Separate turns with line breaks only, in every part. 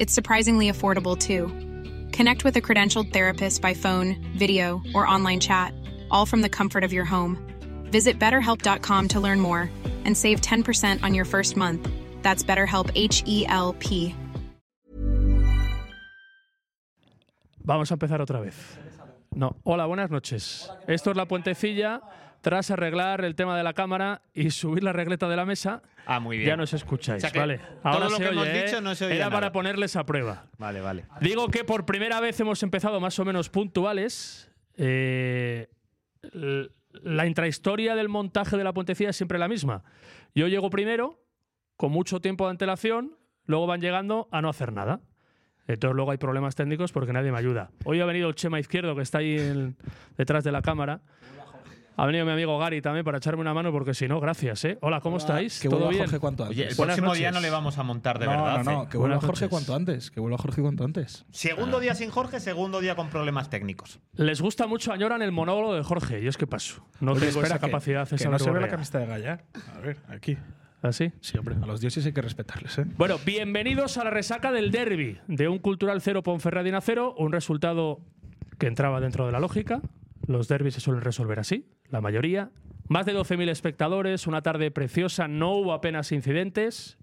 It's surprisingly affordable too. Connect with a credentialed therapist by phone, video, or online chat, all from the comfort of your home. Visit betterhelp.com to learn more and save 10% on your first month. That's BetterHelp, H E L P.
Vamos a empezar otra vez. No. Hola, buenas noches. Esto es la puentecilla. Tras arreglar el tema de la cámara y subir la regleta de la mesa,
Ah, muy bien.
ya nos escucháis,
O sea que
¿vale?
todo
Ahora
lo
se
que hemos
oye, ¿eh?
dicho no se oía
Era
nada.
para ponerles a prueba.
Vale, vale.
Digo que por primera vez hemos empezado más o menos puntuales. Eh, l- la intrahistoria del montaje de la puentecilla es siempre la misma. Yo llego primero, con mucho tiempo de antelación, luego van llegando a no hacer nada. Entonces luego hay problemas técnicos porque nadie me ayuda. Hoy ha venido el Chema Izquierdo, que está ahí en- detrás de la cámara. Ha venido mi amigo Gary también para echarme una mano porque si no, gracias. ¿eh? Hola, ¿cómo estáis?
Que
¿Todo
vuelva
bien?
Jorge cuanto antes.
Oye, el
Buenas
próximo día
noches.
no le vamos a montar de
no,
verdad.
no, no,
¿eh?
que vuelva
Buenas
Jorge
noches.
cuanto antes. Que vuelva Jorge cuanto antes.
Segundo día sin Jorge, segundo día con problemas técnicos.
Les gusta mucho, añoran el monólogo de Jorge. Yo es que paso. No
Oye,
tengo
espera,
esa
que-
capacidad,
que
esa
no se ve la
verborrea.
camiseta de Gallá. A ver, aquí.
¿Así?
Sí, hombre, a los dioses hay que respetarles, ¿eh?
Bueno, bienvenidos a la resaca del derby de un Cultural 0 Ponferradina 0, un resultado que entraba dentro de la lógica. Los derbis se suelen resolver así, la mayoría. Más de 12.000 espectadores, una tarde preciosa, no hubo apenas incidentes,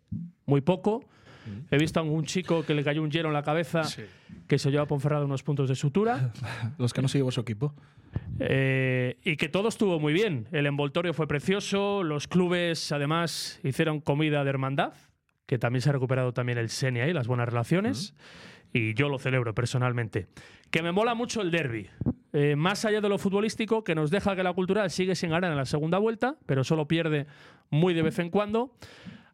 muy poco.
Mm.
He visto a un chico que le cayó un hielo en la cabeza que se llevó a Ponferrada unos puntos de sutura.
Los que no seguimos su equipo.
Eh, y que todo estuvo muy bien. El envoltorio fue precioso, los clubes además hicieron comida de hermandad, que también se ha recuperado también el Senia y las buenas relaciones. Y yo lo celebro personalmente. Que me mola mucho el derby. Eh, más allá de lo futbolístico, que nos deja que la cultural sigue sin ganar en la segunda vuelta, pero solo pierde muy de vez en cuando.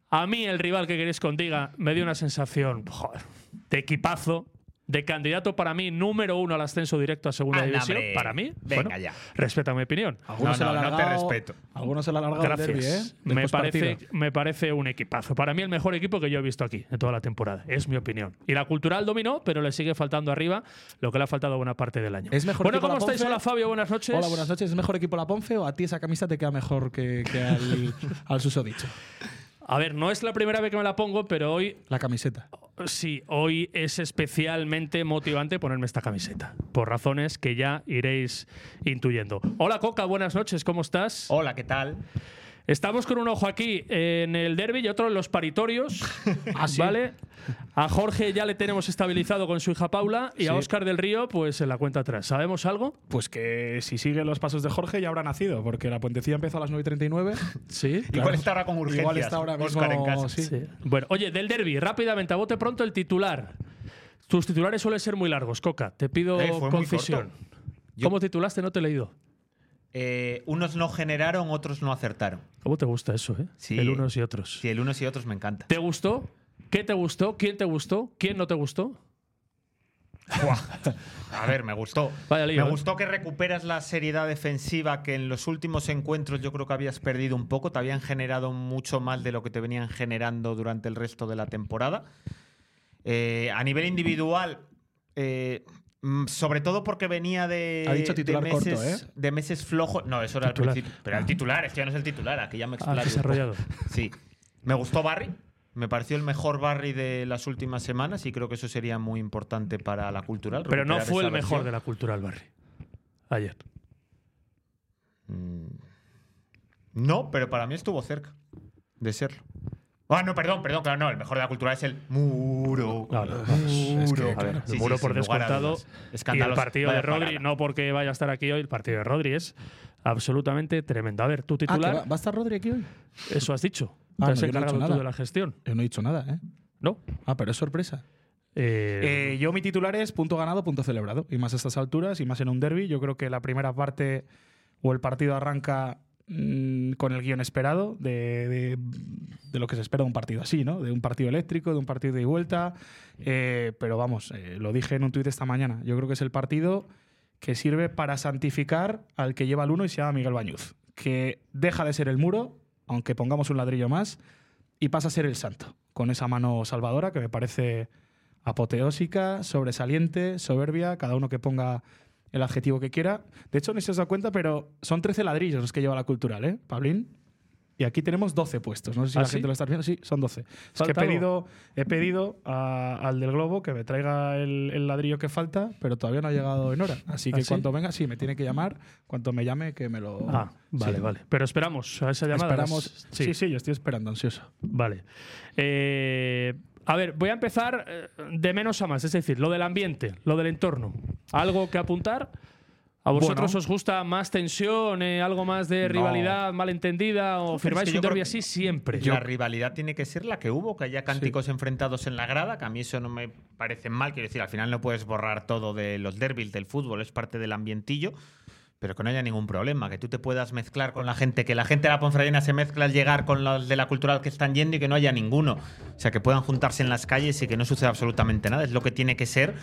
A mí el rival que queréis contiga me dio una sensación joder, de equipazo, de candidato para mí número uno al ascenso directo a segunda
Anda,
división.
hombre.
Para mí,
Venga
bueno,
ya.
respeta mi opinión.
Algunos
No,
se
no,
la
no te
alargado-
respeto.
Algunos se la ha alargado el
Gracias.
derbi, ¿eh? Del
me, parece,
postpartido.
me parece un equipazo. Para mí el mejor equipo que yo he visto aquí en toda la temporada. Es mi opinión. Y la cultural dominó, pero le sigue faltando arriba lo que le ha faltado buena parte del año.
¿Es mejor
bueno,
equipo
¿cómo
la
estáis?
Ponfe?
Hola Fabio, buenas noches.
Hola, buenas noches. ¿Es mejor equipo la Ponce o a ti esa camisa te queda mejor que, que al, al susodicho?
A ver, no es la primera vez que me la pongo, pero hoy
La camiseta.
Sí, hoy es especialmente motivante ponerme esta camiseta, por razones que ya iréis intuyendo. Hola Coca, buenas noches, ¿cómo estás?
Hola, ¿qué tal?
Estamos con un ojo aquí en el derby y otro en los paritorios,
sí.
¿vale? A Jorge ya le tenemos estabilizado con su hija Paula y a
Sí.
Óscar del Río pues en la cuenta atrás. ¿Sabemos algo?
Pues que si sigue los pasos de Jorge ya habrá nacido, porque la puentecilla empezó a las 9.39.
Sí.
Igual está ahora con urgencias.
Igual está ahora mismo.
Óscar en casa.
sí.
Bueno, oye, del derby, rápidamente, a bote pronto el titular. Tus titulares suelen ser muy largos, Coca, te pido
Eh, fue muy
concisión. ¿Cómo titulaste? No te he leído.
Eh, unos no generaron, otros no acertaron.
¿Cómo te gusta eso, eh?
Sí.
El unos y otros.
Sí, el unos y otros me encanta.
¿Te gustó? ¿Qué te gustó? ¿Quién te gustó? ¿Quién no te gustó?
A ver, me gustó.
Vaya lío,
me
¿eh?
gustó que recuperas la seriedad defensiva que en los últimos encuentros yo creo que habías perdido un poco. Te habían generado mucho más de lo que te venían generando durante el resto de la temporada. Eh, a nivel individual, eh, mm, sobre todo porque venía de,
Ha dicho titular
de
corto,
meses,
¿eh? Ah.
de meses flojos. No, eso era
Titular. Ah,
el principio. Pero el titular, es que ya no es el titular, aquí ya me he
Has
explayado un poco.
desarrollado.
Sí. Me gustó Barry. Me pareció el mejor Barry de las últimas semanas y creo que eso sería muy importante para la cultural.
Pero no
recuperar
fue
esa
el mejor
versión.
de la cultural Barry. Ayer.
No, pero para mí estuvo cerca de serlo. Ah, no, perdón, perdón, claro, no. El mejor de la cultural es el muro.
No, no,
Es que, claro.
Muro. Sí,
El
sí,
muro
sin
por
lugar a
descontado.
dudas.
Y el
Escandaloso.
partido de
Vaya
Rodri,
parada.
no porque vaya a estar aquí hoy, el partido de Rodri es absolutamente tremendo. A ver, tu
Ah, que
titular,
va, ¿va a estar Rodri aquí hoy?
eso has dicho.
Ah,
Te
no,
has
yo no he hecho
encargado tú
nada.
de la gestión,
Yo no he dicho nada, ¿eh?
¿no?
Ah, pero es sorpresa.
Eh,
Eh, yo mi titular es punto ganado, punto celebrado. Y más a estas alturas y más en un derby. Yo creo que la primera parte o el partido arranca mm, con el guión esperado de, de- de lo que se espera de un partido así, ¿no? De un partido eléctrico, de un partido de ida y vuelta. Eh, pero vamos, eh, lo dije en un tuit esta mañana. Yo creo que es el partido que sirve para santificar al que lleva el uno y se llama Miguel Bañuz. Que deja de ser el muro, aunque pongamos un ladrillo más, y pasa a ser el santo, con esa mano salvadora que me parece apoteósica, sobresaliente, soberbia, cada uno que ponga el adjetivo que quiera. De hecho, no sé si os dado cuenta, pero son 13 ladrillos los que lleva la cultural, ¿eh, Pablín? Y aquí tenemos 12 puestos. No sé si
¿Ah,
la
sí?
gente lo está viendo. Sí, son 12. Es que he
Falta algo.
pedido, he pedido a- al del globo que me traiga el, el ladrillo que falta, pero todavía no ha llegado en hora. Así que
¿Ah, sí?
cuanto venga, sí, me tiene que llamar. Cuanto me llame, que me lo.
ah, vale,
sí.
vale. Pero esperamos a esa llamada.
Esperamos.
las-
Sí. sí, yo estoy esperando, ansioso.
Vale. Eh, a ver, voy a empezar eh, de menos a más, es decir, lo del ambiente, lo del entorno. ¿Algo que apuntar? ¿A vosotros
Bueno.
os gusta más tensión, eh, algo más de
No.
rivalidad malentendida o firmáis
que
un
yo
derbi
creo
así
que-
siempre?
La rivalidad tiene que ser la que hubo, que haya cánticos enfrentados en la grada, que a mí eso no me parece mal. Quiero decir, al final no puedes borrar todo de los derbis del fútbol, es parte del ambientillo, pero que no haya ningún problema, que tú te puedas mezclar con la gente, que la gente de la Ponferradina se mezcla al llegar con los de la cultural que están yendo y que no haya ninguno. O sea, que puedan juntarse en las calles y que no suceda absolutamente nada. Es lo que tiene que ser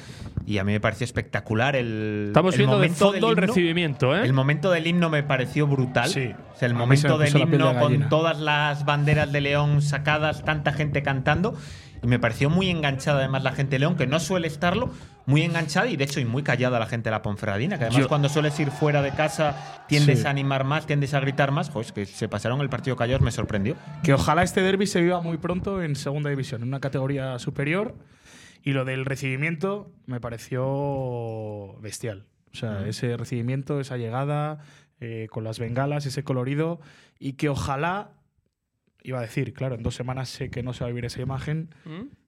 y a mí me pareció espectacular el.
Estamos
el
viendo de
momento del
fondo el
himno.
recibimiento, ¿eh?
El momento del himno me pareció brutal.
Sí.
O sea, el
A mí se
momento
me puso
del
la piel de
himno con
gallina.
todas las banderas de León sacadas, tanta gente cantando. Y me pareció muy enganchada además la gente de León, que no suele estarlo, muy enganchada y de hecho y muy callada la gente de la Ponferradina, que además
Yo-
cuando sueles ir fuera de casa tiendes
Sí.
a animar más, tiendes a gritar más, pues que se pasaron el partido callados me sorprendió.
Que ojalá este derby se viva muy pronto en segunda división, en una categoría superior. Y lo del recibimiento me pareció bestial. O sea, ese recibimiento, esa llegada, eh, con las bengalas, ese colorido. Y que ojalá, iba a decir, claro, en dos semanas sé que no se va a vivir esa imagen,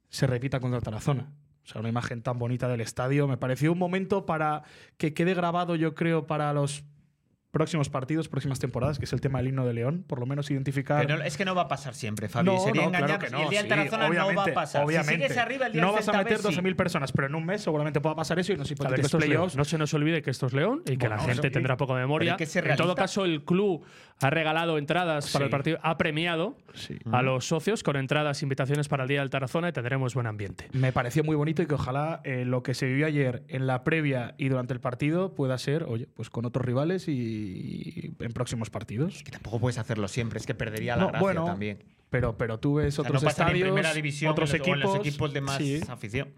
se repita contra Tarazona. O sea, una imagen tan bonita del estadio. Me pareció un momento para que quede grabado, yo creo, para los próximos partidos, próximas temporadas, que es el tema del himno de León, por lo menos identificar.
Pero es que no va a pasar siempre, Fabi.
No,
Sería
no, claro
engañarnos.
que no,
y el día
sí,
del Tarazona no va
obviamente,
a pasar. Si
obviamente.
sigues arriba el día
no
del
vas a
Celta
meter
B, sí.
12.000 personas, pero en un mes seguramente pueda pasar eso y nos
A ver,
hipotéticos
esto es León.
playoffs.
No se nos olvide que esto es León y que
Bueno,
la
eso
gente
sí.
tendrá poca memoria.
Pero hay que ser
en todo
realista.
caso, el club ha regalado entradas para el partido, ha premiado
Sí.
a los socios con entradas, invitaciones para el Día del Tarazona y tendremos buen ambiente.
Me pareció muy bonito y que ojalá eh, lo que se vivió ayer en la previa y durante el partido pueda ser, oye, pues con otros rivales y, y en próximos partidos.
Que tampoco puedes hacerlo siempre, es que perdería la
No,
gracia
bueno,
también.
Pero, pero tú ves
O sea,
otros
no pasa ni en
estadios,
primera división,
otros
en los- o en
equipos.
los equipos de más
Sí,
afición.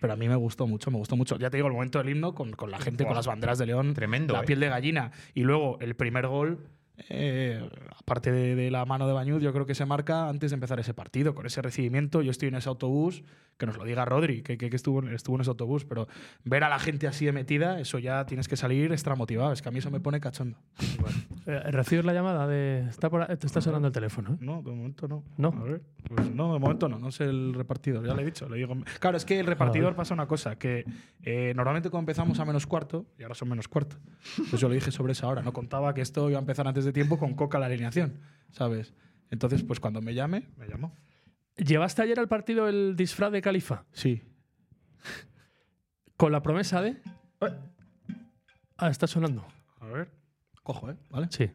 pero a mí me gustó mucho, me gustó mucho. Ya te digo, el momento del himno con, con la gente, con
Buah,
las banderas de León.
tremendo,
La
eh.
piel de gallina. Y luego el primer gol, eh, aparte de, de la mano de Bañud, yo creo que se marca antes de empezar ese partido, con ese recibimiento. Yo estoy en ese autobús, que nos lo diga Rodri, que, que- que estuvo, en- estuvo en ese autobús, pero ver a la gente así de metida, eso ya tienes que salir extra motivado. Es que a mí eso me pone cachondo.
Eh, ¿Recibes la llamada de. Está por ahí- te está sonando el teléfono. ¿eh?
No, de momento no.
No.
A ver, pues no, de momento no. No sé el repartidor, ya le he dicho. Le digo. Claro, es que el repartidor pasa una cosa, que eh, normalmente cuando empezamos a menos cuarto, y ahora son menos cuarto, pues yo le dije sobre esa hora. No contaba que esto iba a empezar antes de tiempo con coca la alineación, ¿sabes? Entonces, pues cuando me llame, me llamó.
¿Llevaste ayer al partido el disfraz de Califa?
Sí.
Con la promesa de. Ah, está sonando.
A ver. Cojo, ¿eh? ¿Vale?
Sí.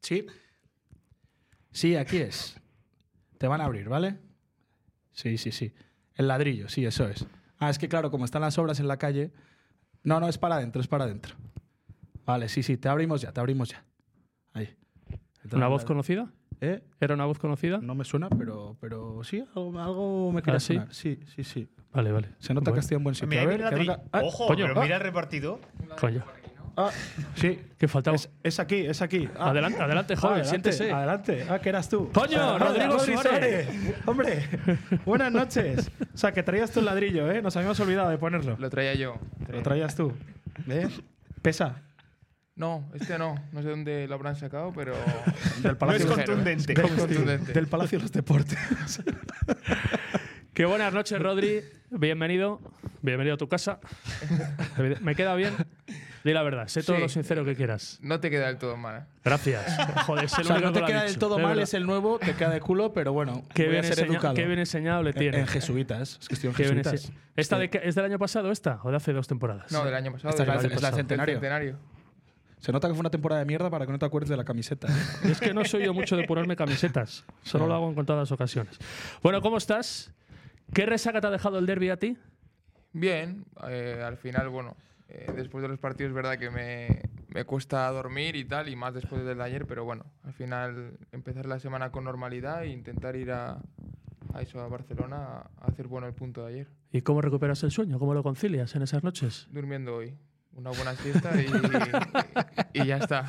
Sí. Sí, aquí es. Te van a abrir, ¿vale? Sí, sí, sí. El ladrillo, sí, eso es. Ah, es que claro, como están las obras en la calle. No, no, es para adentro, es para adentro. Vale, sí, sí, te abrimos ya, te abrimos ya. Ahí.
¿Una voz conocida?
¿Eh?
¿Era una voz conocida?
No me suena, pero, pero sí, algo, algo me quería
¿Ah, sí?
sonar. Sí, sí, sí.
Vale, vale.
Se nota
Bueno,
que estoy en buen sitio.
Mira,
a
mira
ver,
el
que
ladrillo.
venga- Ah,
Ojo,
coño,
pero
ah.
mira el repartido.
coño.
Ah, sí.
¿Qué faltaba?
Es, es aquí, es aquí. Ah.
Adelante, adelante,
Ah,
joven,
adelante,
siéntese.
Adelante. Ah, que eras tú.
Coño,
Ah,
Rodrigo Suárez.
Hombre, buenas noches. O sea, que traías tú el ladrillo, ¿eh? Nos habíamos olvidado de ponerlo.
Lo traía yo.
Lo traías tú. ¿Eh? Pesa.
No, este no. No sé dónde lo habrán sacado, pero.
Del
No
Palacio,
es
ligero,
contundente.
¿eh? Es contundente.
del Palacio de los Deportes.
Qué buenas noches, Rodri. Bienvenido. Bienvenido a tu casa. ¿Me queda bien? Di la verdad, sé todo
Sí.
lo sincero que quieras.
No te queda del todo mal. ¿eh?
Gracias. Joder, es el
O sea,
único
no
que
te
lo ha
queda del
dicho,
todo
de
mal,
verdad.
es el nuevo, te queda de culo, pero bueno,
Qué
voy
bien,
a ser
enseña-
educado.
qué bien enseñado le
en,
tiene.
en jesuitas. Es que estoy en
Qué bien
jesuitas.
ense- ¿Esta de qué- ¿Es del año pasado esta o de hace dos temporadas?
No, del año pasado.
Esta es
del
la-
año
es la
pasado. Del
centenario.
centenario.
Se nota que fue una temporada de mierda para que no te acuerdes de la camiseta. ¿eh?
Es que no soy yo mucho de ponerme camisetas. Solo lo hago en contadas ocasiones. Bueno, ¿cómo estás? ¿Qué resaca te ha dejado el derby a ti?
Bien, eh, al final, bueno, eh, después de los partidos es verdad que me, me cuesta dormir y tal, y más después del de ayer, pero bueno, al final empezar la semana con normalidad e intentar ir a, a eso, a Barcelona, a hacer bueno el punto de ayer.
¿Y cómo recuperas el sueño? ¿Cómo lo concilias en esas noches?
Durmiendo hoy, una buena siesta y, y- y ya está.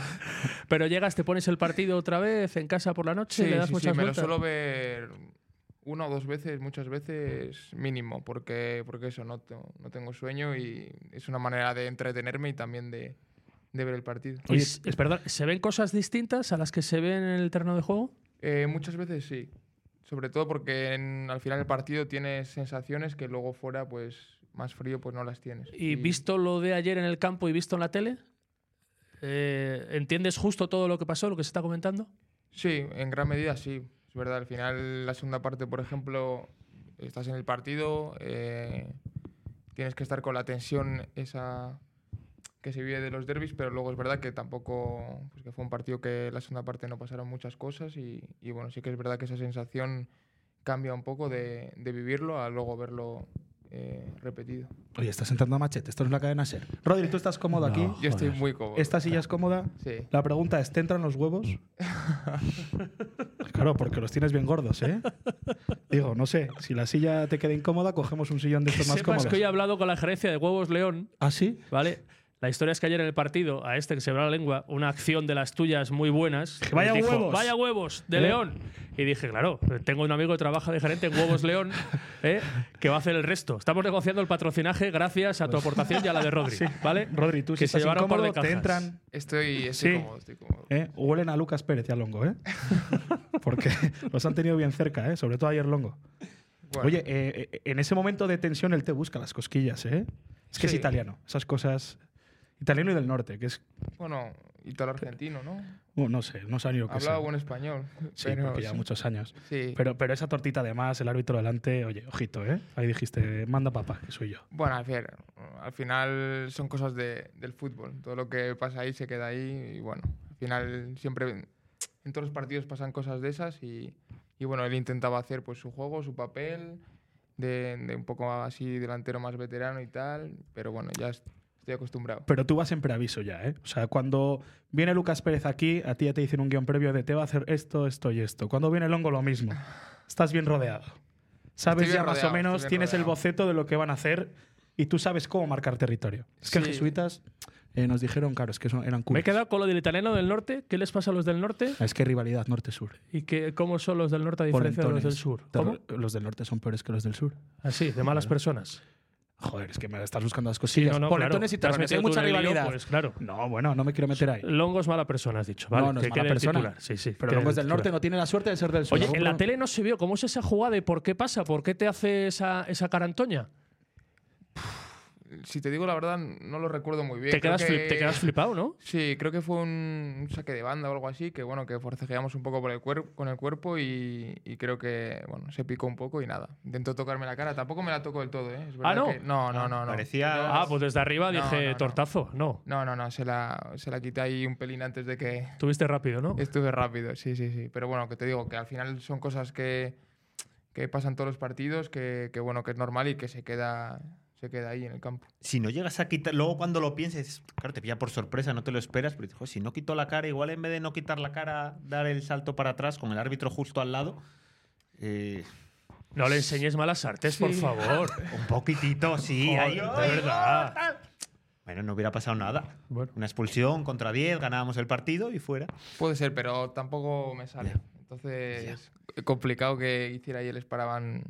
Pero llegas, te pones el partido otra vez en casa por la noche, le das muchas
me lo
vueltas.
suelo ver una o dos veces, muchas veces mínimo, porque, porque eso, no, te- no tengo sueño y es una manera de entretenerme y también de, de ver el partido.
Y s- es verdad, ¿se ven cosas distintas a las que se ven en el terreno de juego?
Eh, muchas veces sí. Sobre todo porque en- al final del partido tienes sensaciones que luego fuera, pues más frío, pues no las tienes.
Y visto lo de ayer en el campo y visto en la tele, eh, ¿entiendes justo todo lo que pasó, lo que se está comentando?
Sí, en gran medida sí. Es verdad, al final la segunda parte, por ejemplo, estás en el partido, eh, tienes que estar con la tensión esa que se vive de los derbis, pero luego es verdad que tampoco, pues que fue un partido que la segunda parte no pasaron muchas cosas y, y bueno, sí que es verdad que esa sensación cambia un poco de, de vivirlo a luego verlo eh, repetido.
Oye, estás entrando a machete. Esto no es la cadena ser. Rodri, tú estás cómodo aquí.
Yo estoy muy cómodo.
Esta silla es cómoda.
Sí.
La pregunta es, ¿te entran los huevos? claro, porque los tienes bien gordos, ¿eh? Digo, no sé, si la silla te queda incómoda, cogemos un sillón de
Pues
estos más
Sepas
cómodos.
que hoy he hablado con la gerencia de Huevos León
¿Ah, sí?
¿Vale? La historia es que ayer en el partido, a este que se va la lengua, una acción de las tuyas muy buenas.
Que vaya
les
huevos.
Vaya huevos, de
¿Eh?
León. Y dije, claro, tengo un amigo que trabaja de gerente en Huevos León, ¿eh? que va a hacer el resto. Estamos negociando el patrocinaje gracias a tu aportación y a la de Rodri. ¿Vale?
Pues Rodri, tú si
que se
estás
llevará un par de
incómodo, te
cajas.
entran.
Estoy, estoy
Sí.
cómodo, estoy cómodo.
¿eh? Huelen a Lucas Pérez y a Longo, ¿eh? Porque los han tenido bien cerca, ¿eh? Sobre todo ayer Longo.
Bueno,
Oye, eh, eh, en ese momento de tensión él te busca las cosquillas, ¿eh? Es que es
Sí.
italiano. Esas cosas. Italiano y del norte, que es.
bueno, italo-argentino, ¿no?
bueno, no sé, no sabía lo que
Hablaba
sea.
buen español.
Sí,
pero
porque ya muchos años.
Sí.
Pero, pero esa tortita además, el árbitro delante, oye, ojito, ¿eh? Ahí dijiste, manda papá, que soy yo.
Bueno, a ver, al final son cosas de- del fútbol. Todo lo que pasa ahí se queda ahí y bueno, al final siempre en todos los partidos pasan cosas de esas y, y, bueno, él intentaba hacer pues su juego, su papel, de, de un poco así delantero más veterano y tal, pero bueno, ya es- estoy acostumbrado.
Pero tú vas en preaviso ya, ¿eh? O sea, cuando viene Lucas Pérez aquí, a ti ya te dicen un guión previo de te va a hacer esto, esto y esto. Cuando viene el hongo, lo mismo. Estás bien rodeado. Sabes
Estoy bien
ya más
rodeado,
o menos,
estoy bien
tienes el
rodeado.
boceto de lo que van a hacer y tú sabes cómo marcar territorio. Es que en
Sí.
jesuitas eh, nos dijeron, claro, es que son- eran
Me
curas.
he quedado con lo del italiano del norte. ¿Qué les pasa a los del norte?
Es que rivalidad norte-sur.
¿Y qué, cómo son los del norte a diferencia de los
Polentones.
del sur? ¿Cómo?
Terror- Los del norte son peores que los del sur.
Así, de malas personas.
Joder, es que me estás buscando las cosillas.
no, no,
Polentones
claro.
y
Te has
terrones,
metido
hay
tú
mucha
en el lío,
rivalidad.
pues, claro.
No, bueno, no me quiero meter ahí.
Longo es mala persona, has dicho. Vale,
no, no
que
es mala
quede en
persona.
titular. Sí, sí,
Pero
quede en
luego es del
titular.
norte, no tiene la suerte de ser del sur.
Oye,
Algún
en la
pro-
tele no se vio. ¿Cómo es esa jugada y por qué pasa? ¿Por qué te hace esa, esa carantoña?
Si te digo la verdad, no lo recuerdo muy bien.
Te
Creo
quedas, flip-
que-
te quedas flipado, ¿no?
Sí, creo que fue un un saque de banda o algo así, que bueno, que forcejeamos un poco por el cuerpo con el cuerpo y, y creo que bueno, se picó un poco y nada. Intentó tocarme la cara, tampoco me la tocó del todo, ¿eh? Es verdad
¿Ah, ¿no?
que- no, no, no, no.
Parecía-
Ah, pues desde arriba
No,
dije
no, no.
tortazo. No,
No, no, no, se la, se la quité ahí un pelín antes de que
tuviste rápido, ¿no?
estuve rápido, sí, sí, sí. Pero bueno, que te digo, que al final son cosas que, que pasan todos los partidos, que, que bueno, que es normal y que se queda, se queda ahí en el campo.
Si no llegas a quitar, luego cuando lo pienses, claro, te pilla por sorpresa, no te lo esperas, pero dices, "Joder, si no quito la cara, igual en vez de no quitar la cara, dar el salto para atrás con el árbitro justo al lado. eh,
No le enseñes malas artes, por favor.
un poquitito, sí.
Joder,
ahí,
de
ay,
verdad.
oh, tal. Bueno, no hubiera pasado nada.
Bueno.
Una expulsión contra 10, ganábamos el partido y fuera.
Puede ser, pero tampoco me sale.
Ya.
Entonces, eh, complicado que hiciera y les paraban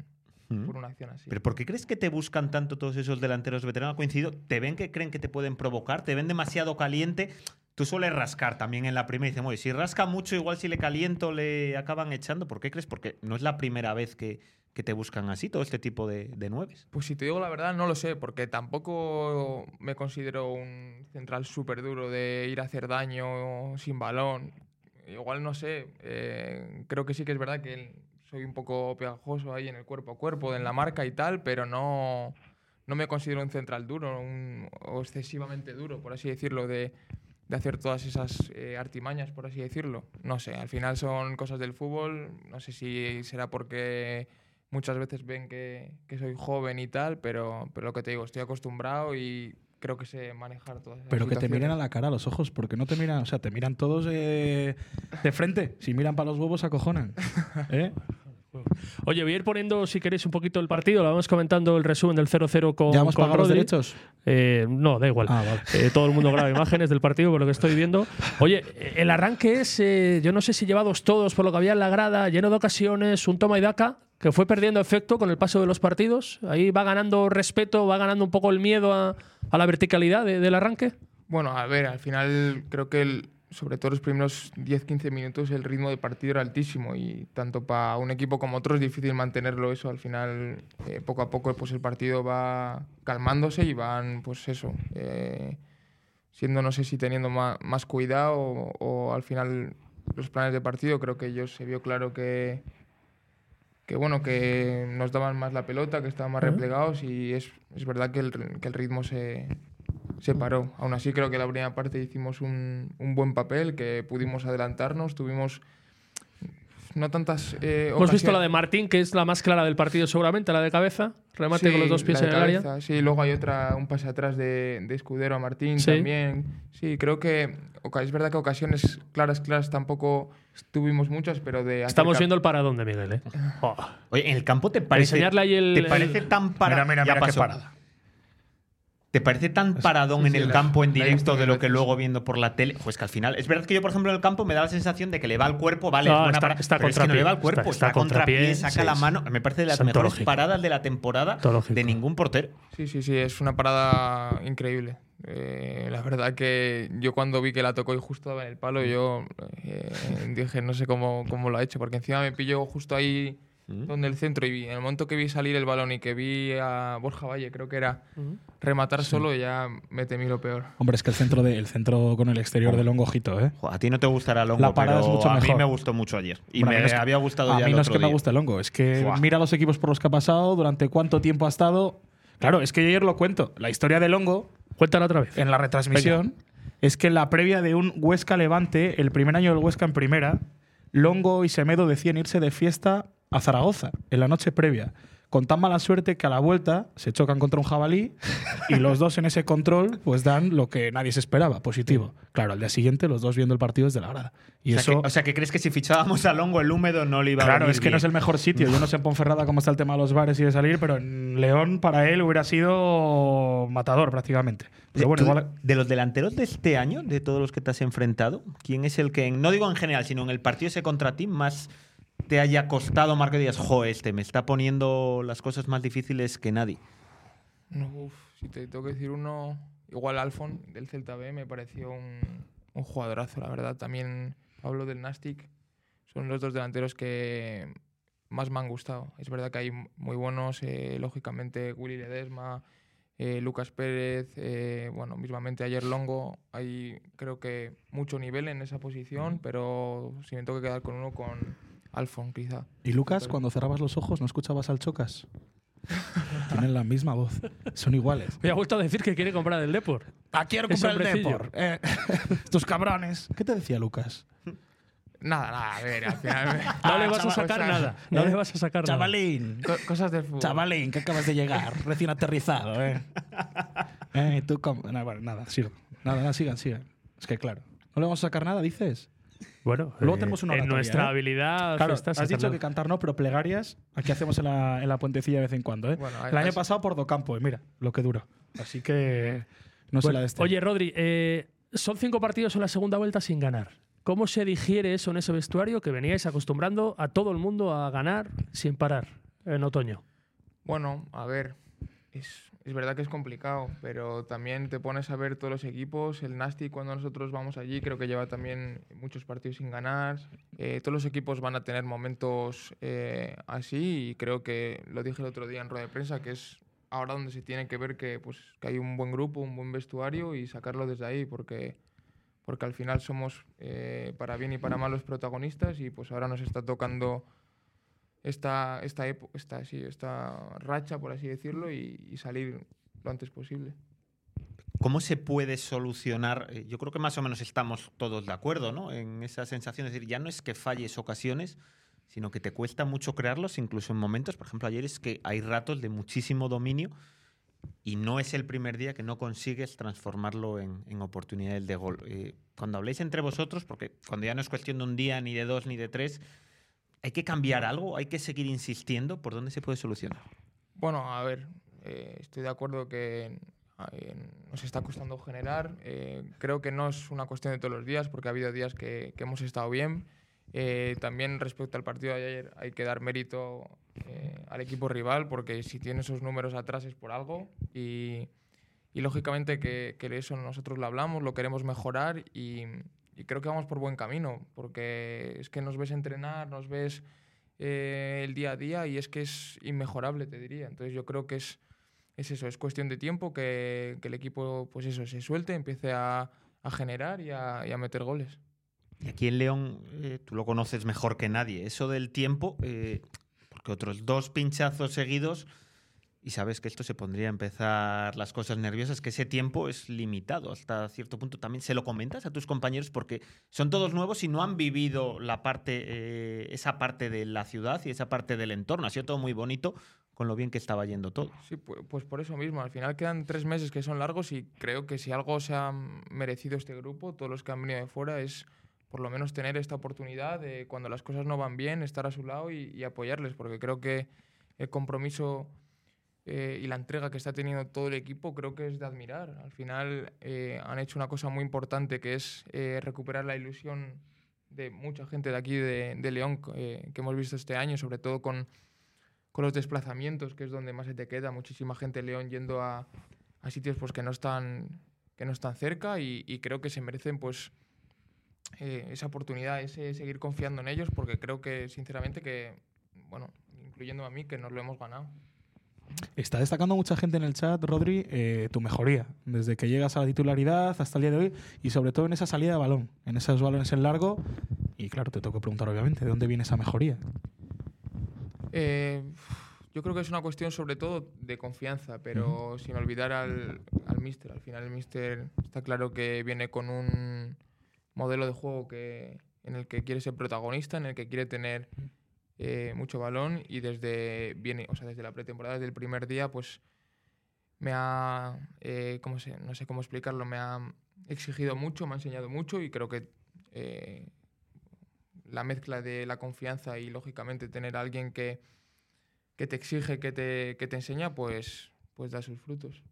por una acción así.
¿Pero por qué crees que te buscan tanto todos esos delanteros veteranos? Coincido, te ven que creen que te pueden provocar, te ven demasiado caliente. Tú sueles rascar también en la primera y dicen, oye, si rasca mucho, igual si le caliento le acaban echando. ¿Por qué crees? Porque no es la primera vez que, que te buscan así, todo este tipo de, de nueves.
Pues si te digo la verdad, no lo sé, porque tampoco me considero un central súper duro de ir a hacer daño sin balón. Igual no sé, eh, creo que sí que es verdad que soy un poco pegajoso ahí en el cuerpo a cuerpo, en la marca y tal, pero no, no me considero un central duro, un, o excesivamente duro, por así decirlo, de, de hacer todas esas eh, artimañas, por así decirlo. No sé, al final son cosas del fútbol, no sé si será porque muchas veces ven que, que soy joven y tal, pero, pero lo que te digo, estoy acostumbrado y creo que sé manejar todas esas
Pero que te
situaciones.
miren a la cara, a los ojos, porque no te miran, o sea, te miran todos eh, de frente. Si miran para los huevos, acojonan. ¿Eh?
Oye, voy a ir poniendo, si queréis, un poquito el partido. Lo vamos comentando el resumen del 0-0 con.
¿Ya hemos
con
pagado los
Rodri.
derechos?
Eh, no, da igual.
Ah, vale.
Eh, todo el mundo graba imágenes del partido por lo que estoy viendo. Oye, eh, el arranque es, eh, yo no sé si llevados todos por lo que había en la grada, lleno de ocasiones, un toma y daca que fue perdiendo efecto con el paso de los partidos. Ahí va ganando respeto, va ganando un poco el miedo a, a la verticalidad de- del arranque.
Bueno, a ver, al final creo que el- sobre todo los primeros 10-15 minutos el ritmo de partido era altísimo y tanto para un equipo como otro es difícil mantenerlo eso. Al final, eh, poco a poco, pues el partido va calmándose y van, pues eso, eh, siendo, no sé si teniendo ma- más, cuidado o, o al final los planes de partido, creo que ellos se vio claro que, que bueno, que nos daban más la pelota, que estaban más replegados y es, es verdad que el- que el ritmo se, se paró. Aún así, creo que la primera parte hicimos un, un buen papel, que pudimos adelantarnos, tuvimos no tantas eh,
Hemos visto
ocasiones-
la de Martín, que es la más clara del partido seguramente, la de cabeza. Remate
Sí,
con los dos pies
la
en
de
el área.
cabeza, Sí, luego hay otra, un pase atrás de, de Escudero a Martín
Sí.
también. Sí, creo que oca- es verdad que ocasiones claras, claras tampoco tuvimos muchas, pero de hacer
Estamos
cap-
viendo el paradón de Miguel, ¿eh? Oh.
Oye, en el campo te parece.
Enseñarle ahí el-
¿Te
el-
parece tan parado?
Mira, mira, mira qué parada.
¿Te parece tan paradón
sí,
en
sí,
el
la-
campo en
la he visto
directo de
mil
lo que
veces.
luego viendo por la tele? Pues que al final. Es verdad que yo, por ejemplo, en el campo me da la sensación de que le va al cuerpo, vale,
No,
es buena
está-
parada,
está
pero es que
contrapié,
no le va al cuerpo,
está-
está,
está
contrapié,
contrapié,
saca
sí,
la
sí.
mano. Me parece de las
Antológico.
mejores paradas de la temporada
Antológico.
de ningún portero.
Sí, sí, sí, es una parada increíble. Eh, la verdad que yo cuando vi que la tocó y justo daba en el palo, yo eh, dije, no sé cómo, cómo lo ha hecho, porque encima me pilló justo ahí
Mm.
donde el centro y vi, en el momento que vi salir el balón y que vi a Borja Valle, creo que era, rematar solo, ya me temí lo peor.
Hombre, es que el centro, de, el centro con el exterior del hongo ojito, ¿eh?
Jo, A ti no te gustará Longo,
La parada
pero
es mucho
a mí
mejor.
me gustó mucho ayer. Y
Bueno, a
me
mí no es que-
había gustado
A
ya
mí
el
no es que
otro
me
día.
guste el hongo, es que
Buah.
mira los equipos por los que ha pasado, durante cuánto tiempo ha estado. Claro, es que yo ayer lo cuento. La historia del hongo
Cuéntala otra vez.
en la retransmisión es que en la previa de un Huesca Levante, el primer año del Huesca en primera, Longo y Semedo decían irse de fiesta a Zaragoza en la noche previa. Con tan mala suerte que a la vuelta se chocan contra un jabalí y los dos en ese control pues dan lo que nadie se esperaba, positivo. Claro, al día siguiente los dos viendo el partido desde la grada. Y
O sea,
eso
que, o sea, que crees que si fichábamos a Longo el húmedo no le iba a
Claro,
venir
es que no
bien.
es el mejor sitio. Yo no sé en Ponferrada cómo está el tema de los bares y de salir, pero en León para él hubiera sido matador prácticamente. Pero bueno,
Tú,
igual-
De los delanteros de este año, de todos los que te has enfrentado, ¿quién es el que, en- no digo en general, sino en el partido ese contra ti, más te haya costado, Marco Díaz? Jo, este me está poniendo las cosas más difíciles que nadie.
No, uf, si te tengo que decir uno, igual Alfon del Celta B me pareció un, un jugadorazo, la verdad. También Pablo del Nastic son los dos delanteros que más me han gustado. Es verdad que hay m- muy buenos, eh, lógicamente Willy Ledesma, eh, Lucas Pérez, eh, bueno, mismamente ayer Longo. Hay creo que mucho nivel en esa posición, pero si me tengo que quedar con uno, con Alfon quizá.
Y Lucas, cuando cerrabas los ojos, no escuchabas al Chocas. Tienen la misma voz. Son iguales.
Me ha vuelto a decir que quiere comprar el Depor.
Ah, quiero
Ese hombrecillo.
Eh, Estos cabrones. ¿Qué te decía Lucas?
Nada, nada, a ver, al final...
No le vas a
chaval,
sacar
o sea,
nada. No
¿eh?
le vas a sacar nada.
Chavalín.
co- Cosas del fútbol.
Chavalín, que acabas de llegar. Recién aterrizado, ¿eh? eh tú cómo? No, bueno, nada, sigo. Nada, nada, sigan, sigan. Es que claro. ¿No le vamos a sacar nada, dices?
Bueno,
Luego
eh,
tenemos una
en
oratoria,
nuestra
¿eh?
habilidad.
Claro,
Ah, está
has dicho
sacando-
que cantar no, pero plegarias aquí hacemos en la, en la puentecilla de vez en cuando. ¿eh?
Bueno,
el
hay-
año
hay-
pasado por Docampo, y mira lo que duró. Así que
No sé
Bueno,
la de este.
Oye, Rodri, eh, son cinco partidos en la segunda vuelta sin ganar. ¿Cómo se digiere eso en ese vestuario que veníais acostumbrando a todo el mundo a ganar sin parar en otoño?
Bueno, a ver, es, es verdad que es complicado, pero también te pones a ver todos los equipos. El Nasty, cuando nosotros vamos allí, creo que lleva también muchos partidos sin ganar. Eh, todos los equipos van a tener momentos eh, así y creo que lo dije el otro día en rueda de prensa, que es ahora donde se tiene que ver que, pues, que hay un buen grupo, un buen vestuario y sacarlo desde ahí, porque, porque al final somos eh, para bien y para mal los protagonistas y pues ahora nos está tocando esta, esta, epo- esta, sí, esta racha, por así decirlo, y, y salir lo antes posible.
¿Cómo se puede solucionar? Eh, Yo creo que más o menos estamos todos de acuerdo, ¿no? En esa sensación. Es decir, ya no es que falles ocasiones, sino que te cuesta mucho crearlos, incluso en momentos. Por ejemplo, ayer es que hay ratos de muchísimo dominio y no es el primer día que no consigues transformarlo en, en oportunidades de gol. Eh, cuando habléis entre vosotros, porque cuando ya no es cuestión de un día, ni de dos, ni de tres, ¿hay que cambiar algo? ¿Hay que seguir insistiendo? ¿Por dónde se puede solucionar?
Bueno, a ver, eh, estoy de acuerdo que eh, nos está costando generar. Eh, creo que no es una cuestión de todos los días, porque ha habido días que, que hemos estado bien. Eh, también respecto al partido de ayer, hay que dar mérito eh, al equipo rival, porque si tiene esos números atrás es por algo. Y, y lógicamente que, que eso nosotros lo hablamos, lo queremos mejorar y, y creo que vamos por buen camino, porque es que nos ves entrenar, nos ves eh, el día a día y es que es inmejorable, te diría. Entonces yo creo que es, es eso, es cuestión de tiempo que, que el equipo pues eso, se suelte, empiece a, a generar y a- y a meter goles.
Y aquí en León eh, tú lo conoces mejor que nadie. Eso del tiempo, eh, porque otros dos pinchazos seguidos y sabes que esto se pondría a empezar las cosas nerviosas, que ese tiempo es limitado hasta cierto punto. También se lo comentas a tus compañeros porque son todos nuevos y no han vivido la parte, eh, esa parte de la ciudad y esa parte del entorno. Ha sido todo muy bonito con lo bien que estaba yendo todo.
Sí, pu- pues, por eso mismo. Al final quedan tres meses que son largos y creo que si algo se ha merecido este grupo, todos los que han venido de fuera, es por lo menos tener esta oportunidad de cuando las cosas no van bien, estar a su lado y, y apoyarles, porque creo que el compromiso eh, y la entrega que está teniendo todo el equipo creo que es de admirar. Al final eh, han hecho una cosa muy importante que es eh, recuperar la ilusión de mucha gente de aquí de, de León eh, que hemos visto este año, sobre todo con, con los desplazamientos, que es donde más se te queda. Muchísima gente de León yendo a, a sitios pues, que, no están, que no están cerca y, y creo que se merecen pues, eh, esa oportunidad, ese seguir confiando en ellos, porque creo que, sinceramente, que, bueno, incluyendo a mí, que nos lo hemos ganado.
Está destacando mucha gente en el chat, Rodri, eh, tu mejoría, desde que llegas a la titularidad hasta el día de hoy y sobre todo en esa salida de balón, en esos balones en largo. Y claro, te tengo que preguntar obviamente, ¿de dónde viene esa mejoría?
Eh, yo creo que es una cuestión sobre todo de confianza, pero sin olvidar al, al míster. Al final el míster está claro que viene con un modelo de juego que, en el que quiere ser protagonista, en el que quiere tener eh, mucho balón y desde, viene, o sea, desde la pretemporada, desde el primer día, pues me ha, eh, ¿cómo sé? no sé cómo explicarlo, me ha exigido mucho, me ha enseñado mucho y creo que eh, la mezcla de la confianza y lógicamente tener a alguien que, que te exige, que te, que te enseña, pues, pues da sus frutos.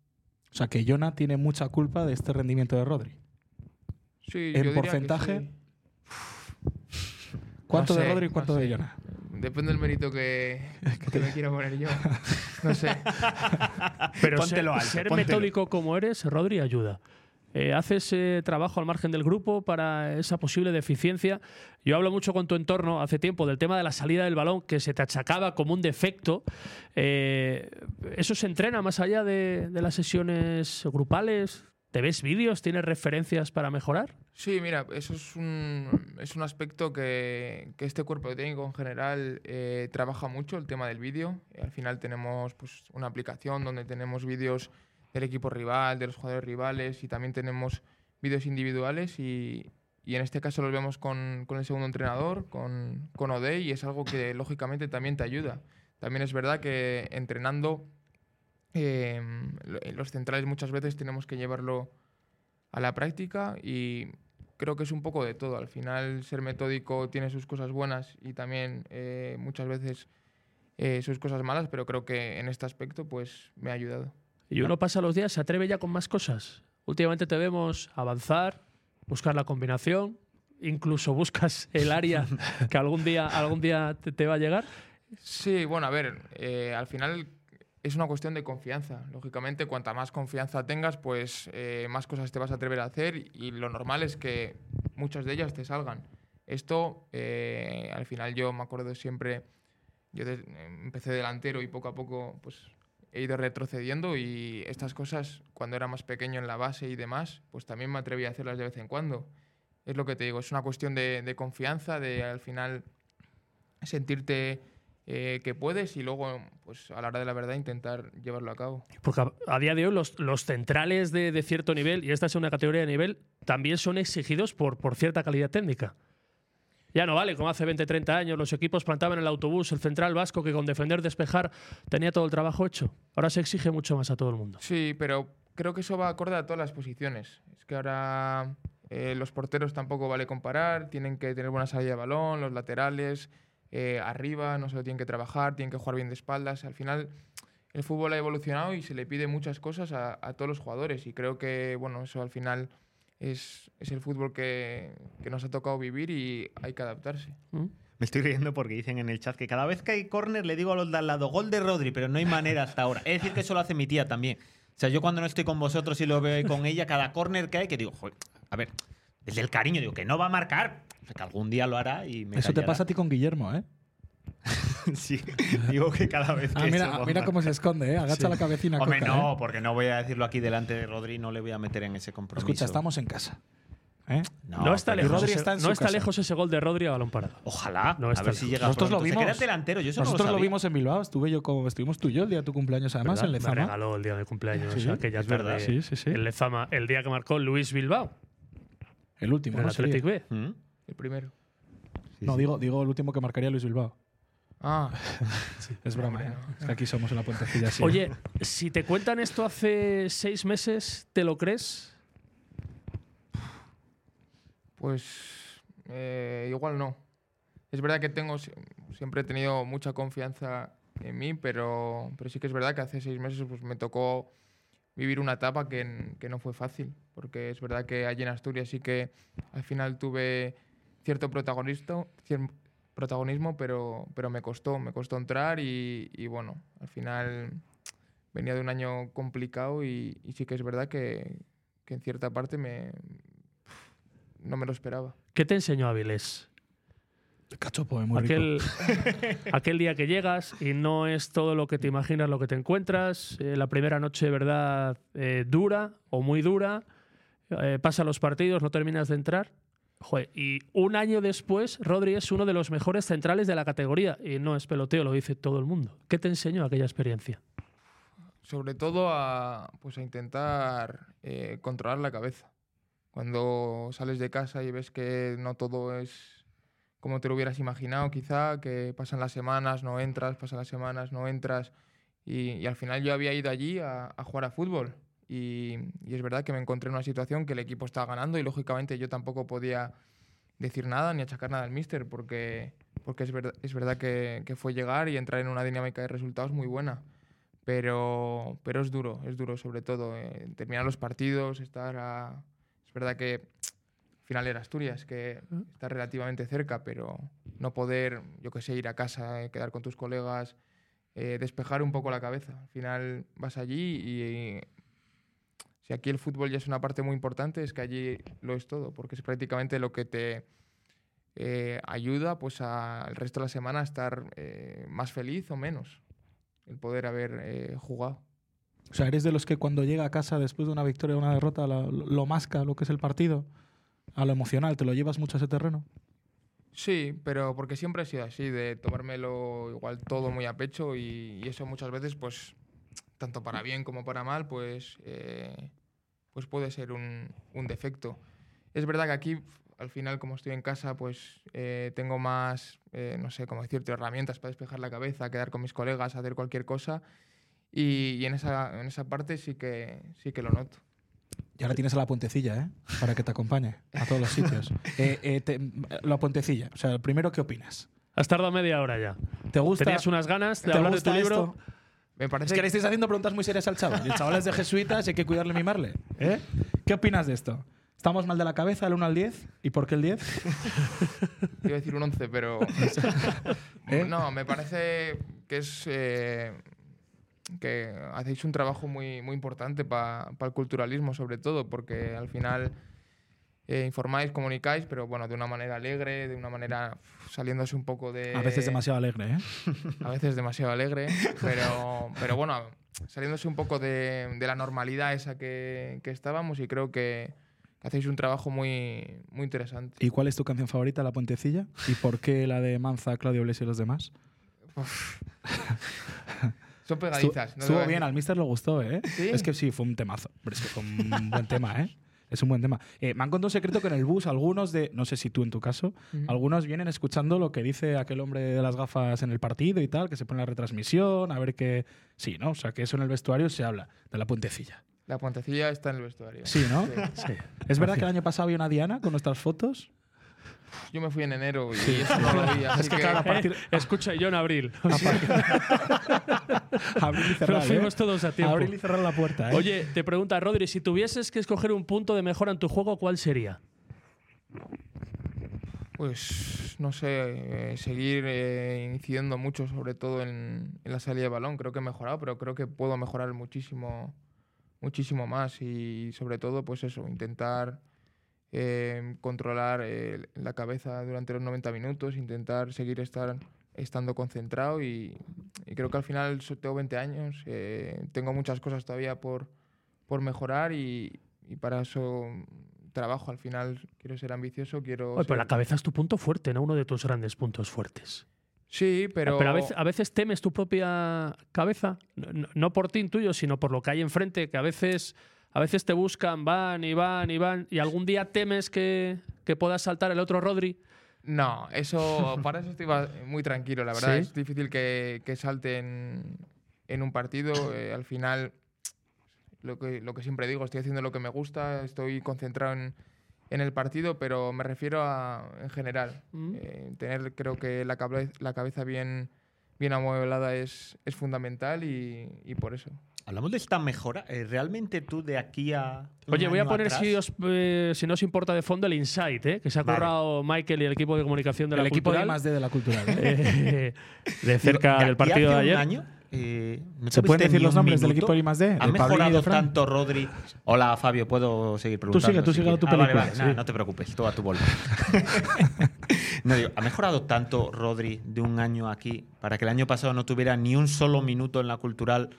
O sea, que Jonah tiene mucha culpa de este rendimiento de Rodri.
Sí, yo
¿En
diría que
porcentaje?
sí.
¿Cuánto
No
de
sé,
Rodri y
no
cuánto de
sé.
Jonah?
Depende del mérito que, que me quiera poner yo. No sé.
Pero
Póntelo
ser,
alto,
ser
póntelo.
metódico como eres, Rodri, ayuda. Eh, haces eh, trabajo al margen del grupo para esa posible deficiencia. Yo hablo mucho con tu entorno hace tiempo del tema de la salida del balón que se te achacaba como un defecto. Eh, ¿Eso se entrena más allá de, de las sesiones grupales? ¿Te ves vídeos? ¿Tienes referencias para mejorar?
Sí, mira, eso es un, es un aspecto que, que este cuerpo técnico en general eh, trabaja mucho, el tema del vídeo. Eh, Al final tenemos pues, una aplicación donde tenemos vídeos del equipo rival, de los jugadores rivales y también tenemos vídeos individuales y, y en este caso los vemos con, con el segundo entrenador, con, con Odey y es algo que lógicamente también te ayuda. También es verdad que entrenando eh, lo- los centrales muchas veces tenemos que llevarlo a la práctica y creo que es un poco de todo. Al final, ser metódico tiene sus cosas buenas y también eh, muchas veces eh, sus cosas malas, pero creo que en este aspecto pues me ha ayudado.
Y uno pasa los días, se atreve ya con más cosas. Últimamente te vemos avanzar, buscar la combinación, incluso buscas el área que algún día, algún día te, te va a llegar.
Sí, bueno, a ver, eh, al final es una cuestión de confianza. Lógicamente, cuanta más confianza tengas, pues eh, más cosas te vas a atrever a hacer y lo normal es que muchas de ellas te salgan. Esto, eh, al final yo me acuerdo siempre, yo de- empecé delantero y poco a poco pues he ido retrocediendo y estas cosas, cuando era más pequeño en la base y demás, pues también me atreví a hacerlas de vez en cuando. Es lo que te digo, es una cuestión de, de confianza, de al final sentirte eh, que puedes y luego, pues a la hora de la verdad, intentar llevarlo a cabo.
Porque a, a día de hoy los, los centrales de, de cierto nivel, y esta es una categoría de nivel, también son exigidos por, por cierta calidad técnica. Ya no vale, como hace 20, 30 años los equipos plantaban el autobús, el central vasco, que con defender, despejar, tenía todo el trabajo hecho. Ahora se exige mucho más a todo el mundo.
Sí, pero creo que eso va acorde a todas las posiciones. Es que ahora eh, los porteros tampoco vale comparar, tienen que tener buena salida de balón, los laterales, eh, arriba, no se lo tienen que trabajar, tienen que jugar bien de espaldas. Al final, el fútbol ha evolucionado y se le pide muchas cosas a, a todos los jugadores y creo que, bueno, eso al final es, es el fútbol que, que nos ha tocado vivir y hay que adaptarse.
Me estoy riendo porque dicen en el chat que cada vez que hay córner le digo a los de al lado gol de Rodri, pero no hay manera hasta ahora. Es decir, que eso lo hace mi tía también. O sea, yo cuando no estoy con vosotros y lo veo ahí con ella, cada córner que hay, que digo, joder, a ver, desde el cariño, digo, que no va a marcar, O sea, que algún día lo hará y me
Eso te
callará.
pasa a ti con Guillermo, ¿eh?
sí, digo que cada vez que
Ah,
eso
mira,
va a
mira cómo se esconde, ¿eh? Agacha
Sí.
la cabecina.
Hombre,
Coca,
no,
¿eh?
porque no voy a decirlo aquí delante de Rodri, no le voy a meter en ese compromiso.
Escucha, estamos en casa. ¿eh?
No,
No, está,
pero-
lejos,
Rodri
ese-
está en
no
su
está
casa.
lejos ese gol de Rodri a balón parado.
Ojalá,
No
a
está
ver si
lejos.
llega
Nosotros lo
pronto. Se
vimos.
queda delantero, yo eso no
Nosotros lo,
sabía.
vimos en Bilbao, estuve yo como, estuvimos tú y yo el día de tu cumpleaños, además, en
Me
Lezama.
regaló el día de mi cumpleaños,
Sí, sí,
aquella
es
tarde
verdad.
Sí, sí, sí.
en Lezama, el día que marcó Luis Bilbao,
El último,
en el
¿no? Sería.
Athletic B.
¿Mm?
El primero.
No, digo, digo el último que marcaría Luis Bilbao.
Ah,
Es broma, ¿eh? Es que aquí somos en la puentecilla. sí.
Oye, si te cuentan esto hace seis meses, ¿te lo crees?
Pues eh, igual no. Es verdad que tengo si- siempre he tenido mucha confianza en mí, pero, pero sí que es verdad que hace seis meses pues, me tocó vivir una etapa que, n- que no fue fácil, porque es verdad que allí en Asturias sí que al final tuve cierto protagonista, cier- protagonismo, pero, pero me costó, me costó entrar y, y bueno, al final venía de un año complicado y, y sí que es verdad que, que en cierta parte me, no me lo esperaba.
¿Qué te enseñó Avilés?
Cachopo, eh, muy rico.
aquel, aquel día que llegas y no es todo lo que te imaginas lo que te encuentras. eh, la primera noche, de verdad, eh, dura o muy dura. eh, pasa los partidos, no terminas de entrar. Joder, y un año después, Rodri es uno de los mejores centrales de la categoría. Y no es peloteo, lo dice todo el mundo. ¿Qué te enseñó aquella experiencia?
sobre todo a, pues a intentar eh, controlar la cabeza. Cuando sales de casa y ves que no todo es como te lo hubieras imaginado, quizá, que pasan las semanas, no entras, pasan las semanas, no entras. Y, y al final yo había ido allí a, a jugar a fútbol. Y, y es verdad que me encontré en una situación que el equipo estaba ganando y lógicamente yo tampoco podía decir nada ni achacar nada al míster porque, porque es, verdad es verdad que, que fue llegar y entrar en una dinámica de resultados muy buena pero, pero es duro, es duro sobre todo. eh, terminar los partidos, estar a... Es verdad que al final era Asturias, que está relativamente cerca, pero no poder, yo qué sé, ir a casa, eh, quedar con tus colegas, eh, despejar un poco la cabeza. Al final vas allí y... Si aquí el fútbol ya es una parte muy importante, es que allí lo es todo, porque es prácticamente lo que te eh, ayuda pues, a- al resto de la semana a estar eh, más feliz o menos el poder haber eh, jugado.
O sea, eres de los que cuando llega a casa después de una victoria o una derrota la- lo masca, lo que es el partido, a lo emocional, te lo llevas mucho a ese terreno.
Sí, pero porque siempre he sido así, de tomármelo igual todo muy a pecho y, y eso muchas veces, pues, tanto para bien como para mal, pues, eh, pues puede ser un, un defecto. Es verdad que aquí, al final, como estoy en casa, pues eh, tengo más, eh, no sé, como decirte, herramientas para despejar la cabeza, quedar con mis colegas, hacer cualquier cosa. Y, y en, esa, en esa parte sí que, sí que lo noto.
Y ahora tienes a la puentecilla, ¿eh? Para que te acompañe a todos los sitios. Eh, eh, te- la puentecilla, o sea, primero, ¿qué opinas?
Has tardado media hora ya.
¿Te gusta?
Tenías unas ganas de
¿Te
hablar de tu
gusta
libro.
esto?
Me
Es
parece
que le estáis haciendo preguntas muy serias al chaval. El chaval es de jesuitas y hay que cuidarle y mimarle. ¿eh? ¿Qué opinas de esto? ¿Estamos mal de la cabeza, el 1 al 10? ¿Y por qué el 10?
Iba a decir un 11, pero.
¿Eh?
No, me parece que es. eh, que hacéis un trabajo muy, muy importante para el culturalismo, sobre todo, porque al final eh, informáis, comunicáis, pero bueno, de una manera alegre, de una manera uf, saliéndose un poco de.
A veces demasiado alegre, ¿eh?
a veces demasiado alegre, pero, pero bueno, saliéndose un poco de, de la normalidad esa que, que estábamos y creo que, que hacéis un trabajo muy, muy interesante.
¿Y cuál es tu canción favorita, La Puentecilla? ¿Y por qué la de Manza, Claudio Bles y los demás?
Son
Estu-
pegadizas. no te voy a
estuvo
decir-
bien, al Mister le gustó, ¿eh?
¿Sí?
Es que sí, fue un temazo. Pero es que fue un buen tema, ¿eh? Es un buen tema. Eh, me han contado un secreto que en el bus algunos de, no sé si tú en tu caso, algunos vienen escuchando lo que dice aquel hombre de las gafas en el partido y tal, que se pone la retransmisión, a ver qué... Sí, ¿no? O sea, que eso en el vestuario se habla, de la puentecilla.
La puentecilla está en el vestuario.
Sí, ¿no? Sí. ¿Es verdad que el año pasado había una Diana con nuestras fotos?
Yo me fui en enero y eso no lo vi. Así
Es que, claro, a partir...
¿Eh? Escucha, yo en abril. O sea,
Abrir y cerrar,
Nos
¿eh?
fuimos todos a tiempo.
Abrir y cerrar la puerta, ¿eh?
Oye, te pregunta Rodri, si tuvieses que escoger un punto de mejora en tu juego, ¿cuál sería?
Pues no sé, eh, seguir eh, incidiendo mucho, sobre todo en, en la salida de balón. Creo que he mejorado, pero creo que puedo mejorar muchísimo, muchísimo más. Y sobre todo, pues eso, intentar eh, controlar eh, la cabeza durante los 90 minutos, intentar seguir estar estando concentrado. Y, y creo que al final so- tengo 20 años, eh, tengo muchas cosas todavía por, por mejorar y, y para eso trabajo. Al final quiero ser ambicioso,
Oh,
quiero...
Oye, pero
ser-
la cabeza es tu punto fuerte, ¿no? Uno de tus grandes puntos fuertes.
Sí, pero.
a, veces, a veces temes tu propia cabeza, no, no- no por ti intuyo, sino por lo que hay enfrente, que a veces, a veces te buscan, van y van y van, y algún día temes que, que pueda saltar el otro Rodri.
No, eso. Para eso estoy ba- muy tranquilo, la verdad.
¿Sí?
Es difícil que, que salte en, en un partido. eh, al final, lo que, lo que siempre digo, estoy haciendo lo que me gusta, estoy concentrado en, en el partido, pero me refiero a, en general.
Mm.
eh, tener, creo que la, cabe- la cabeza bien, bien amueblada es, es fundamental y, y por eso.
Hablamos de esta mejora. Eh, ¿Realmente tú de aquí a. un
Oye, voy a
año
poner,
atrás-
si, os, eh, si no os importa de fondo, el insight, ¿eh? que se ha
Vale.
currado Michael y el equipo de comunicación de
el
la
equipo de
Cultural.
más D de la cultura, ¿eh?
Eh, de
Digo,
cerca
de
del
aquí hace
partido de
un
ayer.
año, eh, ¿no
¿Se pueden
tuviste
decir
ni
los
un
nombres del
minuto?
equipo de I+D? ¿De
¿Ha
Pablo y de
mejorado
Fran?
tanto Rodri? Hola, Fabio, ¿puedo seguir preguntando?
sigue, tú
si
sigue a tu
quieres? Ah, vale,
película,
vale,
sí.
nada, no te preocupes, todo a tu bola. no, digo, ¿ha mejorado tanto Rodri de un año aquí para que el año pasado no tuviera ni un solo minuto en la cultural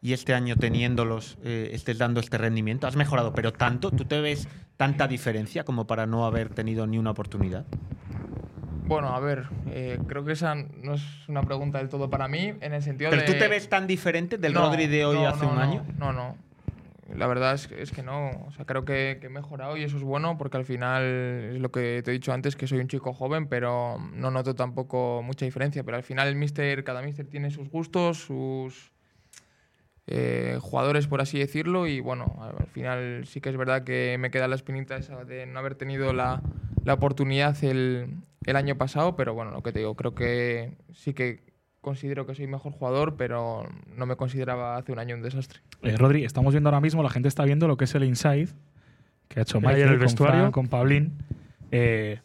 y este año teniéndolos, eh, estés dando este rendimiento? ¿Has mejorado, pero tanto? ¿Tú te ves tanta diferencia como para no haber tenido ni una oportunidad?
Bueno, a ver, eh, creo que esa no es una pregunta del todo para mí, en el sentido
¿Pero
de.
tú te ves tan diferente del
No,
Rodri de hoy
no,
hace
no,
un
no,
año?
No, no. La verdad es que, es que no. O sea, creo que, que he mejorado y eso es bueno porque al final es lo que te he dicho antes, que soy un chico joven, pero no noto tampoco mucha diferencia. Pero al final el mister, cada mister tiene sus gustos, sus eh, jugadores, por así decirlo. Y bueno, al final sí que es verdad que me queda la espinita esa de no haber tenido la, la oportunidad el, el año pasado, pero bueno, lo que te digo, creo que sí que considero que soy mejor jugador, pero no me consideraba hace un año un desastre.
Eh, Rodri, estamos viendo ahora mismo, la gente está viendo lo que es el inside que ha hecho
Ahí
Michael
en el
con
vestuario.
Fran, con Paulín. Eh,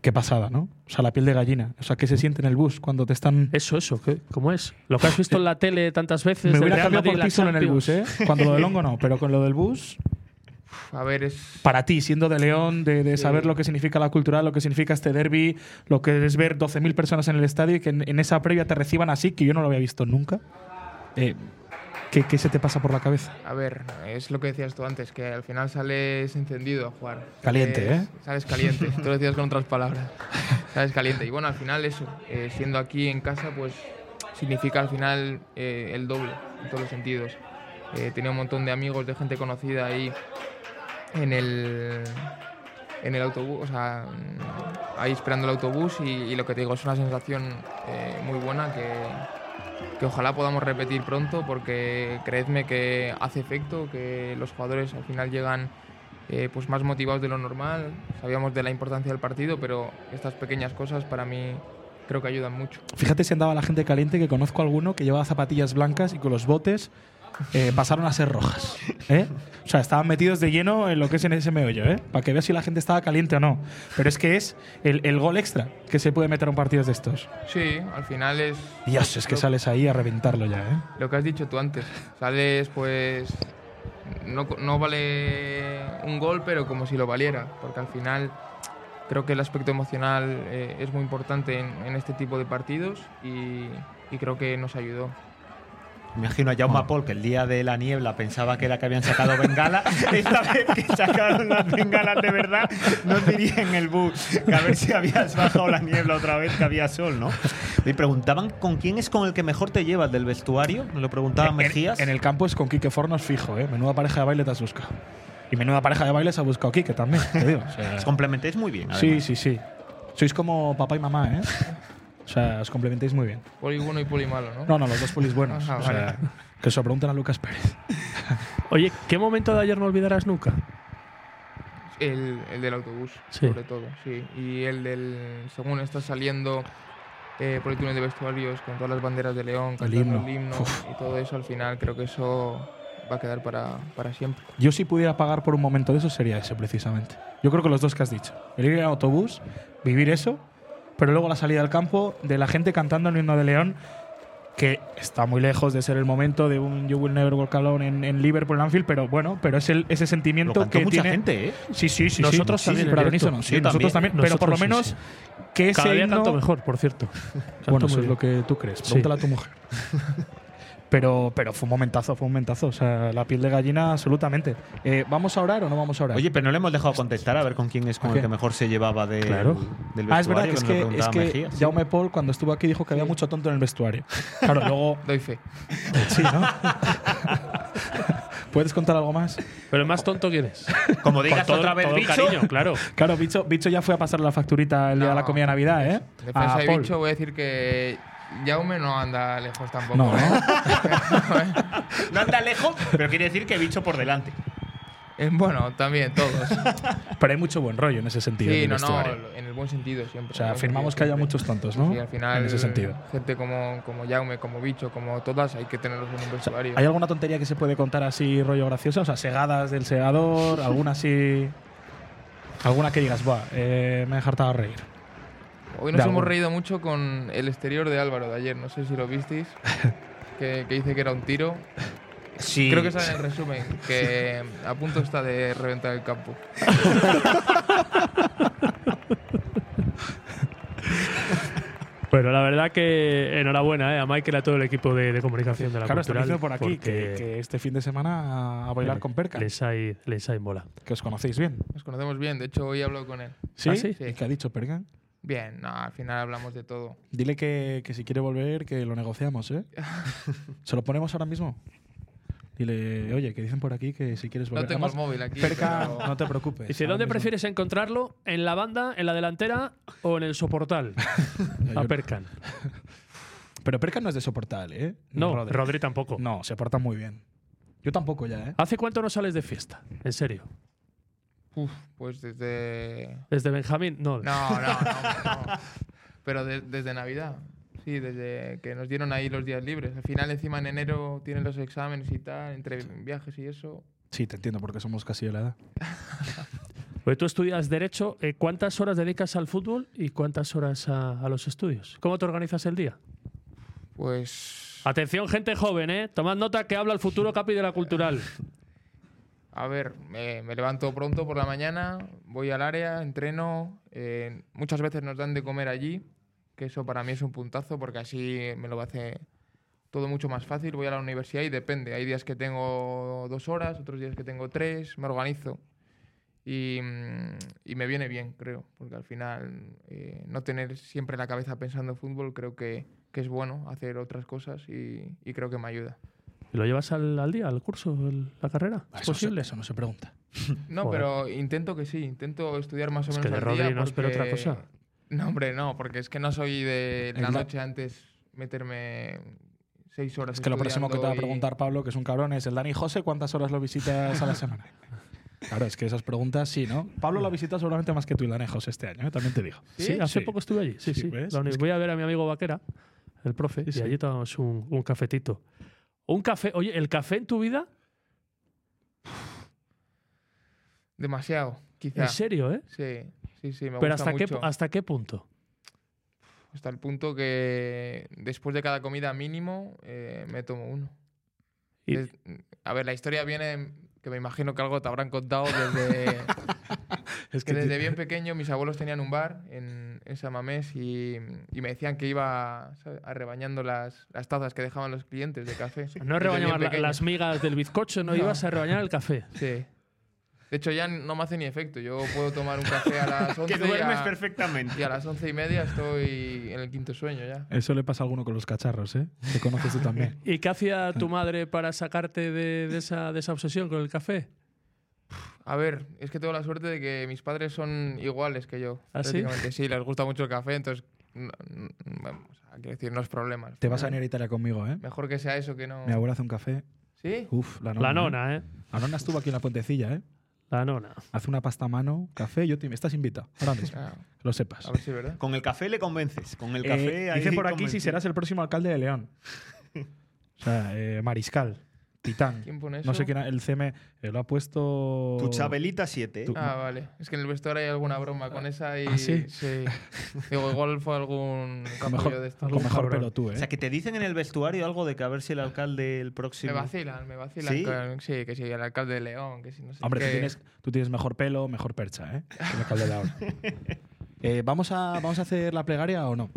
qué pasada, ¿no? O sea, la piel de gallina. O sea, ¿qué se siente en el bus cuando te están...
Eso, eso, ¿qué? ¿cómo es? Lo que has visto en la tele tantas veces.
Me
del
hubiera
Real
cambiado
Madrid,
por
la
ti solo en el bus, ¿eh?
Champions.
Cuando lo del hongo no, pero con lo del bus,
A ver, es...
para ti, siendo de León, de, de saber lo que significa la cultural, lo que significa este derby, lo que es ver 12.000 personas en el estadio y que en, en esa previa te reciban así, que yo no lo había visto nunca. Eh, ¿qué, qué se te pasa por la cabeza?
A ver, es lo que decías tú antes, que al final sales encendido a jugar.
Caliente,
Sales-
¿eh?
Sales caliente, tú lo decías con otras palabras. Sales caliente. Y bueno, al final eso, eh, siendo aquí en casa, pues significa al final eh, el doble, en todos los sentidos. Eh, tenía un montón de amigos, de gente conocida ahí en el, en el autobús, o sea, mm, ahí esperando el autobús y, y lo que te digo, es una sensación eh, muy buena que, que ojalá podamos repetir pronto porque creedme que hace efecto, que los jugadores al final llegan eh, pues más motivados de lo normal, sabíamos de la importancia del partido, pero estas pequeñas cosas para mí creo que ayudan mucho.
Fíjate si andaba la gente caliente, que conozco a alguno que llevaba zapatillas blancas y con los botes eh, pasaron a ser rojas. ¿eh? O sea, estaban metidos de lleno en lo que es en ese meollo, ¿eh? Para que veas si la gente estaba caliente o no. Pero es que es el, el gol extra que se puede meter a un partido de estos.
Sí, al final es
Dios, es que
Lo-
sales ahí a reventarlo ya, ¿eh?
Lo que has dicho tú antes, sales pues no, no vale un gol, pero como si lo valiera, porque al final creo que el aspecto emocional eh, es muy importante en, en este tipo de partidos y, y creo que nos ayudó.
Me imagino a Jaume Paul que el día de la niebla pensaba que era que habían sacado bengala. Esta vez que sacaron las bengalas de verdad, no diría en el bus que a ver si habías bajado la niebla otra vez que había sol, ¿no? Me preguntaban con quién es con el que mejor te llevas del vestuario. Me lo preguntaba Ah, Mejías.
En el campo es con Quique Fornos fijo, ¿eh? Menuda pareja de baile te has buscado. Y menuda pareja de baile se ha buscado Quique también, te digo. O sea,
Os complementáis muy bien.
sí,
además.
sí, sí. Sois como papá y mamá, ¿eh? O sea, os complementáis muy bien.
Poli bueno y poli malo, ¿no?
No, no, los dos pulis buenos.
Ajá,
o sea,
vale.
que se lo pregunten a Lucas Pérez. ¿eh?
Oye, ¿qué momento de ayer no olvidarás nunca?
El, el del autobús,
Sí.
sobre todo, sí. Y el del, según estás saliendo eh, por el túnel de vestuarios con todas las banderas de León, cantando el
himno.
himno,
Uf.
y todo eso, al final creo que eso va a quedar para, para siempre.
Yo si pudiera pagar por un momento de eso sería ese, precisamente. Yo creo que los dos que has dicho. El ir en autobús, vivir eso, pero luego la salida al campo de la gente cantando el himno de León, que está muy lejos de ser el momento de un You Will Never Walk Alone en, en Liverpool Anfield, pero bueno, pero es el, ese
Lo
sentimiento
cantó
que
mucha
tiene…
gente, ¿eh?
Sí, sí, sí.
Nosotros
sí,
también
sí,
en
pero al
directo.
unísono, sí,
Yo
nosotros
también.
también, pero por lo menos
Nosotros, sí,
que ese
Cada día
himno-
canto mejor, por cierto. Canto
bueno,
muy
eso es
bien.
lo que tú crees. Pregúntale a tu mujer. pero, pero fue un momentazo, fue un momentazo. O sea, la piel de gallina, absolutamente. Eh, ¿Vamos a orar o no vamos a orar?
Oye, pero no le hemos dejado contestar a ver con quién es con
¿A
el
qué?
que mejor se llevaba del,
Claro.
del vestuario.
Ah, es verdad que es
nos
que,
lo
es
preguntaba
que
Mejías.
Jaume Paul, cuando estuvo aquí, dijo que había mucho tonto en el vestuario. Claro, luego.
Doy fe.
Sí, ¿no? ¿Puedes contar algo más?
Pero el más tonto quién es.
Como
Con
digas
todo-
otra vez
todo el
bicho,
cariño, claro.
Claro, Bicho, Bicho ya fue a pasar la facturita el día de la
No.
comida de Navidad, ¿eh?
Defensa
A
de
Paul.
bicho, voy a decir que Jaume no anda lejos tampoco.
No,
¿eh?
no anda lejos, pero quiere decir que bicho por delante.
Eh, Bueno, también todos.
Pero hay mucho buen rollo en ese sentido. en
sí,
el
no,
vestuario.
no, en el buen sentido siempre.
O sea,
en el buen
afirmamos
sentido
que haya
siempre.
muchos tontos, ¿no?
Sí, al final,
En ese sentido.
gente como, como Jaume, como Bicho, como todas, hay que tenerlos en un vestuario.
¿Hay alguna tontería que se puede contar así, rollo graciosa? O sea, segadas del segador, alguna así. Alguna que digas, va, eh, me he hartado a reír.
Hoy
de
nos hemos
alguna.
reído mucho con el exterior de Álvaro de ayer, no sé si lo visteis, que, que dice que era un tiro.
Sí.
Creo que saben el resumen, que a punto está de reventar el campo.
Pero la verdad que enhorabuena ¿eh? a Michael y a todo el equipo de, de comunicación de la
Claro, está
Cultural.
diciendo por aquí que,
porque
que este fin de semana a bailar con Perca,
Les hay, les hay mola.
que os conocéis bien.
Nos conocemos bien, de hecho hoy hablo con él.
¿Sí?
¿Ah, sí?
Sí.
¿Y qué ha dicho Perca?
Bien, no, al final hablamos de todo.
Dile que, que si quiere volver, que lo negociamos, ¿eh? ¿Se lo ponemos ahora mismo? Dile, oye, que dicen por aquí que si quieres volver.
No tengo el
Además,
móvil aquí.
Perca,
pero-
no te preocupes.
Dice,
ahora
¿dónde
mismo-
prefieres encontrarlo? ¿En la banda, en la delantera o en el soportal?
yo-
A Perkan.
Pero Perca no es de soportal, ¿eh?
No,
Rodri.
Rodri. tampoco.
No, se porta muy bien. Yo tampoco ya, ¿eh?
¿Hace cuánto no sales de fiesta? En serio.
Uf, pues desde.
¿Desde Benjamín? No.
No, no, no. no. Pero de- desde Navidad. Sí, desde que nos dieron ahí los días libres. Al final, encima en enero tienen los exámenes y tal, entre viajes y eso.
Sí, te entiendo, porque somos casi de la edad.
Porque tú estudias Derecho. eh, ¿Cuántas horas dedicas al fútbol y cuántas horas a, a los estudios? ¿Cómo te organizas el día?
Pues.
Atención, gente joven, ¿eh? Tomad nota que habla el futuro capi de la Cultural.
A ver, me, me levanto pronto por la mañana, voy al área, entreno. eh, muchas veces nos dan de comer allí, que eso para mí es un puntazo porque así me lo hace todo mucho más fácil. Voy a la universidad y depende. Hay días que tengo dos horas, otros días que tengo tres, me organizo. Y, mm, y me viene bien, creo, porque al final eh, no tener siempre la cabeza pensando en fútbol creo que, que es bueno hacer otras cosas y- y creo que me ayuda.
¿Y lo llevas al, al día, al curso, el- la carrera?
Ah,
¿Es
Eso se-
posible?
eso no se pregunta.
No,
Joder.
pero intento que sí, intento estudiar más o
Es
menos
que de
al
Rodri
día
no espero otra
porque-
cosa.
No, hombre, no, porque es que no soy de la
Es la-
noche antes meterme seis horas.
Es que lo próximo que te va a
estudiando
preguntar Pablo, que es un cabrón, es el Dani José, ¿cuántas horas lo visitas a la semana? Claro, es que esas preguntas sí, ¿no? Pablo lo ha visitado seguramente más que tú y Dani José este año, ¿eh? también te digo.
Sí, hace
Sí.
poco estuve allí. Sí,
Sí,
sí.
¿ves?
La uni-
Es que-
Voy a ver a mi amigo Vaquera, el profe, y
sí.
allí tomamos un, un cafetito. Un café, oye, el café en tu vida
Demasiado, quizá.
En serio, ¿eh?
Sí, sí, sí, me
Pero
gusta
¿hasta qué,
mucho.
¿hasta qué punto?
Hasta el punto que después de cada comida mínimo eh, me tomo uno.
Y-
Es- a ver, la historia viene, que me imagino que algo te habrán contado desde,
Es
que
que
desde bien pequeño mis abuelos tenían un bar en, en Samamés y, y me decían que iba ¿sabes? arrebañando las, las tazas que dejaban los clientes de café.
No
Desde bien
rebañabas la-
pequeño.
las migas del bizcocho, no,
No.
ibas a rebañar el café.
Sí. De hecho, ya no me hace ni efecto. Yo puedo tomar un café a las 11
Que duermes
y, a,
perfectamente.
y a las once y media estoy en el quinto sueño ya.
Eso le pasa a alguno con los cacharros, ¿eh? Te conoces tú también.
¿Y qué hacía tu madre para sacarte de, de esa, de esa obsesión con el café?
A ver, es que tengo la suerte de que mis padres son iguales que yo.
¿Ah, sí?
prácticamente. mm, Sí, les gusta mucho el café, entonces. no- no- Vamos, a- quiero decir, no es problema.
Te vas a venir a Italia conmigo, ¿eh?
Mejor que sea eso que no.
Mi abuela hace un café.
¿Sí?
Uf, la nona.
La
¿eh?
nona, ¿eh?
La nona estuvo aquí en la puentecilla, ¿eh?
La nona.
Hace una pasta a mano, café. Yo te... Estás invitado. Ahora mismo.
Ah,
que Lo sepas.
a ver si es verdad.
Con el café le convences. Con el
Eh,
café. ahí
dice por aquí si
convences.
serás el próximo alcalde de León. O sea, eh, Mariscal, Titán.
¿Quién pone eso?
No sé quién ha- el CM eh, lo ha puesto.
Tu Chabelita 7.
Tu-
Ah, vale. Es que en el vestuario hay alguna broma con esa y.
¿Ah, sí?
Digo, igual fue algún
Con mejor,
capullo de estos.
con mejor
cabrón.
pelo tú, ¿eh?
O sea, que te dicen en el vestuario algo de que a ver si el alcalde el próximo.
Ah. Me vacilan, me vacilan.
¿Sí?
con- sí, que sí, el alcalde de León, que sí, no sé.
Hombre, tú
qué.
tienes, tú tienes mejor pelo, mejor percha, ¿eh? Que el alcalde de ahora. Eh, ¿vamos, a, ¿Vamos a hacer la plegaria o no?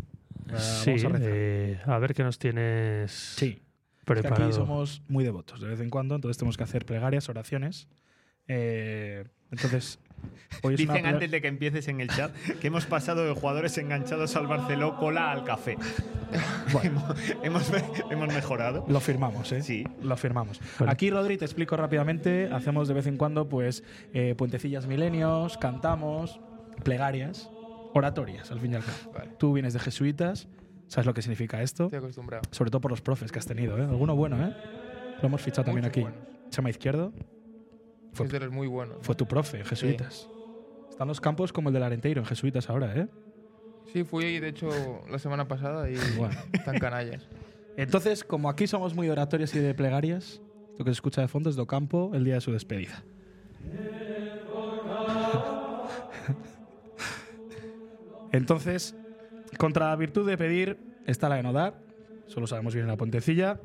Eh,
Sí,
vamos a rezar.
eh, a ver qué nos tienes
Sí. Es que
preparado.
aquí somos muy devotos de vez en cuando, entonces tenemos que hacer plegarias, oraciones. Eh, entonces, hoy es una
Dicen
ple-
antes de que empieces en el chat que hemos pasado de jugadores enganchados al Barceló cola al café. hemos, hemos mejorado.
Lo firmamos, ¿eh?
Sí.
Lo firmamos.
Bueno.
Aquí, Rodri, te explico rápidamente. Hacemos de vez en cuando, pues, eh, puentecillas milenios, cantamos, plegarias, oratorias, al fin y al cabo.
Vale.
Tú vienes de jesuitas, ¿sabes lo que significa esto?
Estoy acostumbrado.
Sobre todo por los profes que has tenido, ¿eh? Alguno bueno, ¿eh? Lo hemos fichado también
Muchos
aquí.
buenos.
Chama Izquierdo Fue-
Es de los muy buenos.
fue tu profe, en jesuitas. Están los campos como el del Arenteiro, en jesuitas ahora, ¿eh?
Sí, fui, de hecho, la semana pasada y
Bueno.
están canallas.
Entonces, como aquí somos muy oratorias y de plegarias, lo que se escucha de fondo es Do Campo el día de su despedida. Entonces, contra la virtud de pedir está la de no dar, solo sabemos bien en la puentecilla,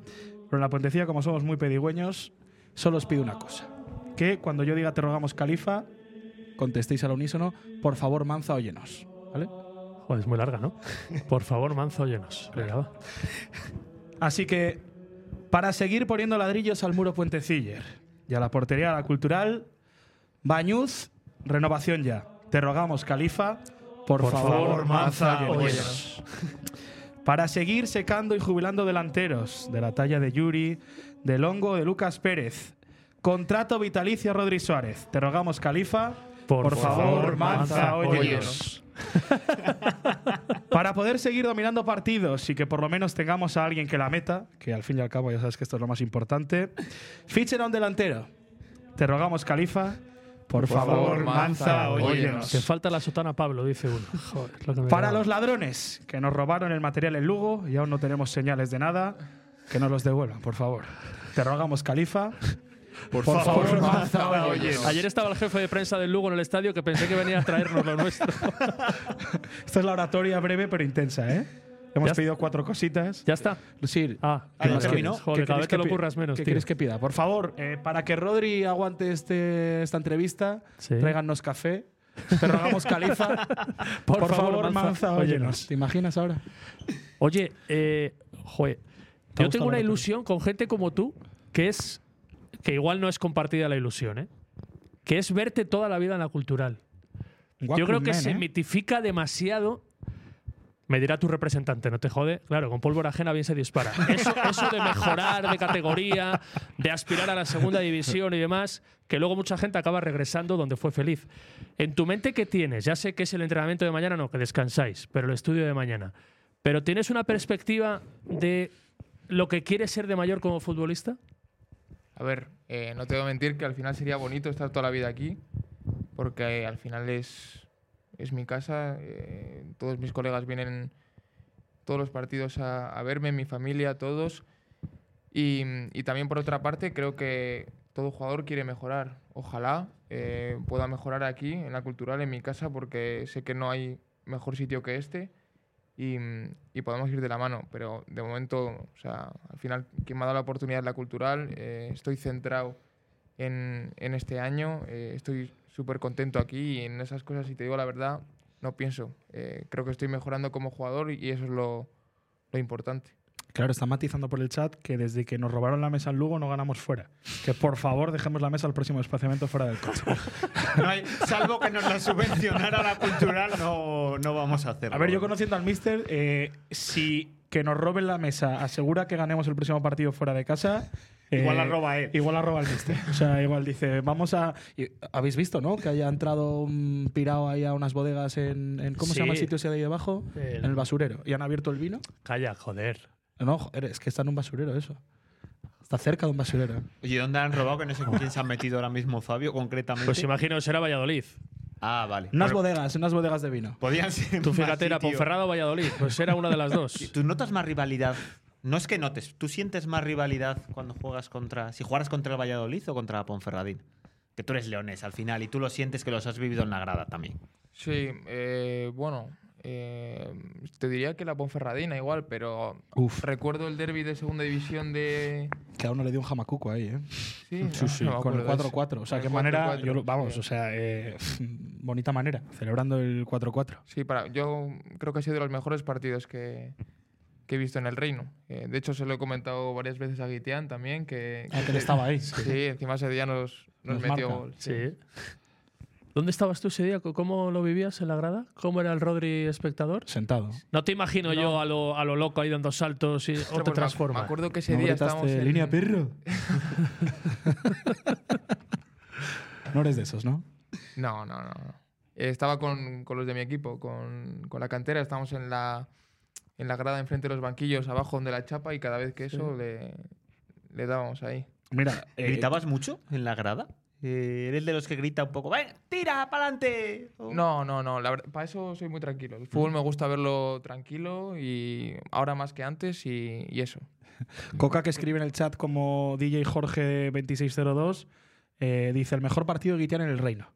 pero en la puentecilla, como somos muy pedigüeños, solo os pido una cosa, que cuando yo diga te rogamos califa, contestéis al unísono, por favor manza, óyenos, ¿vale?
Joder, es muy larga, ¿no? Por favor, Manzo, óyenos. Venga, va.
Así que, para seguir poniendo ladrillos al muro Puenteciller y a la portería a la cultural, Bañuz, renovación ya. Te rogamos, Califa, por,
Por
favor,
favor,
Manza, pues,
Manza,
óyenos. Para seguir secando y jubilando delanteros de la talla de Yuri, de Longo, de Lucas Pérez. Contrato vitalicio a Rodri Suárez. Te rogamos, Califa, por, favor, Manza, óyenos. Para poder seguir dominando partidos y que por lo menos tengamos a alguien que la meta, que al fin y al cabo ya sabes que esto es lo más importante, fichen a un delantero. Te rogamos, Califa, por, favor, Manza, óyenos.
Que falta la sotana Pablo, dice uno. Joder, lo que me
Para
quedaba.
los ladrones que nos robaron el material en Lugo y aún no tenemos señales de nada, que nos los devuelvan, por favor. Te rogamos, Califa, por, favor, Manza, óyenos.
Ayer estaba el jefe de prensa del Lugo en el estadio que pensé que venía a traernos lo nuestro.
Esta es la oratoria breve pero intensa, ¿eh? Hemos
Ya-
pedido cuatro cositas.
¿Ya está.
Sí.
Ah,
¿Qué
que
más
no,
quieres?
que no. Joder, cada
¿Qué quieres
vez te lo
pi-
curras menos,
¿Qué
tío.
quieres que pida? Por favor, eh, para que Rodri aguante este, esta entrevista,
Sí.
tráigannos café. Te rogamos califa.
Por favor, Manza, óyenos.
¿Te imaginas ahora?
Oye, eh, joder,
¿Te ha
yo tengo
gustado
una
la
ilusión con gente como tú que es que igual no es compartida la ilusión, ¿eh? Que es verte toda la vida en la cultural. yo creo que
¿eh?
se mitifica demasiado. Me dirá tu representante, no te jode. Claro, con pólvora ajena bien se dispara. Eso, eso de mejorar de categoría, de aspirar a la segunda división y demás, que luego mucha gente acaba regresando donde fue feliz. En tu mente, ¿qué tienes? Ya sé que es el entrenamiento de mañana, no, que descansáis, pero el estudio de mañana. ¿Pero tienes una perspectiva de lo que quieres ser de mayor como futbolista?
A ver, eh, no te voy a mentir que al final sería bonito estar toda la vida aquí, porque eh, al final es, es mi casa, eh, todos mis colegas vienen todos los partidos a, a verme, mi familia, todos. Y, y también por otra parte, creo que todo jugador quiere mejorar. Ojalá eh, pueda mejorar aquí, en la cultural, en mi casa, porque sé que no hay mejor sitio que este y, mm, y podemos ir de la mano. Pero de momento, o sea, al final, quien me ha dado la oportunidad es la cultural. eh, estoy centrado en, en este año, eh, estoy súper contento aquí y en esas cosas, si te digo la verdad, no pienso. Eh, creo que estoy mejorando como jugador y eso es lo, lo importante.
Claro, está matizando por el chat que desde que nos robaron la mesa en Lugo no ganamos fuera. Que por favor dejemos la mesa al próximo desplazamiento fuera del coche.
No hay- salvo que nos la subvencionara la cultural, no, no vamos a hacerlo.
A ver, yo conociendo al mister, eh, si que nos roben la mesa asegura que ganemos el próximo partido fuera de casa. eh,
Igual la roba él.
Igual la roba el mister. O sea, igual dice, vamos a. y- Habéis visto, ¿no? Que haya entrado un pirado ahí a unas bodegas en. en- ¿Cómo
Sí.
se llama el sitio ese de ahí debajo?
El-
En el basurero. ¿Y han abierto el vino?
Calla, joder.
No, joder, es que está en un basurero eso. Está cerca de un basurero.
Oye, ¿dónde han robado? Que no sé con quién se han metido ahora mismo Fabio, concretamente.
Pues imagino será Valladolid.
ah, vale.
Unas
Bueno,
bodegas, unas bodegas de vino.
Podían ser
Tú
más
fíjate, era
sitio.
Ponferrada o Valladolid. Pues era una de las dos.
Tú notas más rivalidad. No es que notes, tú sientes más rivalidad cuando juegas contra. Si jugaras contra el Valladolid o contra Ponferradín. Que tú eres leones al final y tú lo sientes que los has vivido en la grada también.
Sí, eh, bueno, eh, te diría que la Ponferradina igual, pero
Uf.
recuerdo el derby de segunda división de...
Que a uno le dio un jamacuco ahí, ¿eh?
Sí,
Sí,
no,
sí,
no me
con el
acuerdo de eso.
4-4. O sea,
Con
qué
el
manera.
4-4,
yo lo- vamos,
sí.
o sea, eh, bonita manera, celebrando el 4-4.
Sí, para, yo creo que ha sido de los mejores partidos que, que he visto en el reino. Eh, de hecho, se lo he comentado varias veces a Guitián también, que...
Ah, que él estaba ahí.
Sí, encima ese día nos, nos,
Nos
metió
marca.
gol.
Sí. ¿Dónde estabas tú ese día? ¿Cómo lo vivías en la grada? ¿Cómo era el Rodri espectador?
Sentado.
No te imagino yo a lo, a lo loco ahí dando saltos y o
Ostras,
te
pues me-
transforma.
Me acuerdo que ese
¿No
día
gritaste,
estábamos en...
línea perro? no eres de esos, ¿no?
No, no, no. no. Eh, Estaba con, con los de mi equipo, con, con la cantera. Estábamos en la, en la grada enfrente de los banquillos, abajo donde la chapa, y cada vez que eso le, le dábamos ahí.
Mira, eh,
¿Gritabas mucho en la grada? Eh, ¿Eres de los que grita un poco, ¡Ven, tira, para adelante!
No, no, no. La verdad, para eso soy muy tranquilo. El fútbol me gusta verlo tranquilo y ahora más que antes y, y eso.
Coca que escribe en el chat como DJ Jorge 2602 eh, dice el mejor partido de Guitián en el reino.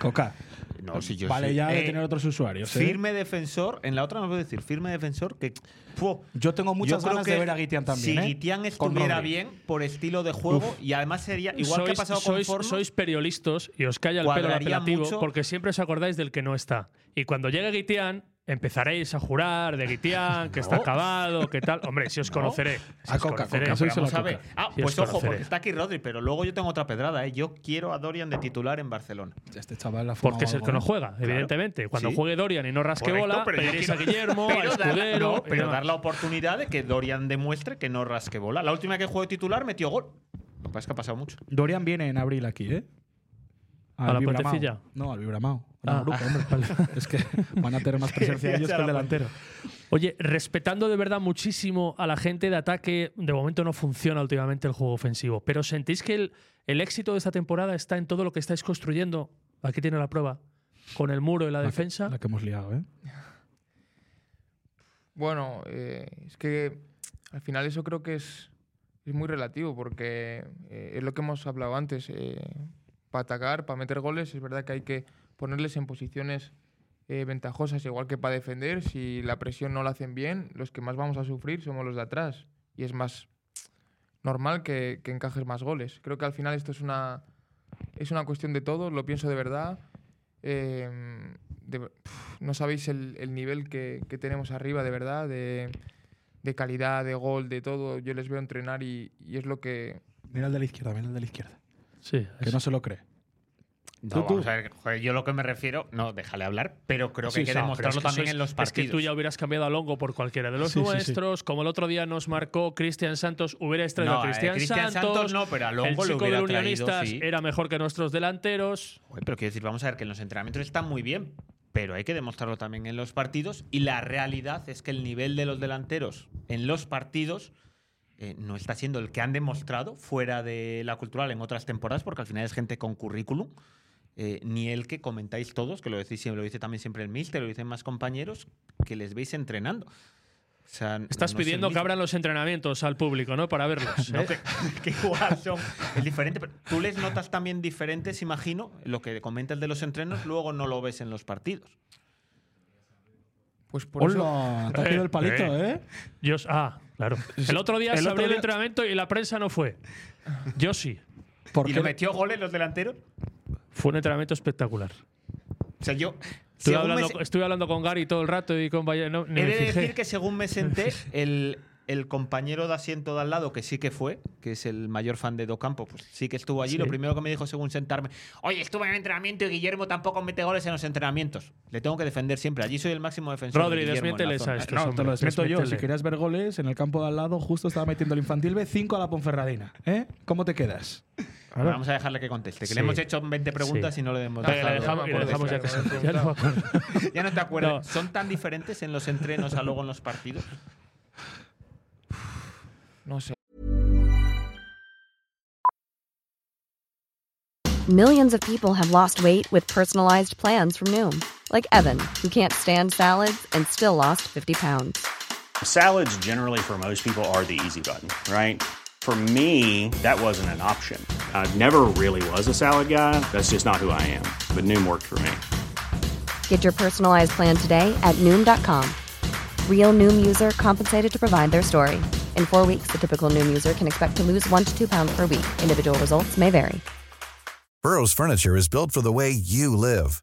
Coca,
No, si yo
vale
soy-
ya de
Eh,
tener otros usuarios. ¿eh?
Firme defensor, en la otra no puedo decir, firme defensor que. ¡Fua!
Yo tengo
Yo
muchas
creo
ganas de
que
ver a Guitián también.
Si
¿eh?
Guitián
Con
estuviera
Rodri.
bien por estilo de juego y además sería igual que ha
sois,
pasado con
sois,
Forno,
sois periodistas y os calla el pelo el
Cuadraría
apelativo
mucho.
porque siempre os acordáis del que no está. Y cuando llegue Guitián, empezaréis a jurar de Guitián, que está acabado, que tal. Hombre, si os conoceré. Si
A
os conoceré.
Coca, Coca,
Pero
soy
vamos
solo
a
Coca.
ver.
Sabe. Ah,
Sí,
pues
es
ojo, porque
conoceré.
está aquí Rodri, pero luego yo tengo otra pedrada, ¿eh? Yo quiero a Dorian de titular en Barcelona.
Este chaval la ha
Porque
fumado
es el
algo,
que no
¿eh?
juega, evidentemente. Cuando
Sí.
juegue Dorian y no rasque
Correcto,
bola,
pero yo
pediréis a
quiero-
Guillermo, a
pero dar-
Escudero.
no,
y
pero
demás.
dar la oportunidad de que Dorian demuestre que no rasque bola. La última que jugó de titular metió gol. Lo que pasa es que ha pasado mucho.
Dorian viene en abril aquí, ¿eh?
¿A
Al
la
Vibramao.
puentecilla?
No, al Vibramao. Al
Ah.
grupo, hombre, vale. Es que van a tener más presencia ellos que el delantero.
Oye, respetando de verdad muchísimo a la gente de ataque, de momento no funciona últimamente el juego ofensivo, pero ¿sentís que el, el éxito de esta temporada está en todo lo que estáis construyendo? Aquí tiene la prueba. Con el muro y la defensa.
La que hemos liado, ¿eh?
Bueno, eh, es que al final eso creo que es, es muy relativo porque eh, es lo que hemos hablado antes. para atacar, para meter goles, es verdad que hay que ponerles en posiciones eh, ventajosas, igual que para defender. Si la presión no la hacen bien, los que más vamos a sufrir somos los de atrás. Y es más normal que, que encajes más goles. Creo que al final esto es una, es una cuestión de todo, lo pienso de verdad. Eh, de ver- no sabéis el, el nivel que, que tenemos arriba, de verdad, de, de calidad, de gol, de todo. Yo les veo entrenar y, y es lo que...
Mira el de la izquierda, mira el de la izquierda.
Sí,
Que no se lo cree.
No, vamos a ver, joder, yo lo que me refiero, no, déjale hablar, pero creo que
Sí,
hay que
o sea,
demostrarlo
que
también
sois-
en los
es
partidos.
que tú ya hubieras cambiado a Longo por cualquiera de los
Sí, sí, sí.
nuestros, como el otro día nos marcó Cristian Santos, hubieras traído
No,
a
a
Cristian,
Cristian Santos no, pero a Longo
el
lo
chico
hubiera
del
traído,
Unionistas
sí.
era mejor que nuestros delanteros.
Joder, pero quiero decir, vamos a ver que en los entrenamientos está muy bien, pero hay que demostrarlo también en los partidos. Y la realidad es que el nivel de los delanteros en los partidos eh, no está siendo el que han demostrado fuera de la cultural en otras temporadas, porque al final es gente con currículum. eh, ni el que comentáis todos, que lo decís siempre, lo dice también siempre el míster, lo dicen más compañeros, que les veis entrenando. sea,
Estás
no es el
pidiendo que
mismo.
abran los entrenamientos al público, ¿no? Para verlos. ¿eh?
¿no? que, que igual son es diferente. Pero tú les notas también diferentes, imagino, lo que comentas de los entrenos, luego no lo ves en los partidos.
Pues por eso.
Hola, te ha caído el palito,
Eh,
¿eh?
Yo, ah, claro. El otro día
El
se
otro
abrió el
día-
entrenamiento y la prensa no fue. Yo sí.
¿Por
¿Y
qué?
le metió goles los delanteros?
Fue un entrenamiento espectacular.
O sea, yo.
Estuve
según me
hablando,
se-
estuve hablando con Gary todo el rato y con Valle. No, ni
he
me
de
fijé.
decir que según me senté, el, el compañero de asiento de al lado, que sí que fue, que es el mayor fan de Docampo, pues sí que estuvo allí.
Sí.
Lo primero que me dijo según sentarme, oye, estuve en el entrenamiento y Guillermo tampoco mete goles en los entrenamientos. Le tengo que defender siempre. Allí soy el máximo defensor.
Rodri,
de Guillermo en la
desmiénteles
zona.
a esto.
No, te
hombre,
lo desmiento yo.
desmiéntele.
Si querías ver goles, en el campo de al lado justo estaba metiendo el infantil B 5 a la Ponferradina. ¿Eh? ¿Cómo te quedas?
Claro.
Vamos a dejarle que conteste, que
Sí.
le hemos hecho 20 preguntas
Sí.
y no le hemos
Ah,
Venga,
dejado.
le dejamos, y le dejamos ya que se- ya no me acuerdo.
Ya no te acuerdas.
No.
¿Son tan diferentes en los entrenos a luego en los partidos?
No sé.
Millions of people have lost weight with personalized plans from Noom, like Evan, who can't stand salads and still lost 50 pounds.
Salads, generally, for most people, are the easy button, right? For me, that wasn't an option. I never really was a salad guy. That's just not who I am. But Noom worked for me.
Get your personalized plan today at Noom.com. Real Noom user compensated to provide their story. In four weeks, the typical Noom user can expect to lose one to two pounds per week. Individual results may vary.
Burrow's furniture is built for the way you live.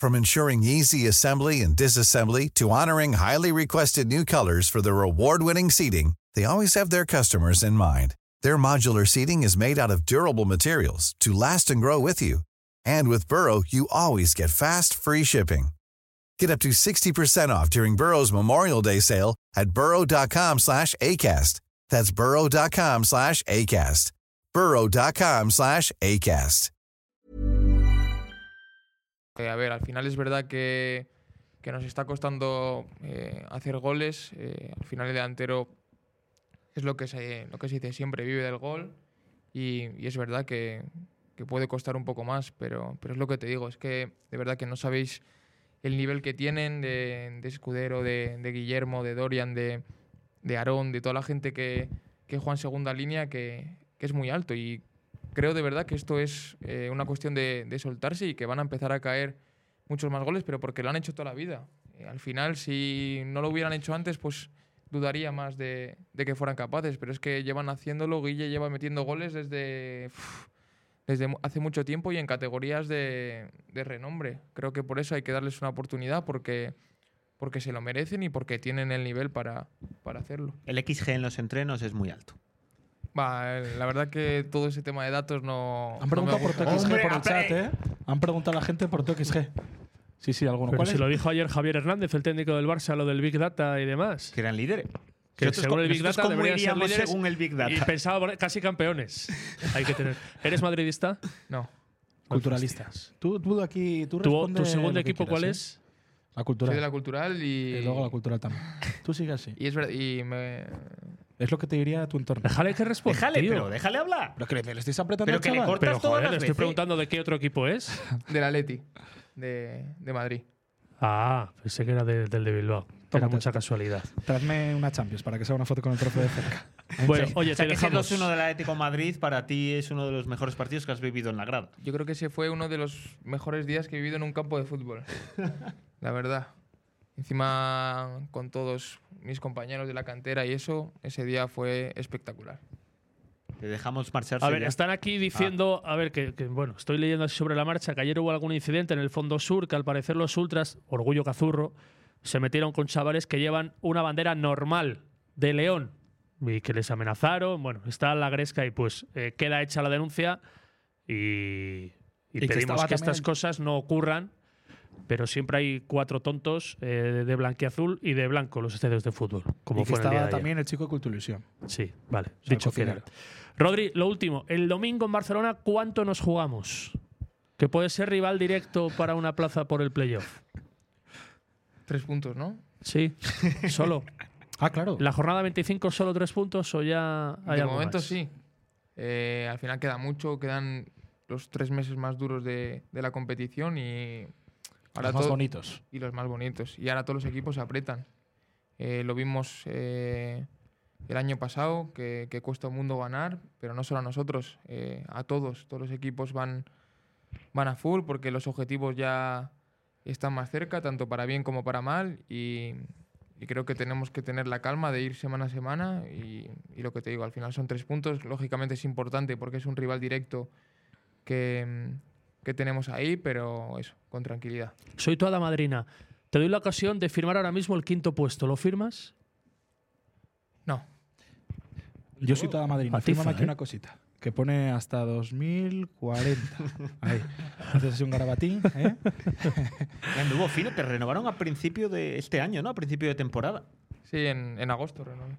From ensuring easy assembly and disassembly to honoring highly requested new colors for their award-winning seating, they always have their customers in mind. Their modular seating is made out of durable materials to last and grow with you. And with Burrow, you always get fast, free shipping. Get up to 60% off during Burrow's Memorial Day sale at burrow.com slash ACAST. That's burrow.com slash ACAST. burrow.com slash ACAST.
Eh, a ver, al final es verdad que, que nos está costando eh, hacer goles. eh, al final el delantero es lo que se, lo que se dice siempre, vive del gol. Y, y es verdad que, que puede costar un poco más, pero, pero es lo que te digo, es que de verdad que no sabéis el nivel que tienen de, de Escudero, de, de Guillermo, de Dorian, de, de Aarón, de toda la gente que, que juega en segunda línea, que, que es muy alto. Y creo de verdad que esto es eh, una cuestión de, de soltarse y que van a empezar a caer muchos más goles, pero porque lo han hecho toda la vida. Eh, al final, si no lo hubieran hecho antes, pues dudaría más de, de que fueran capaces, pero es que llevan haciéndolo, Guille lleva metiendo goles desde, uf, desde mu- hace mucho tiempo y en categorías de, de renombre. Creo que por eso hay que darles una oportunidad porque, porque se lo merecen y porque tienen el nivel para, para hacerlo.
El XG en los entrenos es muy alto.
Va, eh, la verdad que todo ese tema de datos no...
Han
no me
preguntado por
gusta.
TXG
Hombre,
por el
hombre.
chat, ¿eh? Han preguntado a la gente por TXG. Sí, sí, alguno.
Pero
¿Cuál
si
es?
lo dijo ayer Javier Hernández, el técnico del Barça, lo del Big Data y demás.
Que eran líderes.
Que
Nosotros
según
co-
el Big
nosotros
Data
cómo
deberían ser
iríamos
líderes
según el Big Data.
Y pensaba poner casi campeones. Hay que tener. ¿Eres madridista?
No.
Culturalistas. Tú, tú aquí, tú
¿Tu,
responde
tu segundo
lo que
equipo
quieras,
cuál
¿eh?
es?
La
Soy
cultural.
de la cultural y...
Y luego la cultural también. Tú sigue así.
y es verdad, y me...
Es lo que te diría tu entorno.
Déjale que responda.
Déjale,
tío.
pero déjale hablar.
Pero que le, le estáis apretando
Pero
al
que le
chaval.
cortas
Pero
todas
joder,
las
le estoy
veces.
preguntando de qué otro equipo es.
Del Atleti, de, de Madrid.
Ah, pensé que era de- del de Bilbao. Era
Tómate.
mucha casualidad.
Tráeme una Champions para que sea una foto con el trofeo de cerca.
Bueno, oye,
o sea,
te
que ese
dejamos.
2-1 del Atlético de Madrid para ti es uno de los mejores partidos que has vivido en la grada.
Yo creo que ese fue uno de los mejores días que he vivido en un campo de fútbol. la verdad. Encima con todos mis compañeros de la cantera y eso, ese día fue espectacular.
Te dejamos marcharse
A ver,
ya.
están aquí
Ah.
diciendo, a ver, que, que, bueno, estoy leyendo así sobre la marcha que ayer hubo algún incidente en el fondo sur que al parecer los ultras, orgullo cazurro, se metieron con chavales que llevan una bandera normal de León y que les amenazaron. Bueno, está la gresca y pues eh, queda hecha la denuncia y, y
que
pedimos
estaba
que estas
también-
cosas no ocurran. Pero siempre hay cuatro tontos eh, de blanquiazul y de blanco los estadios de fútbol, como
y que
fue en el día de
estaba
ayer.
también el chico de Culturilusión.
Sí, vale.
sea,
Dicho queda.
cocinero.
Rodri, lo último. El domingo en Barcelona, ¿cuánto nos jugamos? Que puede ser rival directo para una plaza por el playoff.
Tres puntos, ¿no?
Sí, solo.
Ah, claro.
¿La jornada 25 solo tres puntos o ya hay
de
algo
momento
más?
sí. Eh, al final queda mucho, quedan los tres meses más duros de, de la competición y
Los más
todo-
bonitos.
y los más bonitos. Y ahora todos los equipos se apretan. Eh, lo vimos eh, el año pasado, que, que cuesta un mundo ganar, pero no solo a nosotros, eh, a todos. Todos los equipos van, van a full porque los objetivos ya están más cerca, tanto para bien como para mal. Y, y creo que tenemos que tener la calma de ir semana a semana. Y, y lo que te digo, al final son tres puntos. Lógicamente es importante porque es un rival directo que, mm, que tenemos ahí, pero eso, con tranquilidad.
Soy tu hada madrina. Te doy la ocasión de firmar ahora mismo el quinto puesto. ¿Lo firmas?
Yo soy toda madrina.
Atiza,
Fírmame aquí
¿eh?
una cosita. Que pone hasta 2040. Ahí. Haces así un garabatín. ¿eh?
Anduvo fino, te renovaron a principio de este año, ¿no? A principio de temporada.
Sí, en, en agosto renové.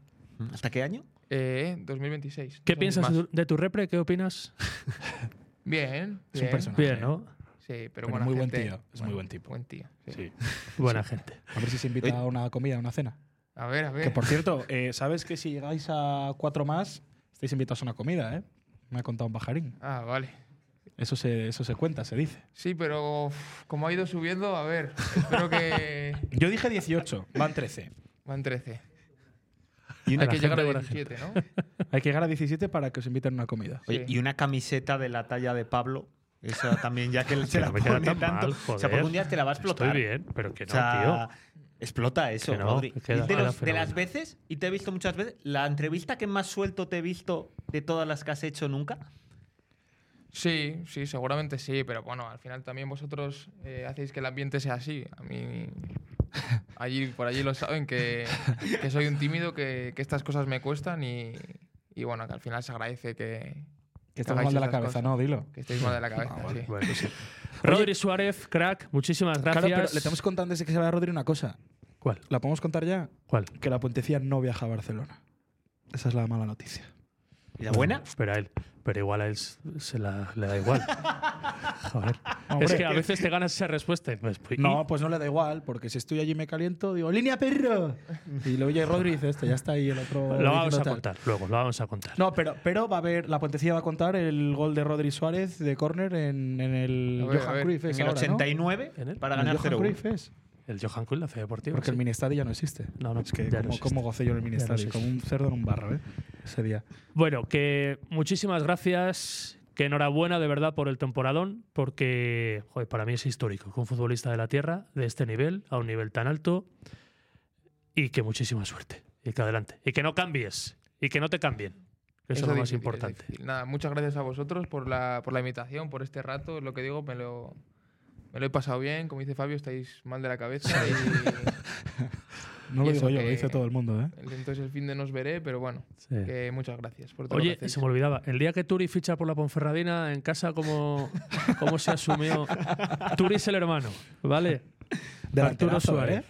¿Hasta qué año?
Eh, 2026. dos
¿Qué
años
piensas
más.
de tu- de tu repre? ¿Qué opinas?
Bien.
Es un
bien. ¿eh?
personaje.
Bien, ¿no?
Sí, pero,
Pero
buena
muy buen
gente.
tío, es muy buen tipo.
Buen tío. sí.
Buena gente.
A ver si se invita a una comida, a una cena.
A ver, a ver.
Eh. Que por cierto, eh, ¿sabes que si llegáis a cuatro más, estáis invitados a una comida, eh? Me ha contado un pajarín.
Ah, vale.
Eso se, eso se cuenta, se dice.
Sí, pero uf, como ha ido subiendo, a ver. Espero que
Yo dije 18, van 13.
van 13.
Y
Hay
una,
que
gente,
llegar a
buena
17, ¿no?
Hay que llegar a 17 para que os inviten a una comida.
Sí.
oye, y una camiseta de la talla de Pablo. Esa también, ya que él se la
no me queda
pone
tan
tanto.
mal,
o sea,
joder.
porque un día te la va a explotar.
Estoy bien, pero que no,
O sea,
tío.
explota eso,
Que no,
Rodri.
que queda-
Y de, los-
queda
de
fenomenal.
las veces, y te he visto muchas veces, la entrevista que más suelto te he visto de todas las que has hecho nunca.
Sí, sí, seguramente sí, pero bueno, al final también vosotros eh, hacéis que el ambiente sea así. A mí, allí, por allí lo saben, que, que soy un tímido, que, que estas cosas me cuestan y, y bueno, que al final se agradece que,
Que estás
hagáis
mal de la
estas
cabeza,
cosas.
¿no? Dilo. Ah,
que estéis mal de la cabeza. sí.
pues
Rodri Suárez, crack, muchísimas gracias.
Claro, pero le estamos contando desde que se va a Rodri una cosa.
¿Cuál?
¿La podemos contar ya?
¿Cuál?
Que la puentecía no viaja a Barcelona. Esa es la mala noticia.
¿Y la buena?
Mm, Pero a él. Pero igual a él s- se la, le da igual. Joder. Es que a veces te ganas esa respuesta. y pues, pues, ¿y?
eh, No, pues no le da igual, porque si estoy allí y me caliento, digo, ¡línea perro! Y lo oye Rodri y dice, este ya está ahí el otro.
Lo vamos
diciendo
a
tal.
contar luego, lo vamos a contar.
No, pero, pero va a haber, la puentecilla va a contar el gol de Rodri Suárez de córner en, en
A
el
ver, a
Johan
ver,
Cruyff. es
En el
ahora, ¿no?
89,
¿En él?
para
En el
ganar
Johan
0
Cruyff es.
El Johan Cruyff, la fe deportiva.
Porque el
sí.
Minestadi ya no existe.
No, no,
es que
ya no
como,
existe.
como gocé yo en el
Ya no
Minestadi,
existe.
como un cerdo en un barro, ¿eh? Ese día.
Bueno, que muchísimas gracias. Que enhorabuena de verdad por el temporadón, porque joder, para mí es histórico que un futbolista de la tierra, de este nivel, a un nivel tan alto, y que muchísima suerte. Y que adelante. Y que no cambies. Y que no te cambien. que Eso, es lo más
difícil,
importante.
difícil. Nada, muchas gracias a vosotros por la, por la invitación, por este rato. Lo que digo, me lo, me lo he pasado bien. Como dice Fabio, estáis mal de la cabeza. y
No
Y
lo
eso
digo yo, lo
que-
dice todo el mundo, ¿eh?
entonces el fin de nos veré, pero bueno, que muchas gracias por todo lo que
Oye,
hacéis.
se me olvidaba, el día que Turi ficha por la Ponferradina en casa, ¿cómo, cómo se asumió? Turi es el hermano, ¿vale? De Arturo
Delanterazo,
Suárez.
¿eh?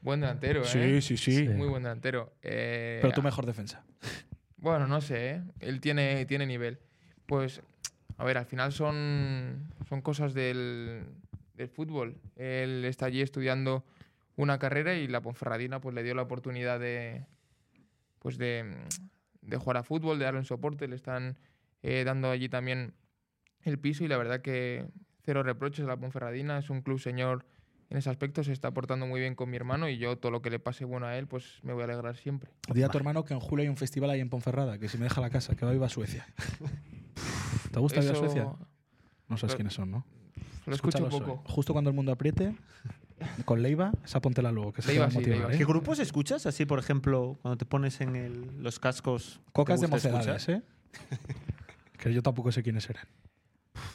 Buen delantero, ¿eh?
Sí, sí, sí.
Muy buen delantero. Eh,
Pero tu mejor defensa.
Bueno, no sé, ¿eh? él tiene, tiene nivel. Pues, a ver, al final son, son cosas del, del fútbol. Él está allí estudiando una carrera y la Ponferradina pues, le dio la oportunidad de, pues, de, de jugar a fútbol, de darle un soporte. Le están eh, dando allí también el piso y la verdad que cero reproches a la Ponferradina. Es un club señor en ese aspecto, se está portando muy bien con mi hermano y yo todo lo que le pase bueno a él, pues me voy a alegrar siempre.
Di a tu hermano que en julio hay un festival ahí en Ponferrada, que si me deja la casa, que va a ir a Suecia. ¿Te gusta ir a
Eso-
Suecia? No sabes
Pero-
quiénes son, ¿no?
Lo escucho un
Escúchalos
poco.
hoy. Justo cuando el mundo apriete, con Leiva, esa póntela luego, que se te
Leiva
va a
sí,
motivar.
Leiva
¿eh?
¿Qué grupos escuchas? Así, por ejemplo, cuando te pones en el- los cascos. ¿te
Cocas de
gusta
mocedades,
escuchar?
¿eh? que yo tampoco sé quiénes eran.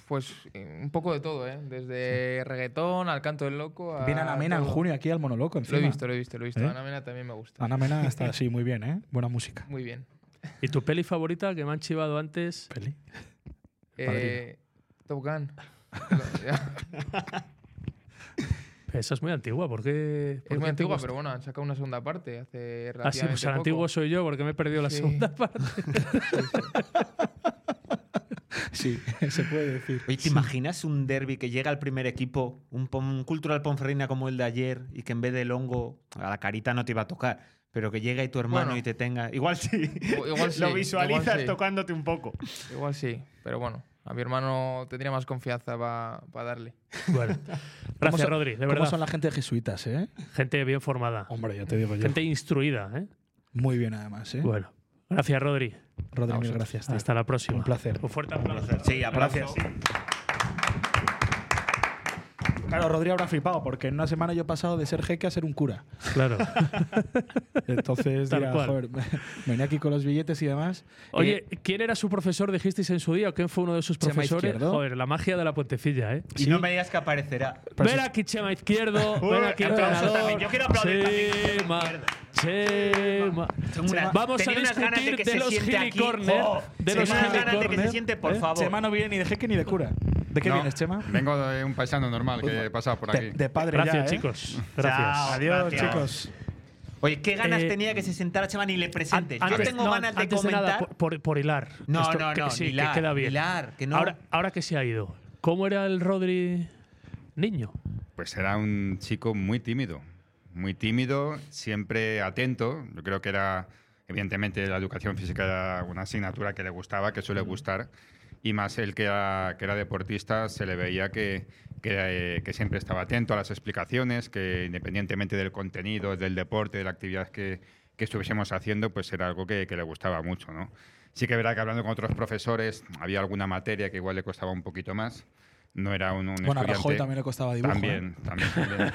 Pues eh, un poco de todo, ¿eh? Desde reggaetón al canto del loco. A
Viene Ana Mena en
todo.
junio aquí al Monoloco,
Lo
encima.
he visto, lo he visto, lo he visto.
¿Eh?
Ana Mena también me gusta.
Ana Mena está así muy bien, ¿eh? Buena música.
Muy bien.
¿Y tu peli favorita que me han chivado antes?
Peli.
Eh, Top Gun.
Esa es muy antigua, ¿por qué? por
es muy
qué
antigua,
te gusta?
pero bueno, han sacado una segunda parte hace
Ah, sí,
relativamente
pues el
poco.
antiguo soy yo porque me he perdido la
Sí.
segunda parte.
Sí, se puede decir.
Oye, ¿te imaginas un derby que llega al primer equipo, un, pon- un cultural ponferrina como el de ayer, y que en vez del hongo, a la carita no te iba a tocar, pero que llega y tu hermano
Bueno.
y te tenga. Igual sí.
O- Igual sí,
Lo visualizas
igual sí,
tocándote un poco.
Igual sí, pero bueno.
A mi hermano tendría más confianza para darle.
Bueno, gracias, Rodri, de verdad.
¿Cómo son la gente de jesuitas, eh?
Gente bien formada.
Oh,
Hombre, ya te digo yo.
Gente instruida, ¿eh?
Muy bien, además, ¿eh?
Bueno, gracias, Rodri.
Rodri, mil gracias.
Ah,
tío.
Hasta la próxima.
Un placer.
Un fuerte aplauso.
Sí, aplauso.
Claro, Rodri habrá flipado, porque en una semana yo he pasado de ser jeque a ser un cura.
Claro.
Entonces,
Tal
dirá,
cual.
joder, venía aquí con los billetes y demás.
Oye, ¿quién era su profesor, dijisteis en su día? ¿O quién fue uno de sus
Chema
profesores?
Izquierdo.
Joder, la magia de la puentecilla, ¿eh?
Y no me digas que aparecerá.
Ven aquí, Chema Izquierdo.
Uy,
Ven aquí,
aplausos
entrenador.
también. Yo quiero aplaudir también,
Chema. Chema.
Tengo una-
Vamos a
tenía unas ganas
discutir
que
de
se
los
siente aquí.
gilicorner.
Oh,
De
tenía
los
unas ganas de que se
gilicorner.
siente, por favor.
¿eh? Chema no viene ni de jeque ni de cura. ¿De qué
No,
vienes, Chema? Pues,
Vengo de un paisano normal que he pasado por aquí.
De, de padre
Gracias,
ya, ¿eh?
chicos. Gracias.
Chao.
Adiós,
Gracias.
chicos.
Oye, qué ganas
Eh,
tenía que se sentara Chema ni le presentes. Yo
Antes-
tengo
no,
ganas de
antes
comentar.
nada, por, por- por hilar.
No,
Esto
no,
que-
no,
sí,
ni hilar,
que queda bien.
ni hilar, que no.
ahora, ahora que se ha ido, ¿cómo era el Rodri niño?
Pues era un chico muy tímido, muy tímido, siempre atento. Yo creo que era, evidentemente, la educación física era una asignatura que le gustaba, que suele gustar. Y más el que era, que era deportista, se le veía que, que, eh, que siempre estaba atento a las explicaciones, que independientemente del contenido, del deporte, de la actividad que, que estuviésemos haciendo, pues era algo que, que le gustaba mucho. ¿no? Sí que es verdad que hablando con otros profesores, había alguna materia que igual le costaba un poquito más. No era un, un
Bueno, a
estudiante-
Rajoy también le costaba dibujo. ¿eh?
también, también, también.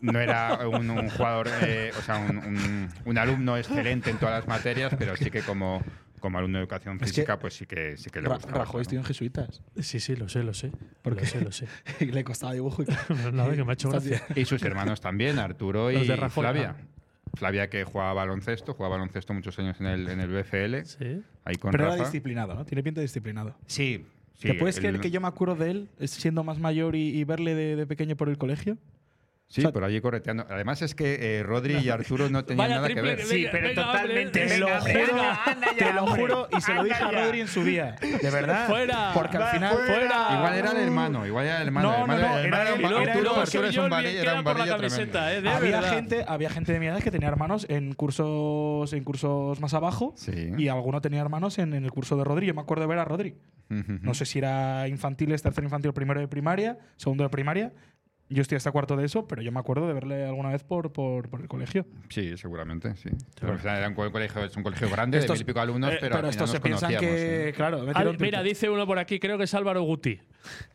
No era un, un jugador, eh, o sea, un, un- un alumno excelente en todas las materias, pero sí que como, como alumno de educación
Es que
física, pues sí que, sí que
¿eh?
le
Ra-
gustaba.
Rajoy,
¿no?
tío, en jesuitas.
Sí, sí, lo sé, lo sé. Porque sé, lo sé.
Y le costaba dibujo. Y...
Nada, que me ha hecho gracia.
Y sus hermanos también, Arturo y
Los de Rajoy,
Flavia.
ah.
Flavia que jugaba baloncesto, jugaba baloncesto muchos años en el, en el BFL,
Sí.
ahí con
Pero era
Rafa.
disciplinado, ¿no? Tiene pinta de disciplinado.
Sí, sí.
¿Te puedes
el-
creer que yo me acuerdo de él es siendo más mayor y, y verle de, de pequeño por el colegio?
Sí,
o sea-
por allí correteando. Además es que eh, Rodri y Arturo no tenían nada que ver.
Sí, pero
venga,
totalmente.
hombre.
venga,
Te
hombre,
lo
venga, anda ya,
Te lo
hombre.
juro y se lo
Anda
dije a
ya.
Rodri en su día. De verdad.
Fuera.
Porque al final.
fuera.
Igual era el hermano, igual era el hermano.
No,
el
no,
hermano-
no,
el
era
hermano
él.
era un-
Y luego
Arturo,
Sergio
Arturo es un barri- era un
por la
barrilla tremendo.
camiseta, ¿eh? De
Había
verdad.
gente, había gente de mi edad que tenía hermanos en cursos, en cursos más abajo
Sí.
y alguno tenía hermanos en, en el curso de Rodri. Yo me acuerdo de ver a Rodri. No sé si era infantiles, tercer infantil, primero de primaria, segundo de primaria. Yo estoy hasta cuarto de eso, pero yo me acuerdo de verle alguna vez por, por, por el colegio.
Sí, seguramente, sí. Pero al final era un co- colegio, es un colegio grande,
Estos-
de mil y pico alumnos,
eh,
pero, al final
estos se
nos
piensan
conocíamos.
que,
¿eh?
claro,
Ah,
metieron
mira,
tiempo.
dice uno por aquí, creo que es Álvaro Guti.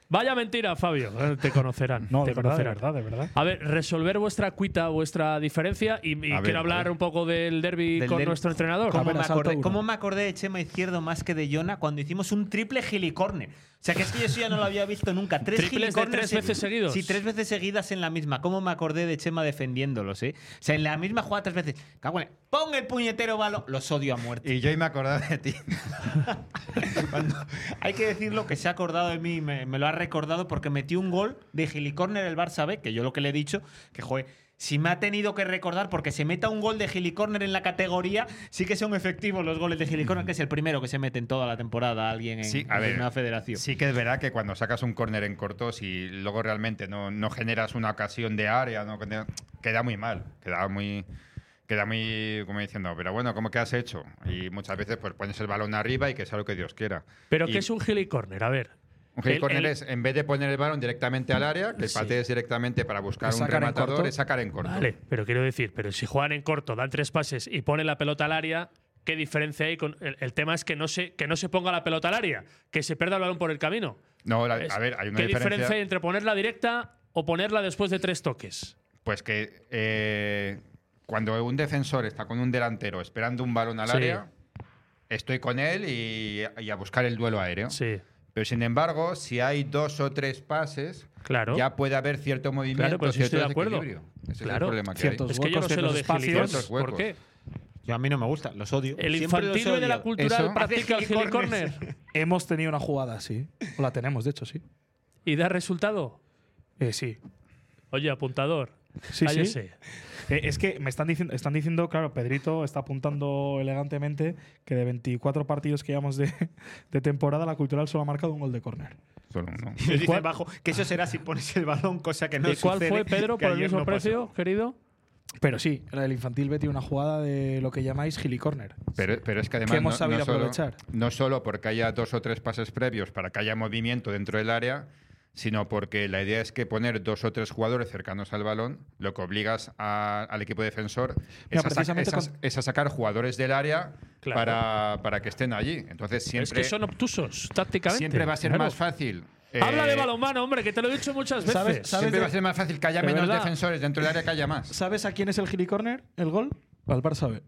Vaya mentira, Fabio. Eh, Te conocerán.
no,
te
de verdad, de
conocerán.
verdad, de verdad.
A ver, resolver vuestra cuita, vuestra diferencia y, y
A ver,
quiero
a
hablar
ver.
un poco del derby
Del
con
derbi.
nuestro entrenador.
A
¿Cómo
ver,
me,
asalta
acordé,
uno.
cómo me acordé de Chema Izquierdo más que de Jonah cuando hicimos un triple helicorner? O sea, que es que yo eso ya no lo había visto nunca. Tres
¿Triples de
helicorners
tres veces seguidos?
Sí, tres veces seguidas en la misma. ¿Cómo me acordé de Chema defendiéndolos, eh? O sea, en la misma jugada tres veces. Cago en- Pon el puñetero balón. Los odio a muerte.
Y yo ahí me acordaba de ti.
Cuando- hay que decirlo que se ha acordado de mí, me, me lo ha recordado porque metí un gol de gilicórner el Barça B, que yo lo que le he dicho, que joder, si me ha tenido que recordar porque se meta un gol de gilicórner en la categoría, sí que son efectivos los goles de gilicórner, que es el primero que se mete en toda la temporada alguien en,
Sí, a
en
ver.
una federación.
Sí que es verdad que cuando sacas un córner en corto, si luego realmente no, no generas una ocasión de área, no gener- queda muy mal, queda muy queda muy como diciendo, pero bueno, ¿cómo que has hecho? Y muchas veces pues pones el balón arriba y que sea lo que Dios quiera.
Pero
Y-
que es un helicórner, a ver.
Un
El-
hit corner
el-
es, en vez de poner el balón directamente al área, que el patees directamente para buscar
Es
un
sacar en
rematador,
corto.
es sacar en corto.
Vale, pero quiero decir, pero si juegan en corto, dan tres pases y ponen la pelota al área, ¿qué diferencia hay? Con, el, el tema es que no, se, que no se ponga la pelota al área, que se pierda el balón por el camino.
No, la-
Es-
a ver, hay una
¿Qué diferencia?
diferencia.
hay entre ponerla directa o ponerla después de tres toques?
Pues que eh, cuando un defensor está con un delantero esperando un balón al
Sí.
área, estoy con él y, y a buscar el duelo aéreo.
Sí,
Pero sin embargo, si hay dos o tres pases,
claro.
ya puede haber cierto movimiento,
Claro, pero sí
cierto
estoy de acuerdo.
desequilibrio. Ese
Claro.
es el problema que
Ciertos
hay.
es que yo no
huecos,
sé lo
ciertos
de
espacios.
gilicorner.
Ciertos
¿Por
huecos.
qué?
Yo a mí no me gusta, los odio.
El
Siempre los
infantil de la
odio.
cultural
Eso.
practica el
Hace helicórneres.
helicórner
Hemos tenido una jugada así. O la tenemos, de hecho, sí.
y da resultado.
Eh, sí.
Oye, apuntador. Ah,
Sí, sí.
cállese.
Eh, es que me están diciendo, están diciendo, claro, Pedrito está apuntando elegantemente que de 24 partidos que llevamos de, de temporada, la cultural solo ha marcado un gol de córner.
Solo uno.
Y dice abajo que eso será si pones el balón, cosa que no
¿Y cuál
sucede,
fue, Pedro,
que
por el
ayer
mismo
no pasó.
precio, querido?
Pero sí, el infantil B tiene una jugada de lo que llamáis gilicorner.
Pero, pero es que además
Que hemos
no-
sabido
no solo-
aprovechar.
no solo porque haya dos o tres pases previos para que haya movimiento dentro del área, sino porque la idea es que poner dos o tres jugadores cercanos al balón, lo que obligas a- al equipo defensor
Mira,
es, a, sac-
precisamente
es a-
con-
es a sacar jugadores del área
Claro.
para, para que estén allí. Entonces siempre,
es que son obtusos, tácticamente.
siempre va a ser
Claro.
más fácil.
Habla de
eh,
balonmano, hombre, que te lo he dicho muchas veces.
¿Sabes- sabes
Siempre
de-
va a ser más fácil que haya
¿De
menos
verdad?
defensores dentro del área que haya más.
¿Sabes a quién es el gilicorner? ¿El gol? Al Barça B.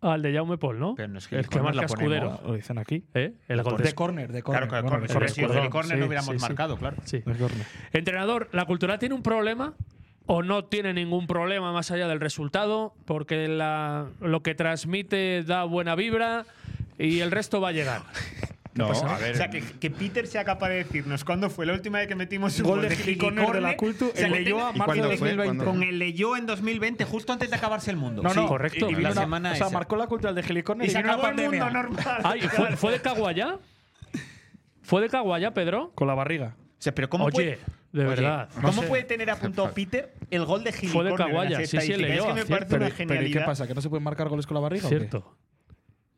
Al Ah, de Jaume Paul, ¿no?
Pero no es
El que
Gilicorner,
marca
la ponemos.
escudero.
Lo dicen aquí.
¿Eh? El gol
De
de
corner, de corner.
Claro, que
Bueno,
con-
de
con-
córner,
si el
perdón.
corner no
Sí,
hubiéramos
sí, sí.
marcado, claro.
Sí.
De córner.
Entrenador, ¿la cultura tiene un problema o no tiene ningún problema más allá del resultado? Porque la- lo que transmite da buena vibra y el resto va a llegar.
No, Pues a ver,
O sea, que, que Peter sea capaz de decirnos cuándo fue la última vez que metimos un
Gol
gol,
de gilicorner de la Cultu
cultura
en Leyoa, marzo
de 2020.
Con el Leyoa en y 2020, justo antes de acabarse el mundo.
No, no,
Sí,
correcto.
Y
Y
vino
vino
la
una-
semana
o sea,
esa.
marcó la cultura al de gilicorner
Y
y,
se
vino una
acabó el
pandemia.
mundo normal.
Ay, ¿fue, fue de Caguayá? ¿Fue de Caguayá, Pedro?
Con la barriga.
O sea, pero ¿cómo
Oye,
puede,
de verdad, no
¿Cómo
sé.
puede tener apuntado Peter el gol de
Fue de
Gilicorner?
Caguaya, sí, sí, el
Es
Leyoa,
que me
cierto.
parece una
Pero ¿y qué
genialidad.
pasa? ¿Que no se pueden marcar goles con la barriga? o qué?
Cierto.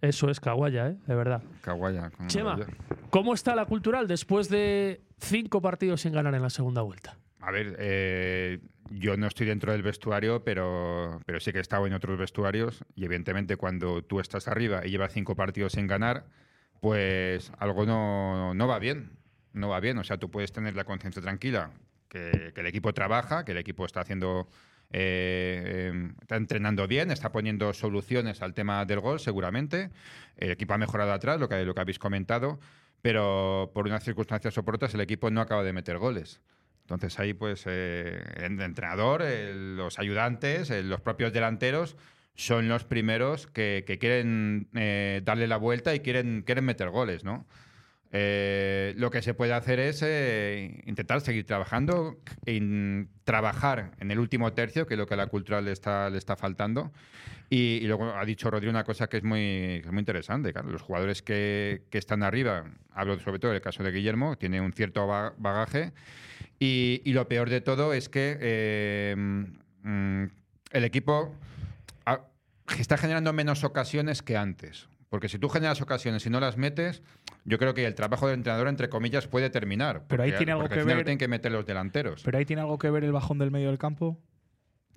Eso es Caguayá, ¿eh? De verdad.
Kawaya, con
Chema,
maravilla.
¿cómo está la cultural después de cinco partidos sin ganar en la segunda vuelta?
A ver, eh, yo no estoy dentro del vestuario, pero, pero sí que he estado en otros vestuarios y evidentemente cuando tú estás arriba y llevas cinco partidos sin ganar, pues algo no, no va bien. No va bien. O sea, tú puedes tener la conciencia tranquila que, que el equipo trabaja, que el equipo está haciendo... eh, eh, está entrenando bien, está poniendo soluciones al tema del gol, seguramente. El equipo ha mejorado atrás, lo que, lo que habéis comentado, pero por unas circunstancias oportunas el equipo no acaba de meter goles. Entonces ahí pues eh, el entrenador, eh, los ayudantes, eh, los propios delanteros son los primeros que, que quieren eh, darle la vuelta y quieren, quieren meter goles, ¿no? Eh, lo que se puede hacer es eh, intentar seguir trabajando, en trabajar en el último tercio, que es lo que a la cultura le está, le está faltando. Y, y luego ha dicho Rodri una cosa que es muy, que es muy interesante. Claro, los jugadores que, que están arriba, hablo sobre todo del caso de Guillermo, tiene un cierto ba- bagaje. Y, y lo peor de todo es que eh, mm, el equipo ha- está generando menos ocasiones que antes. Porque si tú generas ocasiones y no las metes, yo creo que el trabajo del entrenador, entre comillas, puede terminar.
Pero ahí
porque-
tiene algo
porque
que
al final lo
ver-
tienen que meter los delanteros.
Pero ahí tiene algo que ver el bajón del medio del campo.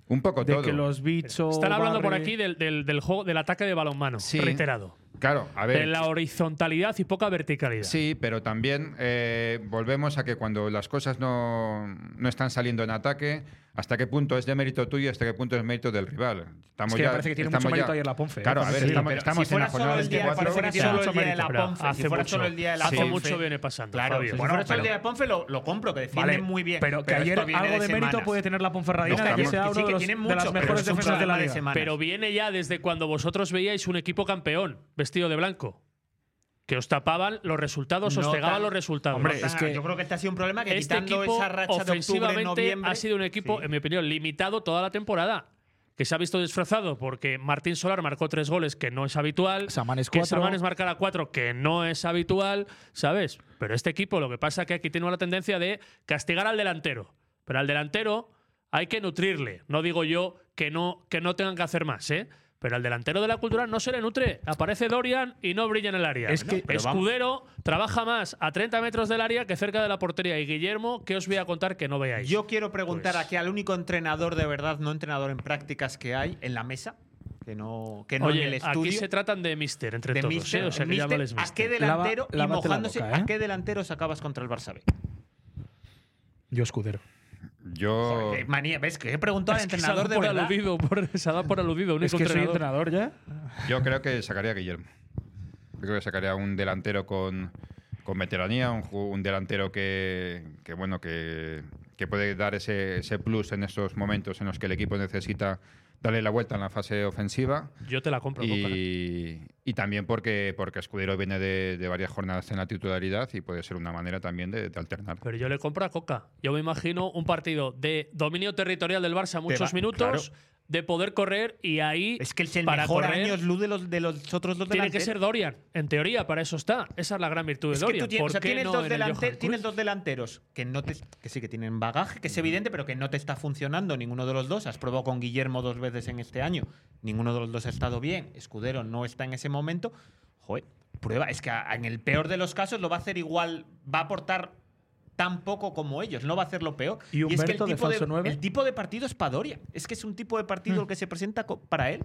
Un poco
De
todo.
que los bichos.
Están hablando por aquí del, del- del juego, del ataque de balonmano,
Sí.
reiterado.
Claro, a ver.
De la horizontalidad y poca verticalidad.
Sí, pero también eh, volvemos a que cuando las cosas no, no están saliendo en ataque, ¿hasta qué punto es de mérito tuyo y hasta qué punto es mérito del rival? Estamos
Es que me parece que tiene
estamos
mucho mérito ayer la Ponfe, ¿eh?
Claro, a ver,
Sí,
estamos,
pero
estamos
si
en la
fuera solo
jornada
el día,
24.
fuera
ya.
solo el día de la
Pero
Ponce, si
hace
fuera
mucho.
solo el día de la
Hace
Ponce.
mucho viene pasando,
Claro,
Fabio.
si
Bueno,
fuera solo
pero-
el día de Ponce lo, lo compro, que defienden
Vale,
muy bien.
Pero que ayer
esto viene
algo de, mérito
semanas.
puede tener la Ponferradina,
No,
que
estamos-
sea uno
que sí,
de,
que
los-
tienen
de
mucho,
las
pero
mejores
es un
defensas de la
problema de
liga.
semana.
Pero viene ya desde cuando vosotros veíais un equipo campeón, vestido de blanco. Que os tapaban los resultados, os
No
cegaban
tan-
los resultados.
Hombre,
es que-
yo creo que este ha sido un problema que
este
quitando
equipo
esa racha de octubre,
ofensivamente
noviembre,
ha sido un equipo,
Sí.
en mi opinión, limitado toda la temporada. Que se ha visto disfrazado porque Martín Solar marcó tres goles, que no es habitual.
Samanes
que
cuatro.
Samanes marcará cuatro, que no es habitual, ¿sabes? Pero este equipo, lo que pasa es que aquí tiene una tendencia de castigar al delantero. Pero al delantero hay que nutrirle. No digo yo que no, que no tengan que hacer más, ¿eh? Pero al delantero de la cultura no se le nutre. Aparece Dorian y no brilla en el área.
Es que- pero vamos.
Escudero trabaja más a 30 metros del área que cerca de la portería. Y Guillermo, ¿qué os voy a contar que no veáis?
Yo quiero preguntar
Pues-
aquí al único entrenador de verdad, no entrenador en prácticas que hay en la mesa, que no, que no
Oye,
en el
aquí
estudio.
se tratan de mister entre
de
todos. ¿eh?
míster,
O sea, que
míster,
llámales
¿A qué
míster.
delantero
Lava- lávate
y
la
mojándose,
boca, ¿eh?
a qué delanteros acabas contra el Barça B?
Yo escudero.
Yo,
Qué manía, ¿ves? Que he preguntado al
Es que se ha
entrenador
dado
de
por
verdad.
aludido, por- se ha dado por aludido.
Es
único
que soy
entrenador.
entrenador ya.
yo creo que sacaría a Guillermo. Yo creo que sacaría un delantero con, con veteranía, un, ju- un delantero que, Eh, que, bueno, que, que puede dar ese, ese plus en estos momentos en los que el equipo necesita darle la vuelta en la fase ofensiva.
Yo te la compro. Coca.
Y,
¿eh?
y también porque, porque Escudero viene de, de varias jornadas en la titularidad y puede ser una manera también de, de alternar.
Pero yo le compro a Coca. Yo me imagino un partido de dominio territorial del Barça muchos
va-
minutos, de poder correr y ahí
Es que es el
para
mejor
correr,
año es luz de los, de los otros dos
tiene
delanteros.
que ser Dorian. En teoría, para eso está. Esa es la gran virtud de
Es que
Dorian.
tú tienes,
¿Por
o sea,
qué
tienes
no
dos
en el
delante-
Johan
tienes
pues
Cruyff?
dos delanteros que, no te, que sí que tienen bagaje,
Mm.
que es evidente, pero que no te está funcionando ninguno de los dos. Has probado con Guillermo dos veces en este año. Ninguno de los dos ha estado bien. Escudero no está en ese momento. Joder, prueba. Es que a- en el peor de los casos lo va a hacer igual, va a aportar tan poco como ellos, no va a hacerlo peor.
¿Y
es que el
Humberto de
tipo de,
falso nueve? Mm.
el tipo de partido es Padoria. Es que es un tipo de partido el que se presenta co- para él.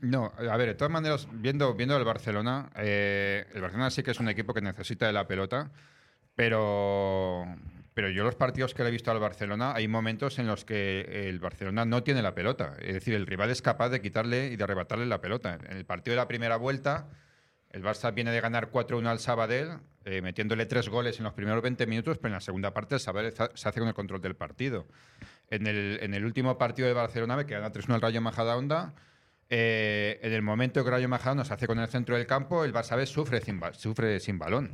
No, a ver, de todas maneras, viendo, viendo el Barcelona, eh, el Barcelona sí que es un equipo que necesita de la pelota, pero, pero yo los partidos que le he visto al Barcelona, hay momentos en los que el Barcelona no tiene la pelota. Es decir, el rival es capaz de quitarle y de arrebatarle la pelota. En el partido de la primera vuelta, el Barça viene de ganar 4-1 al Sabadell, eh, metiéndole tres goles en los primeros 20 minutos, pero en la segunda parte el Sabadell za- se hace con el control del partido. En el, en el último partido del Barcelona, que gana 3-1 al Rayo Majadahonda, eh, en el momento que Rayo Majadahonda se hace con el centro del campo, el Barça B sufre sin, ba- sufre sin balón.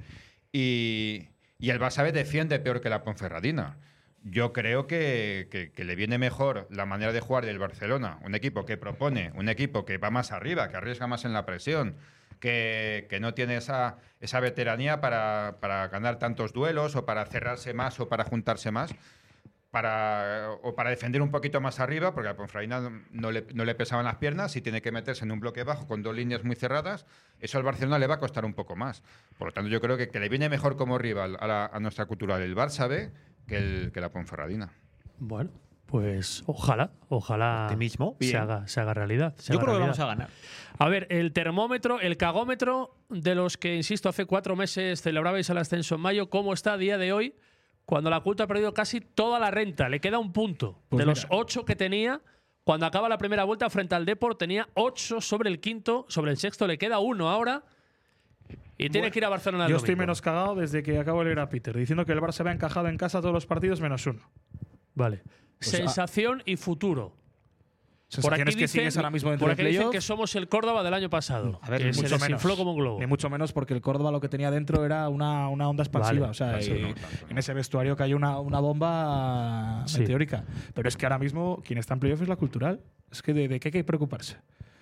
Y, y el Barça B defiende peor que la Ponferradina. Yo creo que, que- que le viene mejor la manera de jugar del Barcelona, un equipo que propone, un equipo que va más arriba, que arriesga más en la presión, que, que no tiene esa, esa veteranía para, para ganar tantos duelos o para cerrarse más o para juntarse más para, o para defender un poquito más arriba, porque a Ponfraina no- no le, no le pesaban las piernas y tiene que meterse en un bloque bajo con dos líneas muy cerradas, eso al Barcelona le va a costar un poco más. Por lo tanto, yo creo que, que le viene mejor como rival a, la- a nuestra cultura el Barça B que, el, que la Ponferradina.
Bueno, pues ojalá, ojalá
Optimismo,
se
Este bien.
haga, se haga realidad. se
Yo
haga
creo que
realidad.
vamos a ganar.
A ver, el termómetro, el cagómetro de los que, insisto, hace cuatro meses celebrabais el ascenso en mayo, ¿cómo está a día de hoy? Cuando la culta ha perdido casi toda la renta, le queda un punto.
Pues
de
mira.
los ocho que tenía, cuando acaba la primera vuelta frente al Deport, tenía ocho sobre el quinto, sobre el sexto le queda uno ahora. Y tiene que ir a Barcelona el
Yo estoy
domingo.
menos cagado desde que acabo de leer a Peter, diciendo que el Barça había encajado en casa todos los partidos menos uno.
Vale.
ah.
Sensación y futuro. Por aquí
Sensaciones que
dicen-
sigues ahora mismo dentro
por
del
aquí dicen
playoff.
que somos el Córdoba del año pasado.
A ver,
que
ni
se
mucho menos.
desinfló como un globo.
Ni mucho menos porque el Córdoba lo que tenía dentro era una, una onda expansiva.
Vale,
o sea,
expansiva,
y-
no, tanto,
en ese vestuario cayó una, una bomba eh,
Sí.
meteórica. Pero es que ahora mismo quien está en playoff es la cultural. Es que de, de qué hay que preocuparse.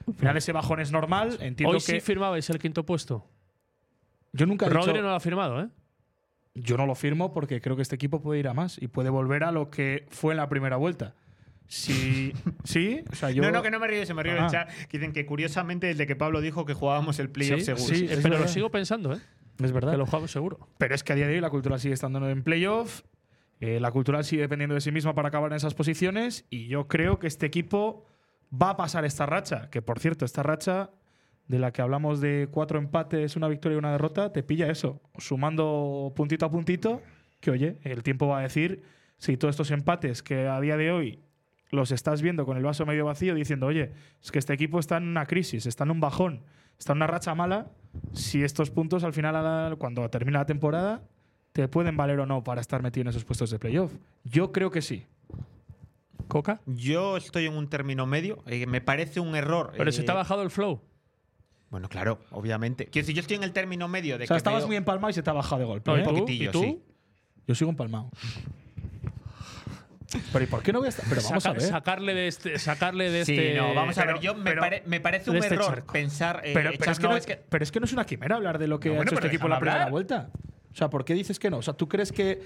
Al final ese bajón es normal. Entiendo
Hoy
que
sí firmabais el quinto puesto.
yo nunca he
Rodri
dicho-
no lo ha firmado, ¿eh?
yo no lo firmo porque creo que este equipo puede ir a más y puede volver a lo que fue en la primera vuelta. Si, sí, o sea, yo.
No, no, que no me río, se me río en
Ah.
el chat. Que dicen que curiosamente desde que Pablo dijo que jugábamos el playoff
Sí,
seguro.
sí,
Eh,
es
pero lo
verdad.
sigo pensando, ¿eh?
Es verdad.
Que lo jugamos seguro.
Pero es que a día de hoy la cultura sigue estando en playoff. eh, la cultural sigue dependiendo de sí misma para acabar en esas posiciones. Y yo creo que este equipo va a pasar esta racha. Que por cierto, esta racha de la que hablamos de cuatro empates, una victoria y una derrota, te pilla eso. Sumando puntito a puntito, que oye, el tiempo va a decir si todos estos empates que a día de hoy los estás viendo con el vaso medio vacío diciendo, oye, es que este equipo está en una crisis, está en un bajón, está en una racha mala, si estos puntos al final, a la- cuando termina la temporada, te pueden valer o no para estar metido en esos puestos de playoff. Yo creo que sí.
¿Coca?
Yo estoy en un término medio. eh, me parece un error.
Pero
eh,
se te ha bajado el flow.
eh,
Bueno, claro, obviamente. Quiero decir, yo estoy en el término medio de
O sea,
que
estabas
veo-
muy empalmado y se te ha bajado de golpe.
No,
¿eh?
¿y tú?
poquitillo,
¿Y tú?
sí.
Yo sigo empalmado. Pero ¿y por qué no voy a estar? Pero vamos
Saca-
a ver.
Sacarle de este. Sacarle de
Sí,
este.
no, vamos a
pero-
ver. Yo me,
pero-
pare- me parece
de
un
este
error
charco.
pensar. eh,
pero, pero
echar-
es que
no,
no,
es que-
pero es que no es una quimera hablar de lo que
No,
ha
bueno,
hecho
pero
este equipo en
déjame
la primera
hablar.
vuelta. O sea, ¿por qué dices que no? O sea, ¿tú crees que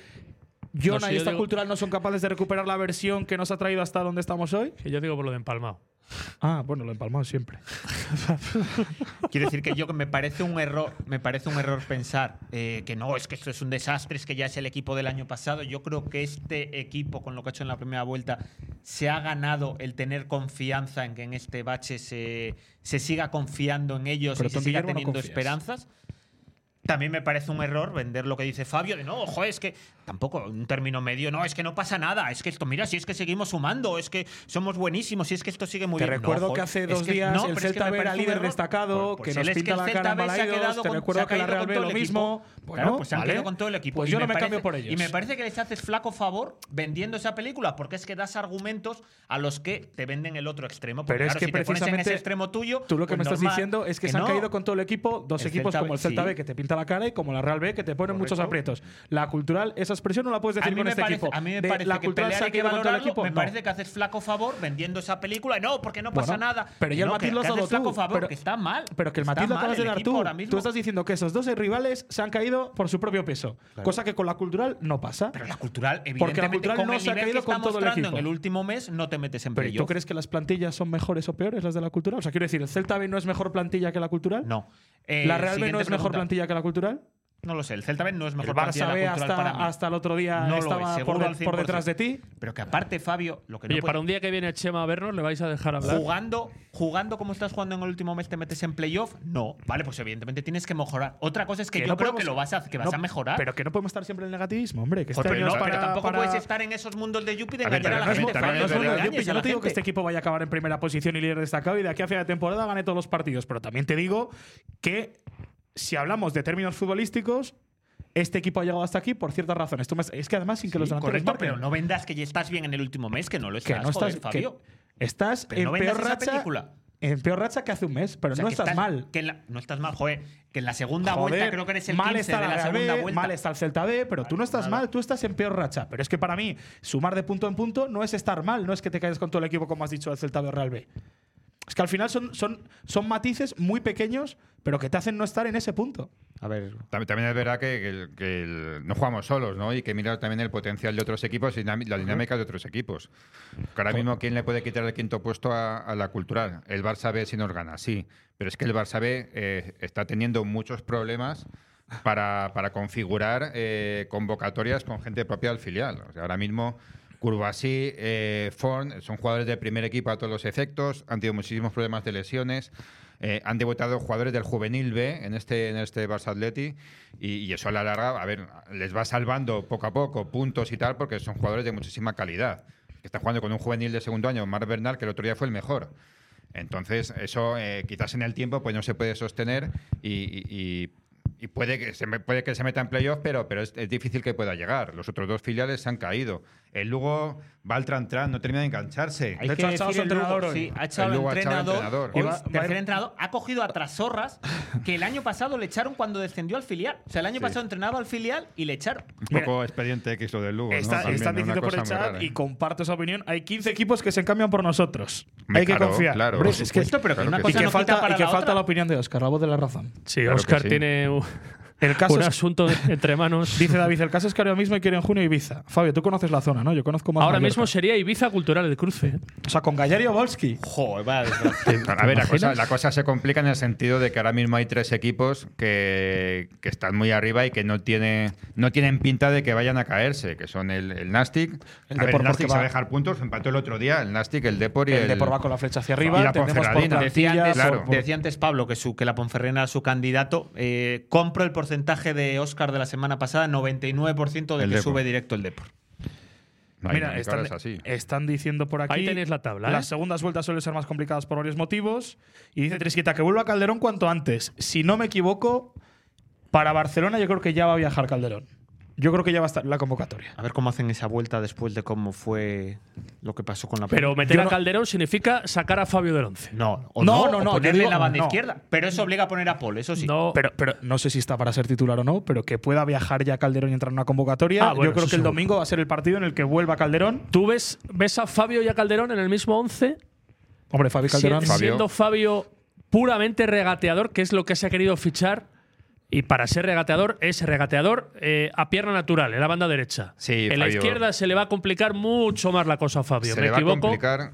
No,
Jonah
si
y
yo
esta
digo-
cultural no son capaces de recuperar la versión que nos ha traído hasta donde estamos hoy?
Que yo digo por lo de empalmado.
Ah, bueno, lo empalmado siempre.
Quiero decir que yo que me parece un error, me parece un error pensar eh, que no, es que esto es un desastre, es que ya es el equipo del año pasado. Yo creo que este equipo, con lo que ha hecho en la primera vuelta, se ha ganado el tener confianza en que en este bache se, se siga confiando en ellos
Pero
y
tú
se
en
siga
Guillermo no
teniendo
confías.
esperanzas. También me parece un error vender lo que dice Fabio de no, joder, es que tampoco un término medio, no, es que no pasa nada, es que esto, mira, si es que seguimos sumando, es que somos buenísimos, si es que esto sigue muy
Te
bien. No,
recuerdo
joder,
que hace
es
dos
que-
días
no,
el
pero es que
Celta
me
B era
parece un
líder
error.
destacado,
Por- por
que
si el-
nos
es
pinta
el
la
Celta
cara en
B se ha
Balaídos,
quedado
te
con- se
recuerdo
ha
que la
caído
Real
con
B
todo
lo
el
mismo.
equipo.
Bueno,
claro, pues se han
vale.
caído con todo el equipo.
Pues
Y
yo no me
parece-
cambio por ellos.
Y me parece que les haces flaco favor vendiendo esa película, porque es que das argumentos a los que te venden el otro extremo. Porque,
Pero es
pues claro, si
que
te pones en
precisamente
ese extremo tuyo,
Tú lo que
pues
me estás
normal
diciendo es que, se han
no.
caído con todo el equipo, dos
El
equipos
Celta
como el
B,
Celta
sí.
B que te pinta a la cara y como la Real B, que te ponen muchos aprietos. La cultural, esa expresión no la puedes
A
decir
mí,
con
me
este
parece,
equipo.
a mí me
De
parece
la
que
cultural
pelear
se
hay
ha
que
quedado contra el
valorarlo.
equipo.
me
no.
parece que haces flaco favor vendiendo esa película. No, porque no pasa
Bueno,
nada.
Pero ya el
No, que-
matiz lo has
que
dado
haces
tú.
flaco favor,
pero,
que está mal.
Pero que el
Está
matiz lo
mal
acabas de
el
dar
equipo
tú.
ahora mismo.
Tú estás diciendo que esos 12 rivales se han caído por su propio peso.
Claro.
Cosa que con la cultural no pasa. Pero
la cultural,
Porque la
Evidentemente,
cultural
con
no
el
se
nivel
ha
que
caído
está
con todo el
mostrando
equipo.
En el último mes no te metes en
Pero ¿y
playoff.
¿tú crees que las plantillas son mejores o peores las de la cultural? O sea, quiero decir, ¿el Celta B no es mejor plantilla que la cultural?
No. Eh,
¿La Real B no es mejor plantilla? que la cultural?
No lo sé, el Celta B no es mejor
El
plantilla
Barça
que
B
la cultural para mí.
hasta, hasta el otro día
No lo es,
estaba
seguro
por,
al
de- por detrás de
100%.
ti.
Pero que aparte, Fabio, lo que no
Oye,
puede-
para un día que viene Chema a vernos, le vais a dejar hablar.
jugando, jugando como estás jugando en el último mes, te metes en playoff. No, vale, pues evidentemente tienes que mejorar. Otra cosa es que, yo
no
creo
podemos-
que lo vas a, que vas
no,
a mejorar.
Pero que no podemos estar siempre en el negativismo, hombre. Que este
pero,
año
no,
es
pero
para-
tampoco
para-
puedes estar en esos mundos de Júpiter
A
y
ver,
vender a
pero
la
no es
gente.
mundo- no
Fabio,
es
no
mundo de
engañes
Yupi.
a
Yo
la
no te digo que
gente.
este equipo vaya a acabar en primera posición y líder destacado y de aquí a final de temporada gane todos los partidos. Pero también te digo que si hablamos de términos futbolísticos, este equipo ha llegado hasta aquí por ciertas razones. Tú me- es que además sin que los delanteros
Correcto,
marquen.
pero no vendas que ya estás bien en el último mes, que no lo
¿eh? que
estás,
no estás,
joder,
que
Fabio.
estás
Pero
en
no vendas
peor
esa
racha.
película.
En peor racha que hace un mes, pero
O sea,
no
que
estás, mal.
Que en la- no estás mal, joder. Que en la segunda
Joder,
vuelta creo que eres el
mal
15
está
de la
Real B,
segunda vuelta.
Mal está el Celta B, pero tú no estás mal, tú estás en peor racha. Pero es que para mí, sumar de punto en punto no es estar mal, no es que te caigas con todo el equipo, como has dicho, del Celta B o Real B. Es que al final son, son, son matices muy pequeños, pero que te hacen no estar en ese punto.
A ver.
También, es verdad que, que el- que el- no jugamos solos, ¿no? Y que mirar también el potencial de otros equipos y dinam- la dinámica de otros equipos. Que ahora mismo, ¿quién le puede quitar el quinto puesto a, a la cultural? El Barça B si nos gana, sí. Pero es que el Barça B eh, está teniendo muchos problemas para, para configurar eh, convocatorias con gente propia del filial. O sea, ahora mismo. Curvasí, eh, Forn, son jugadores del primer equipo a todos los efectos, han tenido muchísimos problemas de lesiones, eh, han debutado jugadores del juvenil B en este, en este Barça Atleti y, y eso a la larga, a ver, les va salvando poco a poco puntos y tal porque son jugadores de muchísima calidad. Está jugando con un juvenil de segundo año, Mar Bernal, que el otro día fue el mejor. Entonces, eso eh, quizás en el tiempo pues no se puede sostener y, y- y- y puede, que se, me- puede que se meta en playoff, pero, pero es, es difícil que pueda llegar. Los otros dos filiales se han caído. El Lugo va al tran-tran, no termina de engancharse.
Hay que decir el Lugo, sí, ha echado
El
al
Lugo ha echado al
entrenador.
entrenador.
hoy
Y va-
tercer
va-
entrenador ha cogido a Trasorras, que el año pasado le echaron cuando descendió al filial. O sea, el año
Sí.
pasado entrenaba al filial y le echaron.
Un poco expediente X lo del Lugo. ¿no?
Está-
También,
están
una
diciendo por
cosa
el
muy
chat
rara.
y comparto esa opinión. Hay 15 equipos que se cambian por nosotros.
Hombre,
Hay que
claro,
confiar.
claro,
Hombre,
por
es que
supuesto, claro que
y que
sí. Una cosa no
falta,
quita para
y que
la
falta
otra.
la opinión de Oscar, la voz de la razón.
Sí, Oscar tiene un,
El caso
un
es-
asunto entre manos.
Dice David, el caso es que ahora mismo quieren junio Ibiza. Fabio, tú conoces la zona, ¿no? Yo conozco más
Ahora
Mallorca.
mismo sería Ibiza Cultural de Cruce.
O sea, con Gallerio Volsky.
Joder, va,
A ver, la cosa, la cosa se complica en el sentido de que ahora mismo hay tres equipos que, que están muy arriba y que no, tiene, no tienen pinta de que vayan a caerse, que son el, el Nastic.
El
a ver,
Depor,
el Nastic se
porque
va a
va-
dejar puntos, empató el otro día, el Nastic, el Depor y
El
el…
Depor va con la flecha hacia arriba,
Y la
tenemos por
Ponferradina.
Decía
plantilla,
antes,
Claro.
decía antes Pablo que, su, que la Ponferrena era su candidato. Eh, compro el porcentaje de Oscar de la semana pasada, 99% de
El
que
Depor.
sube directo el Depor.
Ay,
Mira,
claro,
están,
es así.
están diciendo por aquí.
Ahí tenéis la tabla, ¿eh?
Las segundas vueltas suelen ser más complicadas por varios motivos. Y dice Trisquita que vuelva Calderón cuanto antes. Si no me equivoco, para Barcelona yo creo que ya va a viajar Calderón. Yo creo que ya va a estar en la convocatoria.
A ver cómo hacen esa vuelta después de cómo fue lo que pasó con la
Pero meter
Yo
a
no-
Calderón significa sacar a Fabio del once.
No, o no,
No, no,
no,
no,
o
yo
ponerle
digo-
la banda
no.
izquierda. Pero eso obliga a poner a Paul, eso sí.
No.
Pero, pero no sé si está para ser titular o no, pero que pueda viajar ya Calderón y entrar en una convocatoria.
Ah, bueno,
yo creo
eso
que el
seguro.
domingo va a ser el partido en el que vuelva Calderón.
¿Tú ves, ves a Fabio y a Calderón en el mismo once?
Hombre, Fabi Calderón.
Si-
Fabio.
Siendo Fabio puramente regateador, que es lo que se ha querido fichar. Y para ser regateador, es regateador eh, a pierna natural, en la banda derecha.
Sí,
en la
Fabio.
izquierda se le va a complicar mucho más la cosa a Fabio.
Se
¿Me
le va
equivoco?
a complicar.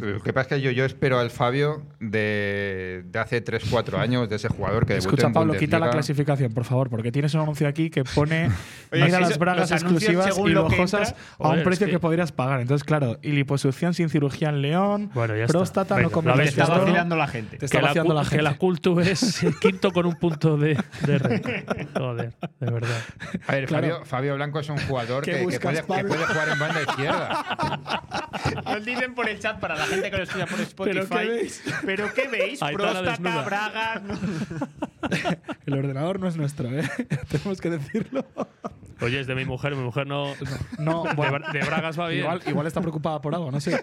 Lo que pasa es que yo, yo espero al Fabio de, de hace 3-4 años, de ese jugador que debutó
Escucha,
en
Pablo, quita la
Bundesliga.
clasificación, por favor, porque tienes un anuncio aquí que pone mira
sí,
las
los
bragas
anuncios
exclusivas
según
y
lo que
lujosas
entra.
a un
Joder,
precio
es
que...
que-
podrías pagar. Entonces, claro, y liposucción sin cirugía en León,
Bueno, ya está.
próstata
Venga,
no
lo
comer
habéis
Está
pescado.
visto.
vacilando la gente.
Te está
que, la
vaciando
cu-
la
que
gente.
la Cultu es el quinto con un punto de, de renta. Joder, de verdad.
A ver,
Claro.
Fabio, Fabio Blanco es un jugador
¿Qué
que, que puede,
buscas,
que
Pablo?
puede jugar en banda izquierda.
Nos dicen por el chat para la gente que lo estudia por Spotify.
¿Pero qué veis?
¿Pero qué veis?
Ahí está la desnuda.
Próstata, bragas. no-
El ordenador no es nuestro, ¿eh? Tenemos que decirlo.
Oye, es de mi mujer, mi mujer no.
No,
de,
bueno,
bra- de bragas va bien.
igual, igual está preocupada por algo, no sé.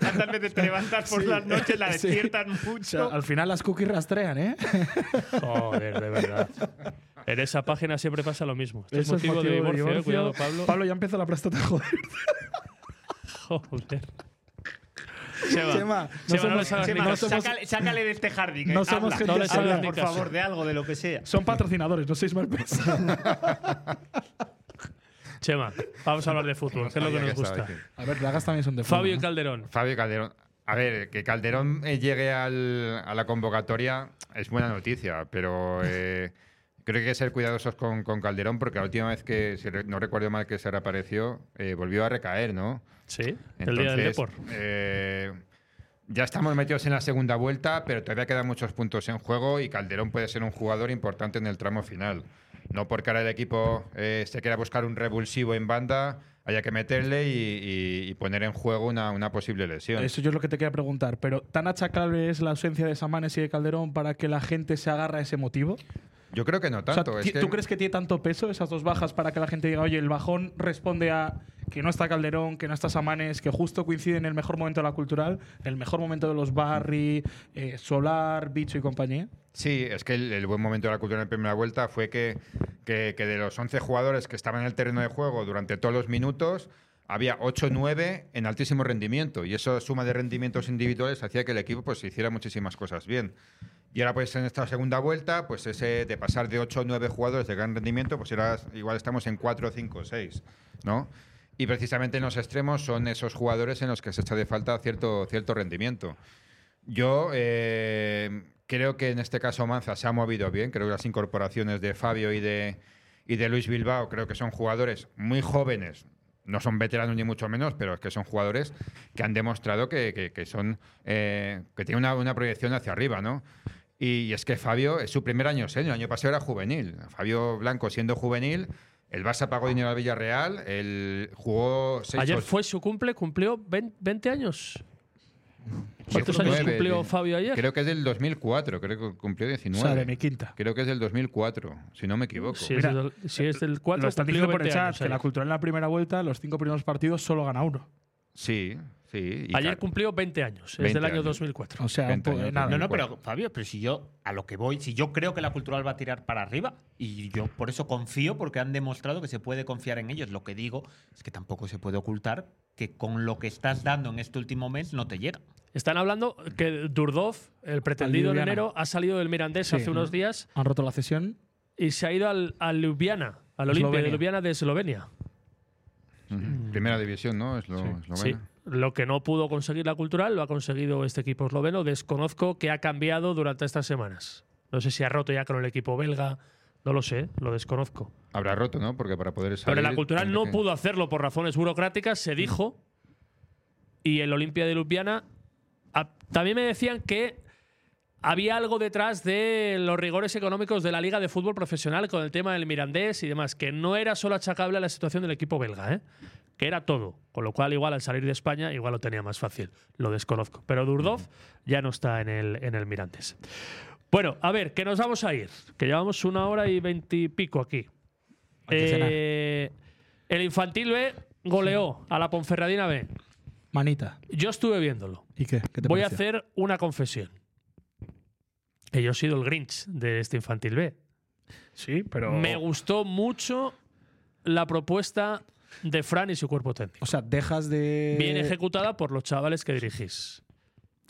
¿Cuántas veces te levantas por
Sí,
las noches, la
sí.
despiertas
O sea,
mucho?
al final las cookies rastrean, ¿eh?
Joder, de verdad. En esa página siempre pasa lo mismo. Esto es
Eso es
motivo, de
motivo de
divorcio, eh. Cuidado,
divorcio.
Pablo.
Pablo, ya empieza la próstata, joder.
Joder. Seba,
Chema, no
Seba, no
somos-
les hagas ni
Chema,
caso.
no somos-
Sácale, sácale de este jardín. eh.
No somos
Habla,
gente
no le
seria.
habla, por favor, de algo, de lo que sea.
Son patrocinadores, no sois mal pensados.
Chema, vamos a hablar de fútbol, que es lo que
sabía
nos
que estaba
gusta.
diciendo.
A ver, Dragas también son de fútbol,
Fabio
¿no?
Calderón.
Fabio Calderón. A ver, que Calderón eh, llegue al- a la convocatoria es buena noticia, pero eh, creo que hay que ser cuidadosos con, con Calderón porque la última vez que, si re- no recuerdo mal que se reapareció, eh, volvió a recaer, ¿no?
Sí, el día del Depor.
eh, ya estamos metidos en la segunda vuelta, pero todavía quedan muchos puntos en juego y Calderón puede ser un jugador importante en el tramo final. No porque ahora el equipo eh, se quiera buscar un revulsivo en banda, haya que meterle y, y- y poner en juego una, una posible lesión.
Eso yo es lo que te quería preguntar. Pero, ¿tan achacable es la ausencia de Samanes y de Calderón para que la gente se agarra a ese motivo?
Yo creo que no tanto.
o sea,
es
ti-
que-
¿Tú crees que tiene tanto peso esas dos bajas para que la gente diga, oye, el bajón responde a que no está Calderón, que no está Samanes, que justo coincide en el mejor momento de la cultural, el mejor momento de los Barry, eh, Solar, Bicho y compañía?
Sí, es que el, el buen momento de la cultura en primera vuelta fue que, que- que de los 11 jugadores que estaban en el terreno de juego durante todos los minutos, había 8 o 9 en altísimo rendimiento. Y esa suma de rendimientos individuales hacía que el equipo pues, hiciera muchísimas cosas bien. Y ahora pues en esta segunda vuelta, pues ese de pasar de 8 o 9 jugadores de gran rendimiento, pues ahora igual estamos en 4, 5, 6, ¿no? Y precisamente en los extremos son esos jugadores en los que se echa de falta cierto, cierto rendimiento. Yo eh, creo que en este caso Manza se ha movido bien. Creo que las incorporaciones de Fabio y de, y de Luis Bilbao creo que son jugadores muy jóvenes. No son veteranos ni mucho menos, pero es que son jugadores que han demostrado que, que- que son eh, que tienen una, una proyección hacia arriba, ¿no? Y, y es que Fabio es su primer año senior. El año pasado era juvenil. Fabio Blanco siendo juvenil, el Barça pagó dinero al Villarreal, el jugó seis
Ayer
o-
fue su cumple, cumplió 20 20 años. ¿Cuántos
Sí,
años
nueve,
cumplió
de-
Fabio ayer?
Creo que es del 2004, creo que cumplió 19.
O sea, de mi quinta.
Creo que es del 2004, si no me equivoco.
Si es,
Mira,
del, si es del 4,
Lo están
cumplió
diciendo por el
20
chat,
años
que la
ayer.
cultural en la primera vuelta, los cinco primeros partidos, solo gana uno.
Sí, sí. y
Ayer
ca-
cumplió 20 años, es
20
del año
años.
2004.
O sea, un
Venta,
po-
¿no?
nada.
Tal
No, no,
cual.
pero Fabio, pero si yo a lo que voy, si yo creo que la cultural va a tirar para arriba y yo por eso confío, porque han demostrado que se puede confiar en ellos. Lo que digo es que tampoco se puede ocultar que con lo que estás dando en este último mes no te llega.
Están hablando que Durdov, el pretendido en
Ljubljana.
enero, ha salido del Mirandés
Sí.
hace unos días
Han roto la cesión.
y se ha ido al, al Ljubljana, al Olimpia de
Eslovenia.
Ljubljana de Eslovenia.
Ujú. Primera división, ¿no? Es lo, es lo
Sí.
bueno.
Lo que no pudo conseguir la cultural lo ha conseguido este equipo esloveno. Desconozco qué ha cambiado durante estas semanas. No sé si ha roto ya con el equipo belga, no lo sé, lo desconozco.
Habrá roto, ¿no? Porque para poder salir.
Pero la cultural
tendría
no
que-
pudo hacerlo por razones burocráticas, se dijo. Y el Olimpia de Ljubljana a- también me decían que había algo detrás de los rigores económicos de la Liga de Fútbol Profesional con el tema del Mirandés y demás, que no era solo achacable a la situación del equipo belga, ¿eh? que era todo. Con lo cual, igual al salir de España, igual lo tenía más fácil, lo desconozco. Pero Durdov ya no está en el, en el Mirandés. Bueno, a ver, que nos vamos a ir, que llevamos una hora y veintipico aquí.
Hay que cenar.
Eh, el Infantil B goleó a la Ponferradina B.
Manita.
Yo estuve viéndolo.
¿Y qué? ¿Qué te
Voy a
pareció?
hacer una confesión. Que yo he sido el Grinch de este Infantil B.
Sí, pero.
Me gustó mucho la propuesta de Fran y su cuerpo técnico.
O sea, dejas de.
Bien ejecutada por los chavales que dirigís.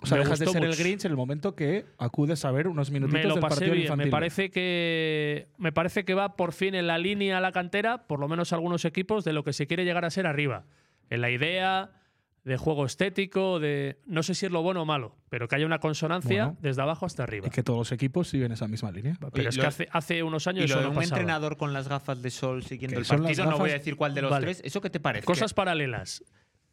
O sea,
Me
dejas de
gustó
ser el
mucho.
Grinch en el momento que acudes a ver unos minutitos
Me lo
del
pasé
partido
bien.
infantil.
Me parece, que, me parece que va por fin en la línea a la cantera, por lo menos algunos equipos, de lo que se quiere llegar a ser arriba. En la idea de juego estético, de no sé si es lo bueno o malo, pero que haya una consonancia
Bueno.
desde abajo hasta arriba.
Y que todos los equipos siguen esa misma línea.
Pero
Y
es
lo-
que hace, hace unos años
Y lo
eso
de
no
un
pasaba.
entrenador con las gafas de sol siguiendo
¿Qué
el
son las
partido, no voy a
gafas?
decir cuál de los
Vale.
tres. ¿Eso qué te parece?
Cosas paralelas.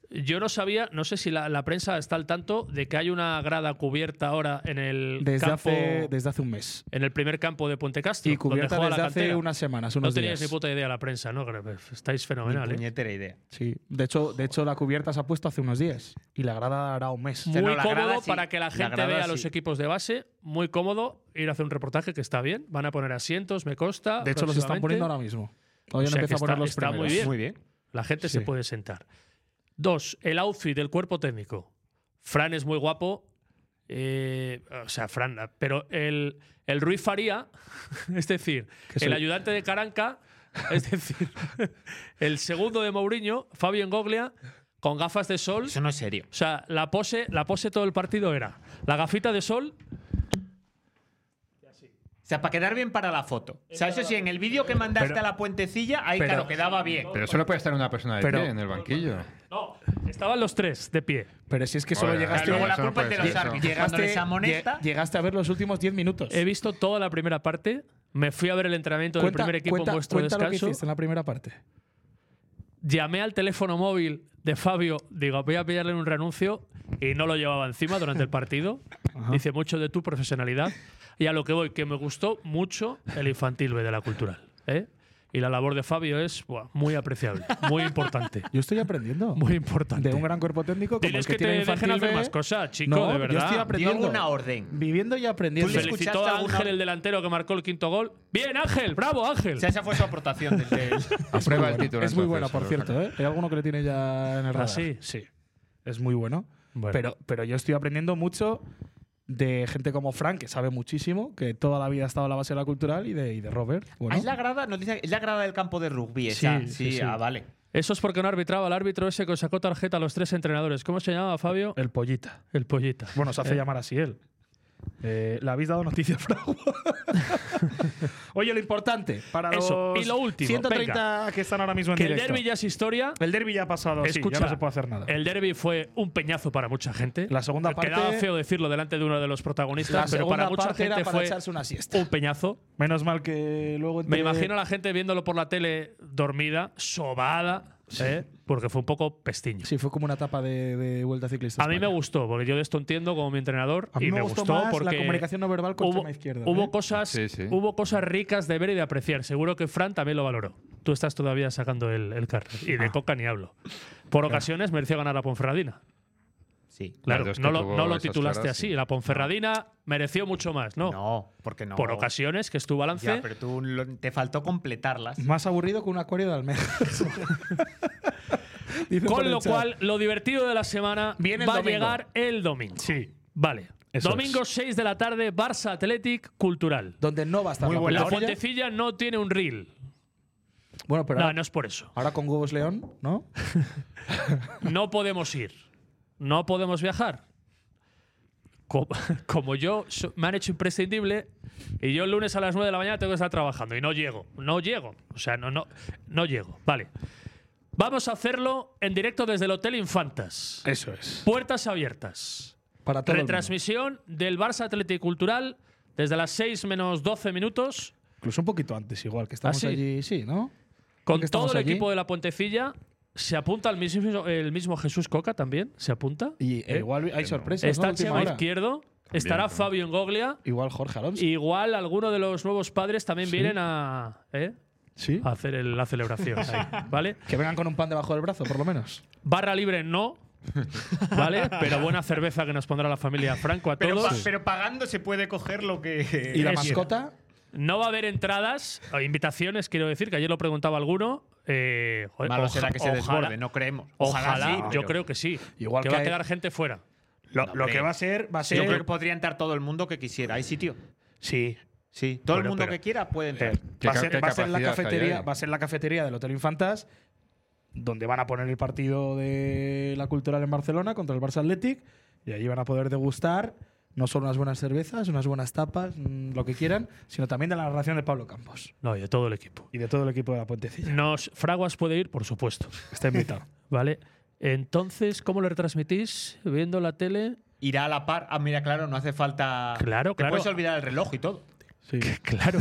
Yo no sabía, no sé si la, la prensa está al tanto de que hay una grada cubierta ahora en el
Desde
campo,
hace, desde hace un mes.
en el primer campo de Puente Castro,
Y cubierta
donde juega
desde
la
hace
cantera.
unas semanas,
No
unos
teníais ni
días.
puta idea la prensa, ¿no? Estáis
Ni
fenomenal, ¿eh?
puñetera idea.
Sí. De hecho, de hecho, la cubierta se ha puesto hace unos días. Y la grada hará un mes.
sea,
muy
no, la
cómodo
grada sí,
para que la
la
gente
grada
vea a los
sí.
equipos de base. Muy cómodo ir a hacer un reportaje que está bien. Van a poner asientos, me consta.
De hecho, los están poniendo ahora mismo. Todavía
O
no
sea que
empieza a poner
está-
los
está muy
primeros.
bien.
Muy bien.
La gente se
Sí.
puede sentar. Dos, el outfit del cuerpo técnico. Fran es muy guapo. eh, o sea, Fran, pero el, el Ruiz Faría, es decir,
Que soy-
el ayudante de Caranca, es decir, el segundo de Mourinho, Fabio Goglia, con gafas de sol. Eso
no es serio.
O sea, la pose, la pose todo el partido era la gafita de sol
O sea, para quedar bien para la foto. O sea, eso sí, en el vídeo que mandaste
Pero-
a la puentecilla, ahí
pero-
claro, quedaba bien.
Pero solo puede estar una persona de
Pero-
pie en el banquillo.
Estaban los tres de pie.
Pero si es que solo
Joder,
llegaste.
luego la culpa es de los
Llegaste-
árbitros.
Llegándoles a Monesta.
lle- Llegaste a ver los últimos 10 minutos.
He visto toda la primera parte. Me fui a ver el entrenamiento del primer equipo en vuestro
cuenta lo que
descanso.
hiciste en la primera parte.
Llamé al teléfono móvil de Fabio. Digo, voy a pillarle un renuncio. Y no lo llevaba encima durante el partido. Dice mucho de tu profesionalidad. Y a lo que voy, que me gustó mucho el infantil B de la cultural. ¿eh? Y la labor de Fabio es buah, muy apreciable, muy importante.
Yo estoy aprendiendo.
Muy importante.
De un gran cuerpo técnico. Como el
Tienes
que,
que,
tiene
te
infantil
dejen hacer
B.
más cosas, chico,
No,
de verdad.
Yo estoy aprendiendo. Viviendo y aprendiendo.
Felicitó a Ángel, el delantero que marcó el quinto gol. Bien, Ángel, bravo, Ángel.
esa fue su aportación desde
Es muy
Aprueba el
buena,
título.
Es muy
entonces,
buena, por
lo
cierto.
saca.
¿eh? Hay alguno que le tiene ya en el radar.
¿Ah, sí?
Sí. Es muy bueno.
Bueno.
Pero, pero yo estoy aprendiendo mucho de gente como Frank, que sabe muchísimo, que toda la vida ha estado a la base de la cultural, y de, y de Robert. Bueno,
Ah, es la grada, nos dice, es la grada del campo de rugby esa. Sí,
Sí, sí, sí.
ah, vale.
Eso es porque no arbitraba el árbitro ese que os sacó tarjeta a los tres entrenadores. ¿Cómo se llamaba, Fabio?
el pollita.
El pollita.
Bueno, se hace
Eh.
llamar así él. Eh, ¿Le habéis dado noticias, Frank? Oye, lo importante para
Eso,
los
y lo último,
130 que están ahora mismo en
Que el
directo.
derby ya es historia.
El derbi ya ha pasado, sí,
Escucha,
ya no se puede hacer nada.
El derby fue un peñazo para mucha gente.
La segunda parte-
Quedaba feo decirlo delante de uno de los
La
protagonistas, pero
segunda
para mucha
parte era
gente
para
fue
echarse una siesta.
un peñazo.
Menos mal que luego.
Me
entre-
imagino a la gente viéndolo por la tele dormida, sobada, ¿eh? porque fue un poco pestiño.
Sí, fue como una etapa de, de vuelta ciclista.
A mí me
España.
gustó, porque yo de esto entiendo como mi entrenador.
A mí
y
me
me
gustó
gustó,
más la
porque
comunicación no verbal con
hubo,
extrema izquierda,
Hubo,
¿eh?
cosas,
Sí, sí.
hubo cosas ricas de ver y de apreciar. Seguro que Fran también lo valoró. Tú estás todavía sacando el, el carro. Y
Ah.
de Coca ni hablo. Por ocasiones mereció ganar la Ponferradina.
Sí.
Claro,
dos que
no lo,
tuvo
no lo
esas
titulaste
claras,
así.
sí.
La Ponferradina mereció mucho más, ¿no?
No, porque no.
Por ¿eh? ocasiones, que es tu balance.
Ya, pero tú lo- te faltó completarlas.
Más aburrido que un acuario de almejas. Dice por
Con
el
lo
chat.
cual, lo divertido de la semana
Viene el
va a
domingo.
llegar el domingo. Sí. Vale.
Eso
domingo 6 de la tarde, Barça Athletic Cultural.
Donde no va a estar
Muy
la
buena
La
plantilla.
Fuentecilla no tiene un reel.
Bueno, pero
No,
ahora,
no es por eso.
ahora con huevos león, ¿no?
No podemos ir. No podemos viajar. Co- Como, yo, so- me han hecho imprescindible y yo el lunes a las 9 de la mañana tengo que estar trabajando y no llego. No llego. O sea, no, no, no llego. Vale. Vamos a hacerlo en directo desde el Hotel Infantas.
Eso es.
Puertas abiertas.
Para todo el mundo.
Retransmisión del Barça Atlético Cultural desde las 6 menos 12 minutos
Incluso un poquito antes, igual, que estamos
¿Ah, sí?
allí. Sí, ¿no?
con
que
todo
estamos
el
allí.
equipo de la Pontecilla. Se apunta el mismo, el mismo Jesús Coca también. Se apunta.
Y eh,
¿Eh?
igual hay sorpresas. ¿no?
Está
Última
Chema
hora.
Izquierdo, estará
también.
Fabio Engoglia.
Igual Jorge Alonso.
Igual alguno de los nuevos padres también
Sí.
vienen a, ¿eh?
Sí.
a hacer el- la celebración. ahí, ¿Vale?
Que vengan con un pan debajo del brazo, por lo menos.
Barra libre no. ¿Vale? Pero buena cerveza que nos pondrá la familia Franco a
Pero,
todos.
pa- pero pagando se puede coger lo que.
Y la
Eso.
mascota.
No va a haber entradas, o invitaciones, quiero decir, que ayer lo preguntaba alguno. Eh, joder,
Malo
oja-
será que se
ojalá-
desborde, no creemos.
Ojalá, yo
pero-
creo que sí.
Igual
que,
que
va a
hay-
quedar gente fuera.
Lo,
No, lo hombre. que va a
ser, va a
Yo creo que podría entrar todo el mundo que quisiera. ¿Hay sitio?
Sí.
Sí. Todo el
Bueno,
mundo
pero-
que quiera puede entrar.
Eh,
¿Qué
va, a
ca-
ser,
qué
va a ser la
capacidad hay
cafetería,
ahí?
va a ser la cafetería del Hotel Infantas, donde van a poner el partido de la Cultural en Barcelona contra el Barça Athletic, y allí van a poder degustar no solo unas buenas cervezas, unas buenas tapas, mm, lo que quieran, sino también de la narración de Pablo Campos
No, y de todo el equipo.
y de todo el equipo de la Puentecilla.
Nos, Fraguas puede ir, por supuesto.
Está invitado.
¿Vale? Entonces, ¿cómo lo retransmitís? ¿Viendo la tele?
Irá a la par. Ah, mira, claro, no hace falta.
Claro,
Te
claro.
puedes olvidar el reloj y todo.
Sí.
Claro.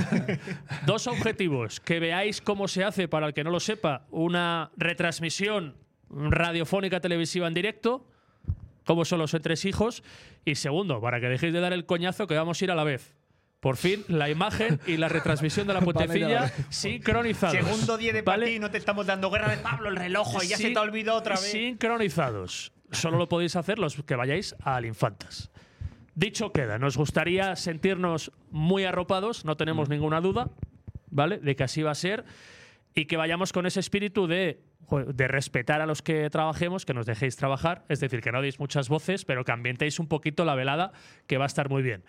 Dos objetivos. Que veáis cómo se hace, para el que no lo sepa, una retransmisión radiofónica televisiva en directo, cómo son los entresijos. Y segundo, para que dejéis de dar el coñazo que vamos a ir a la vez. Por fin, la imagen y la retransmisión de la
Vale,
potecilla
vale.
sincronizados.
Segundo día de
¿Vale?
partido y no te estamos dando guerra de Pablo, el reloj, y ya se
Sin-
te ha olvidado otra vez.
Sincronizados. Solo lo podéis hacer los que vayáis al Infantas. Dicho queda, nos gustaría
Mm.
sentirnos muy arropados, no tenemos ninguna duda, ¿vale? De que así va a ser. y que vayamos con ese espíritu de, jo- de respetar a los que trabajemos, que nos dejéis trabajar, es decir, que no deis muchas voces, pero que ambientéis un poquito la velada, que va a estar muy bien.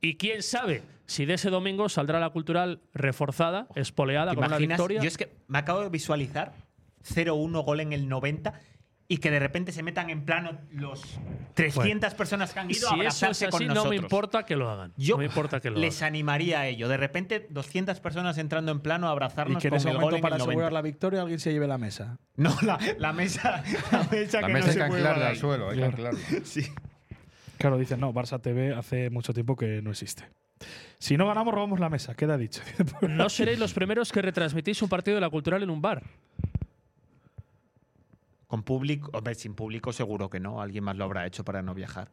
Y quién sabe si de ese domingo saldrá la cultural reforzada, espoleada,
¿Te
con una
imaginas?
victoria.
Yo es que me acabo de visualizar 0-1 gol en el 90 y que de repente se metan en plano los 300 personas que han
Y
ido a
si eso
abrazarse
es así,
con
no
nosotros.
me importa que lo hagan.
Yo
no me importa que lo
les
hagan.
animaría a ello. De repente 200 personas entrando en plano a
Y
abrazarnos
que en
con
ese
el gol
momento,
en
para
el 90.
asegurar la victoria, alguien se lleve la mesa.
No, la, la mesa, la mesa
La mesa
que no
hay que
se puede
anclarla
dar
al suelo, hay que
Claro.
anclarla.
Sí.
Claro, dicen, no, Barça TV hace mucho tiempo que no existe. Si no ganamos, robamos la mesa, queda dicho.
No seréis los primeros que retransmitís un partido de la cultural en un bar.
Con público, hombre, sin público seguro que no. Alguien más lo habrá hecho para no viajar.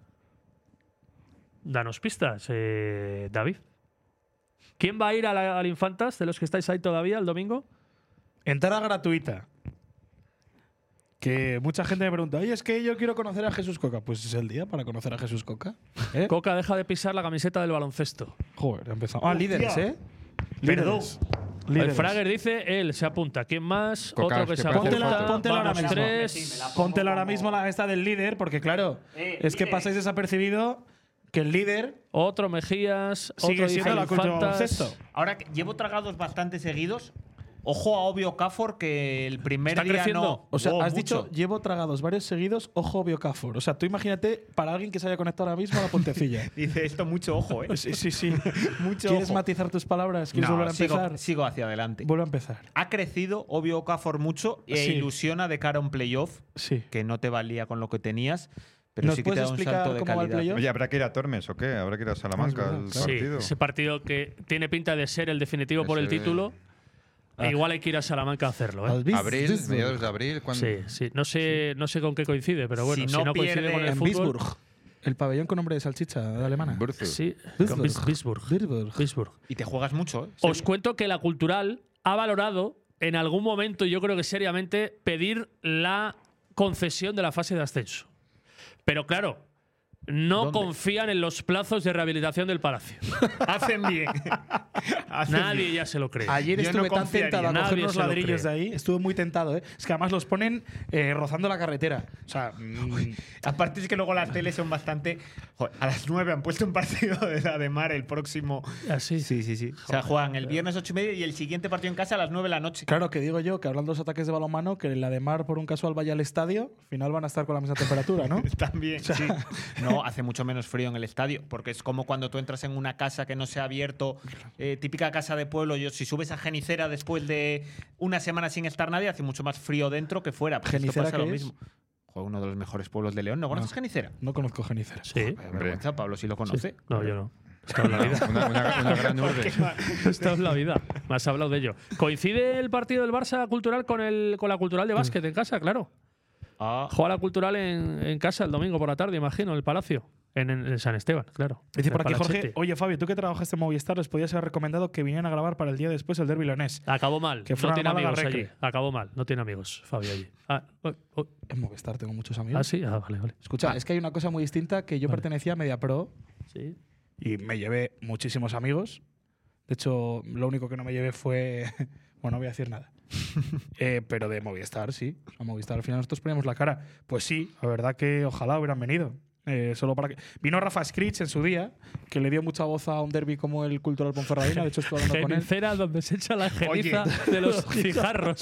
Danos pistas, eh, David. ¿Quién va a ir a la- al Infantas de los que estáis ahí todavía el domingo?
Entrada gratuita. Que mucha gente me pregunta, oye, es que yo quiero conocer a Jesús Coca. Pues es el día para conocer a Jesús Coca. ¿eh?
Coca deja de pisar la camiseta del baloncesto.
Joder, empezamos. Ah, líderes,
Hostia.
¿eh?
Perdón. El
Líderes.
Frager dice él, se apunta. ¿Quién más?
Coca,
Otro que
es que
se
parece
apunta.
Póntela, póntela ahora
Vamos,
mismo.
tres.
Póntela ahora mismo la esta del líder, porque claro,
Eh,
es que
líderes.
pasáis desapercibido que el líder
Otro Mejías.
sigue
otro dice
siendo la cultura de
Infantas.
baloncesto.
Ahora que llevo tragados bastante seguidos. Ojo a Obvio Cafor que el primer
Está
día
creciendo.
no.
O sea,
Wow,
has
mucho.
dicho, llevo tragados varios seguidos, ojo Biocafor. O sea, tú imagínate para alguien que se haya conectado ahora mismo a la pontecilla.
Dice esto mucho ojo, ¿eh?
sí, sí, sí.
Mucho
¿Quieres
ojo.
matizar tus palabras? ¿Quieres
No,
volver a
sigo-
empezar?
Sigo, hacia adelante.
Vuelve a empezar.
Ha crecido Obvio Okafor mucho e
Sí.
ilusiona de cara a un playoff
Sí.
que no te valía con lo que tenías, pero
¿Nos
sí que te
puedes
da un
explicar
salto de
cómo va el
calidad.
playoff?
Oye, ¿habrá que ir a Tormes o qué? ¿Habrá que ir a Salamanca
Ah, es
al
verdad, claro.
Sí,
partido?
ese partido que tiene pinta de ser el definitivo por el
Ese-
título. E igual hay que ir a Salamanca a hacerlo. ¿eh?
Abril, mediados de abril, ¿cuándo?
Sí, sí. No sé, no sé con qué coincide, pero bueno,
Si
si
no
no, coincide
pierde
con el
En
fútbol.
Pittsburgh. El pabellón con nombre de salchicha de alemana.
Bruce.
Sí,
Pittsburgh.
con Pitts- Pittsburgh.
Pittsburgh.
Pittsburgh.
Y te juegas mucho, ¿eh?
Os cuento que la cultural ha valorado en algún momento, yo creo que seriamente, pedir la concesión de la fase de ascenso. Pero claro, no
¿Dónde?
confían en los plazos de rehabilitación del palacio.
Hacen bien. Hacen
Nadie
bien.
ya se lo cree.
Ayer
Yo
estuve
no
tan
confiaría,
tentado a
nadie
coger los
se lo
ladrillos de
cree.
ahí. Estuve muy tentado, ¿eh? Es que además los ponen eh, rozando la carretera. O sea, mm,
Aparte es que luego las teles son bastante. Joder, a las 9 han puesto un partido de la de mar el próximo.
Así.
Sí, sí, sí. O sea, juegan el viernes 8 y media y el siguiente partido en casa a las 9 de la noche.
Claro que digo yo que hablando de los ataques de balonmano, que la de Mar por un casual vaya al estadio, al final van a estar con la misma temperatura, ¿no?
También, sí. No, hace mucho menos frío en el estadio, porque es como cuando tú entras en una casa que no se ha abierto, eh, típica casa de pueblo, yo, si subes a Genicera después de una semana sin estar nadie, hace mucho más frío dentro que fuera. Pues esto
¿Genicera
pasa
qué
lo
es?
mismo. Joder, uno de los mejores pueblos de León. ¿No conoces Genicera?
No conozco Genicera.
Sí.
Qué vergüenza, Pablo sí lo conoce.
No, yo no.
Una, una- una- una gran urbe.
Esta es la vida. Me has hablado de ello. ¿Coincide el partido del Barça cultural con, el, con la cultural de básquet en casa? Claro.
Ah,
Juega la cultural en, en casa el domingo por la tarde, imagino, en el Palacio. En, en- en San Esteban, claro.
Dice
En
por
el
aquí Jorge,
Palachete.
oye Fabio, tú que trabajaste en Movistar, les podías haber recomendado que vinieran a grabar para el día después el derby leonés.
Acabó mal.
Que
no
fueron a
tiene
Málaga
amigos
Recre.
allí. Acabó mal. No tiene amigos, Fabio, allí. Ah, uy, uy.
En Movistar tengo muchos amigos.
Ah, sí. Ah, vale, vale.
Escucha, es que hay una cosa muy distinta que yo pertenecía a Media Pro
Sí.
y me llevé muchísimos amigos. De hecho, lo único que no me llevé fue. Bueno, no voy a decir nada. Eh, pero de Movistar, sí. A Movistar al final nosotros poníamos la cara. Pues sí, la verdad que ojalá hubieran venido. Eh, solo para que... Vino Rafa Scritch en su día, que le dio mucha voz a un derby como el Cultural Ponferradina. De hecho, estuve hablando con él.
Cenicera donde se echa la geniza de los cijarros.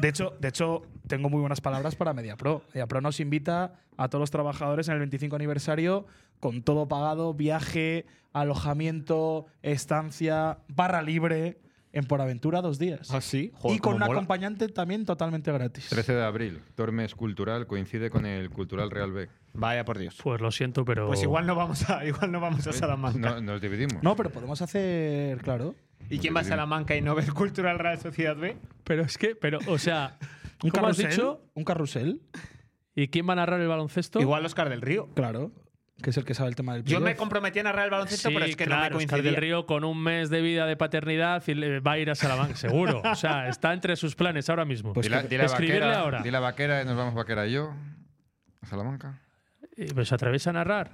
De hecho, de hecho, tengo muy buenas palabras para MediaPro. MediaPro nos invita a todos los trabajadores en el 25 aniversario con todo pagado, viaje, alojamiento, estancia, barra libre, en Por Aventura dos días.
¿Ah, sí?
y
Joder,
con
cómo
un
mola.
acompañante también totalmente gratis.
13 de abril, Tormes Cultural coincide con el Cultural Real B.
Vaya por Dios.
Pues lo siento, pero.
Pues igual no vamos a, igual no vamos a Salamanca.
No, nos dividimos.
No, pero podemos hacer, claro,
¿Y quién va a Salamanca y no ve el Cultural Real Sociedad B?
Pero es que, pero, o sea.
un
¿Cómo has
carrusel,
dicho?
un carrusel,
¿Y quién va a narrar el baloncesto?
Igual Oscar del Río.
claro, que es el que sabe el tema del
Yo me
playoff.
comprometí a narrar el baloncesto,
Sí,
pero es que
claro,
no me
Oscar
coincidía.
del Río con un mes de vida de paternidad y le- va a ir a Salamanca, seguro. O sea, está entre sus planes ahora mismo.
Pues
Dile,
que-
dile a
escribirle
vaquera,
ahora.
Dile a vaquera y nos vamos vaquera y yo. A Salamanca.
Eh, pues se atrevés a narrar.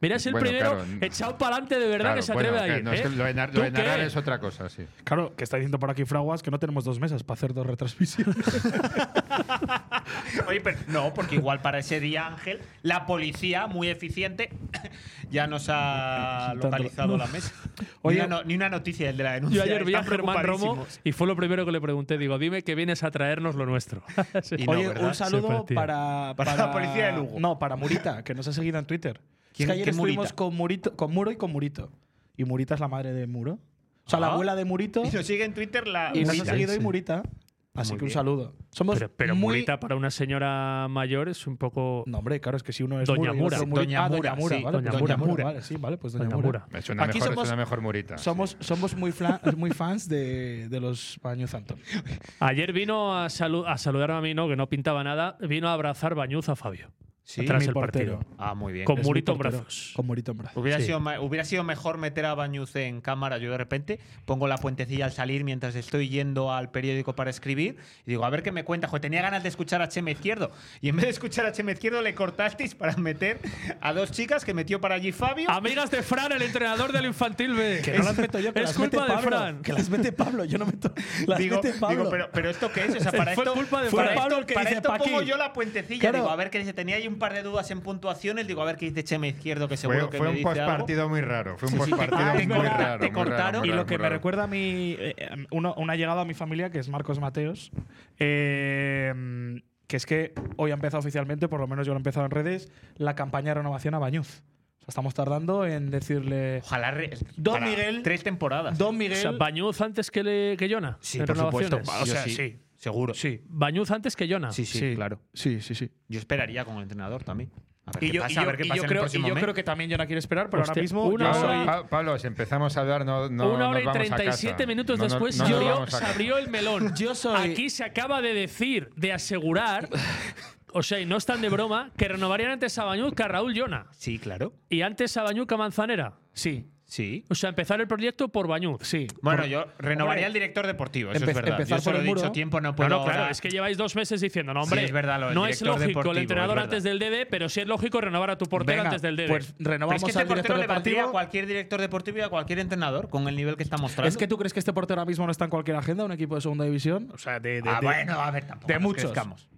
Mira, es el
Bueno,
primero
claro, n-
echado para adelante de verdad
Claro,
que se
bueno,
atreve
que
a ir.
no, es
¿eh?
que lo de nar-
¿Tú
lo de narrar
qué?
es otra cosa, sí.
Claro, que está diciendo por aquí Fraguas que no tenemos dos mesas para hacer dos retransmisiones.
Oye, pero no, porque igual para ese día, Ángel, la policía, muy eficiente, ya nos ha localizado la mesa.
Oye,
ni, una, no- ni una noticia del de la denuncia.
Yo ayer vi a
Están
Germán Romo
preocupadísimos.
y fue lo primero que le pregunté. Digo, dime que vienes a traernos lo nuestro. Sí.
Y no,
Oye,
¿verdad?
un saludo
Súper, tío.
para,
Para la policía de Lugo.
No, para Murita, que nos ha seguido en Twitter. Es
¿Quién-
que ayer
qué Murita?
estuvimos con, Murito, con Muro y con Murito. Y Murita es la madre de Muro. O sea, la
Ah.
abuela de Murito.
Y nos sigue en Twitter la.
Y nos ha
Murita.
seguido y Murita. Así
Muy
que un
bien.
saludo. Somos
Pero, pero
muy...
Murita para una señora mayor es un poco.
No, hombre, claro, es que si uno es
Doña
Muro y el
Mura.
otro Muri-
Doña
Ah, Doña
Mura,
Mura,
sí,
vale,
Doña
pues
Mura.
vale, sí, vale, pues Doña,
Doña
Mura.
Mura.
Es una,
Aquí
mejor, es
somos-
una mejor murita. sí.
Somos, somos muy, flan- muy fans de, de los Baños Antón.
Ayer vino a, salu- a saludar a mí, no, que no pintaba nada. Vino a abrazar Bañuz a Fabio.
Sí,
tras
mi
el
portero.
partido.
Ah, muy bien.
Con
Es mi
Murito en
portero,
brazos.
Con Murito en brazos.
Hubiera,
Sí.
sido, ma- hubiera sido mejor meter a Bañuz en cámara. Yo de repente pongo la puentecilla al salir mientras estoy yendo al periódico para escribir y digo, a ver qué me cuenta. Joder, tenía ganas de escuchar a Chema Izquierdo. Y en vez de escuchar a Chema Izquierdo, le cortasteis para meter a dos chicas que metió para allí Fabio.
Amigas de Fran, el entrenador del infantil B.
Que no las meto yo, que
es
las
culpa
mete
de
Pablo,
Fran.
Que las mete Pablo, yo no meto. Las
digo,
mete Pablo.
digo, pero, pero esto qué es? O sea, para
Fue
esto,
culpa de
para
Fran.
esto,
Pablo el que
para
dice
esto
pa'
pongo
aquí.
yo la puentecilla.
Claro.
Digo, a ver qué dice. Tenía ahí un par de dudas en puntuaciones. Digo, a ver qué dice Chema Izquierdo, que seguro
Fue,
que
fue
me
un
dice algo.
postpartido muy raro. Fue un
Sí, sí, te
postpartido muy
cortaron, te
raro. muy
cortaron.
raro, muy
Y
raro,
lo que
muy
me
raro.
recuerda a mi. eh, uno- una llegada a mi familia, que es Marcos Mateos. eh, que es que hoy ha empezado oficialmente, por lo menos yo lo he empezado en redes, la campaña de renovación a Bañuz. O sea, estamos tardando en decirle.
Ojalá. re-
Don
para
Miguel-
Tres temporadas.
Don
O sea,
Miguel.
Bañuz antes que, le, que Jona.
Sí,
en
por supuesto.
renovaciones.
O sea, sí. Seguro.
Sí. Bañuz antes que Jona.
Sí, sí, claro.
Sí, sí, sí.
Yo esperaría con el entrenador también. A ver
Y
qué
yo,
pasa,
y
a
yo-
ver qué
y
pasa
yo
en el
creo, y
próximo
yo
mes.
creo que también yo no quiero esperar, pero ahora
Hostia,
mismo.
una
yo
Pablo,
hora y-
soy-
Pa- Pablo, si empezamos a hablar, no, no
Una hora
nos
y
vamos a
37
casa.
minutos
No nos-
después
no nos
se abrió-
vamos a
se
casa.
abrió el melón.
Yo soy-
Aquí se acaba de decir, de asegurar, o sea, y no están de broma, que renovarían antes a Bañuz que a Raúl Jona.
Sí, claro.
Y antes a Bañuz que a Manzanera.
Sí,
Sí.
O sea, empezar el proyecto por Bañuz.
sí.
Bueno,
Por-
yo renovaría
Hombre,
al director deportivo, eso
empe-
es verdad.
empezar
Yo se
por
lo he
el
dicho
muro.
tiempo, no
No,
puedo
no, claro,
ahora-
es que lleváis dos meses diciendo, no, hombre,
Sí, es verdad, lo del
no es
director
lógico el
deportivo,
entrenador
es
antes del
verdad.
DD, pero sí es lógico renovar a tu portero
venga,
antes del DD.
Pues
Pero es
renovamos
que este
al
portero
director
le valdría a
deportivo.
cualquier director deportivo y a cualquier entrenador con el nivel que está mostrando.
Es que tú crees que este portero ahora mismo no está en cualquier agenda, un equipo de segunda división. O sea, de. de-
Ah,
de-
bueno, a ver, tampoco
de
nos
muchos.
crezcamos.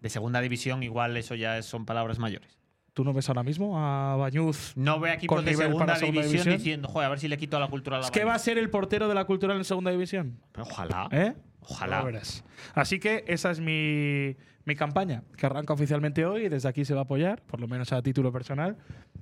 De segunda división, igual eso ya son palabras mayores.
¿Tú no ves ahora mismo a Bañuz?
No veo equipos
Con
de
nivel
segunda,
para segunda
división,
división.
diciendo, joder, a ver si le quito a la cultura a la
Es que va a ser el portero de la cultural en segunda división.
Pero Ojalá.
¿Eh?
Ojalá.
Ya verás. Así que esa es mi, mi campaña, que arranca oficialmente hoy y desde aquí se va a apoyar, por lo menos a título personal,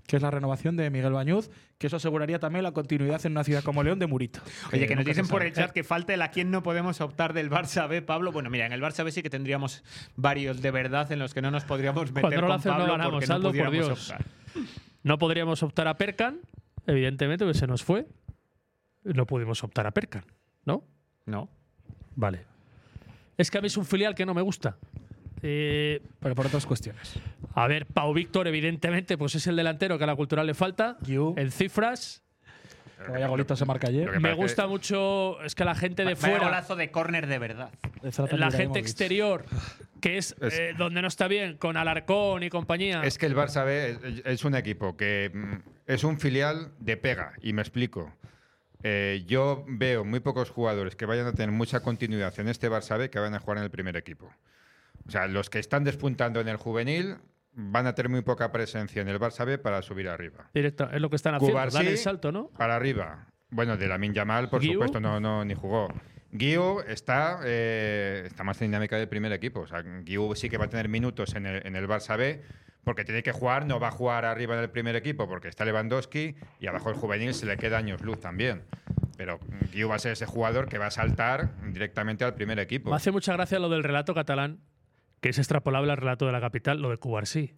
que es la renovación de Miguel Bañuz, que eso aseguraría también la continuidad en una ciudad como León de Murito.
Oye, que nos
nunca se
dicen por
sabe.
el chat que falta el a quién no podemos optar del Barça B, Pablo. Bueno, mira, en el Barça B sí que tendríamos varios de verdad en los que no nos podríamos meter
Cuando no lo
con
haces, no
Pablo
ganamos,
porque no
Aldo, por
pudiéramos
Dios.
optar.
No podríamos optar a Perkan, evidentemente, porque se nos fue. No pudimos optar a Perkan, ¿no?
No.
Vale. Es que a mí es un filial que no me gusta. Eh,
Pero por otras cuestiones.
a ver, Pau Víctor, evidentemente, pues es el delantero que a la cultural le falta.
Yu.
En cifras.
Que vaya golito se marca ayer.
Lo que
Me
pasa que-
gusta mucho. Es que la gente de
Vaya
fuera.
golazo de córner de verdad.
de Zlatan
La
Ibrahimovic.
gente exterior, que es
Es-
eh, donde no está bien, con Alarcón y compañía.
Es que el Barça B es, es un equipo que mm, es un filial de pega, y me explico. Eh, yo veo muy pocos jugadores que vayan a tener mucha continuidad en este Barça B que van a jugar en el primer equipo. O sea, los que están despuntando en el juvenil van a tener muy poca presencia en el Barça B para subir arriba.
Directo, es lo que están haciendo.
Cubarsí,
dan el salto, ¿no?
Para arriba. Bueno, de Lamin Yamal, por
Guiu.
supuesto, no, no ni jugó. Guiu está, eh, está más en dinámica del primer equipo. O sea, Guiu sí que va a tener minutos en el, en el Barça B porque tiene que jugar, no va a jugar arriba en el primer equipo porque está Lewandowski y abajo el juvenil se le queda años luz también. Pero Guiu va a ser ese jugador que va a saltar directamente al primer equipo.
Me hace mucha gracia lo del relato catalán, que es extrapolable al relato de la capital, lo de Cubarsí.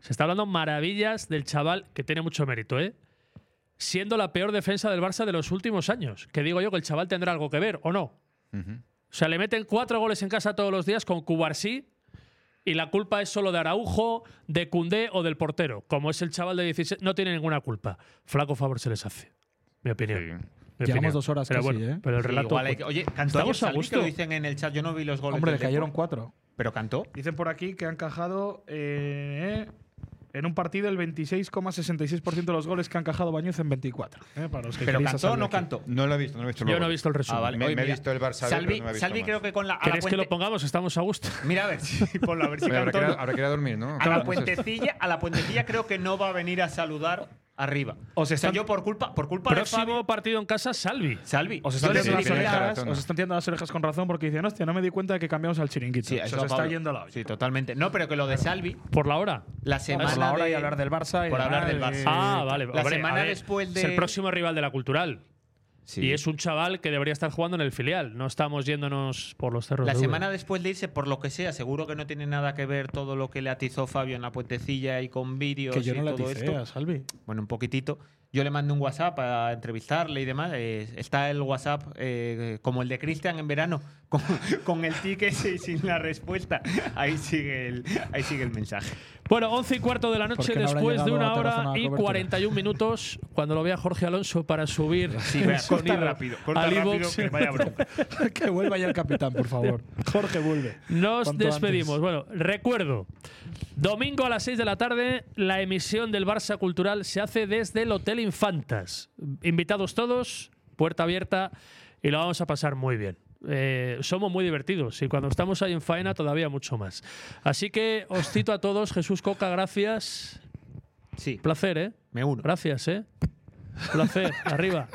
Se está hablando maravillas del chaval que tiene mucho mérito, ¿eh? Siendo la peor defensa del Barça de los últimos años. Que digo yo que el chaval tendrá algo que ver, ¿o no? O sea, le meten cuatro goles en casa todos los días con Cubarsí y la culpa es solo de Araujo, de Cundé o del portero. Como es el chaval de 16, no tiene ninguna culpa. Flaco favor se les hace. Mi opinión.
Sí.
Mi
Llevamos
opinión.
dos horas
pero
casi,
bueno,
¿eh?
Pero el
Sí,
relato.
igual hay
pues,
que- oye, cantó ayer
estamos a
Salvi, que
gusto.
lo dicen en el chat. Yo no vi los goles.
Hombre,
del
le cayeron
Depor,
cuatro.
Pero cantó.
Dicen por aquí que ha encajado eh, En un partido, el 26,66% de los goles que ha encajado Bañuz en 24. ¿eh? Para los que
¿Pero
queréis
cantó o
hacerle
no
aquí.
cantó?
No lo he visto, no lo he visto.
Yo
luego.
no he visto el resumen.
Ah, vale. Me-
Oye,
me he
mira,
visto el Barça,
Salvi,
pero no me he visto
Salvi
más.
creo que con la. a la
¿Queréis que
puente-
lo pongamos? Estamos a gusto.
Mira, a ver si, ponlo, a ver si
Oye, habrá,
cantó.
que ir a, habrá que ir a dormir, ¿no?
A la
pues,
puentecilla, a la puentecilla creo que no va a venir a saludar arriba. O sea, yo por culpa, por culpa de Fabio,
Próximo partido en casa, Salvi.
Salvi.
Os están,
yo le
tirando las
tiene
grité-
que
orejas,
razón,
¿eh? os
¿no?
están tirando las orejas con razón porque dicen, hostia, no me di cuenta de que cambiamos al chiringuito.
Sí,
Se
eso
os
a
está
Pablo.
yendo la olla.
Sí, totalmente. No, pero que lo de Salvi,
¿Por la hora?
la semana.
por la hora
de-
y hablar del Barça. y
Por hablar del
demás,
Barça.
y-
Ah, vale.
Eh, La
Hombre,
semana
a ver,
después de-
Es el próximo rival de la cultural.
Sí.
Y es un chaval que debería estar jugando en el filial. No estamos yéndonos por los cerros.
La
de Úbeda.
semana después de irse, por lo que sea, seguro que no tiene nada que ver todo lo que le atizó Fabio en la puentecilla y con vídeos
Que yo
y
no la
todo
aticé
esto.
a Salvi.
Bueno, un poquitito. Yo le mandé un WhatsApp para entrevistarle y demás. Eh, está el WhatsApp eh, como el de Cristian en verano, con, con el ticket y sin la respuesta. Ahí sigue el, ahí sigue el mensaje.
Bueno, 11 y cuarto de la noche,
Porque no habrá
después de
llegado
una
a Tarazona
hora
a
y
cobertura.
41 minutos, cuando lo vea Jorge Alonso para subir
Sí,
el
vea, corta
sonido
rápido, corta
al
rápido,
iVoox.
que vaya broma.
que vuelva ya el capitán, por favor. Jorge, vuelve.
Nos
Cuanto
despedimos.
antes.
Bueno, recuerdo, domingo a las 6 de la tarde, la emisión del Barça Cultural se hace desde el Hotel Infantas. Invitados todos, puerta abierta y lo vamos a pasar muy bien. Eh, somos muy divertidos y cuando estamos ahí en faena todavía mucho más. Así que os cito a todos. Jesús Coca, gracias.
Sí,
Placer, ¿eh?
me uno.
Gracias, ¿eh? Placer, arriba.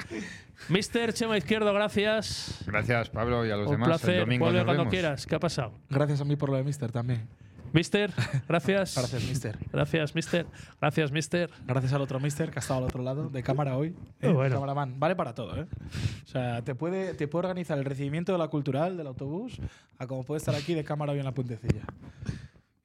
Mister Chema Izquierdo, gracias.
Gracias, Pablo, y a los
Un
demás. El
placer.
domingo
Vuelve
nos
cuando
vemos.
quieras. ¿Qué ha pasado?
Gracias a mí por lo de Mister también.
Mister, gracias.
Gracias, Mister.
Gracias, mister. Gracias, mister.
Gracias al otro Mister que ha estado al otro lado de cámara hoy.
Eh, bueno.
Camaraman. Vale para todo, ¿eh? O sea, te puede, te puede organizar el recibimiento de la cultural, del autobús, a como puede estar aquí de cámara hoy en la puentecilla.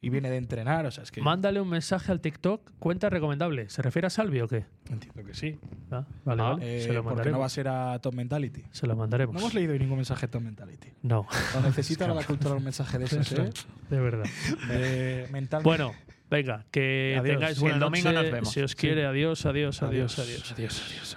Y viene de entrenar, o sea, es que.
Mándale un mensaje al TikTok. Cuenta recomendable. ¿Se refiere a Salvi o qué?
Entiendo que sí.
Ah, vale, vale.
Eh,
se lo
porque no va a
mandaremos.
ser a Top Mentality.
se lo mandaremos.
No hemos leído ningún mensaje de Top Mentality.
No.
Lo necesita la cultural un mensaje de esos, ¿eh?
de verdad.
De mental.
Bueno, venga, que
Adiós.
tengáis
El
buena
domingo
noche.
nos vemos.
Si os quiere, adiós, adiós, adiós, adiós.
adiós, adiós, adiós. adiós.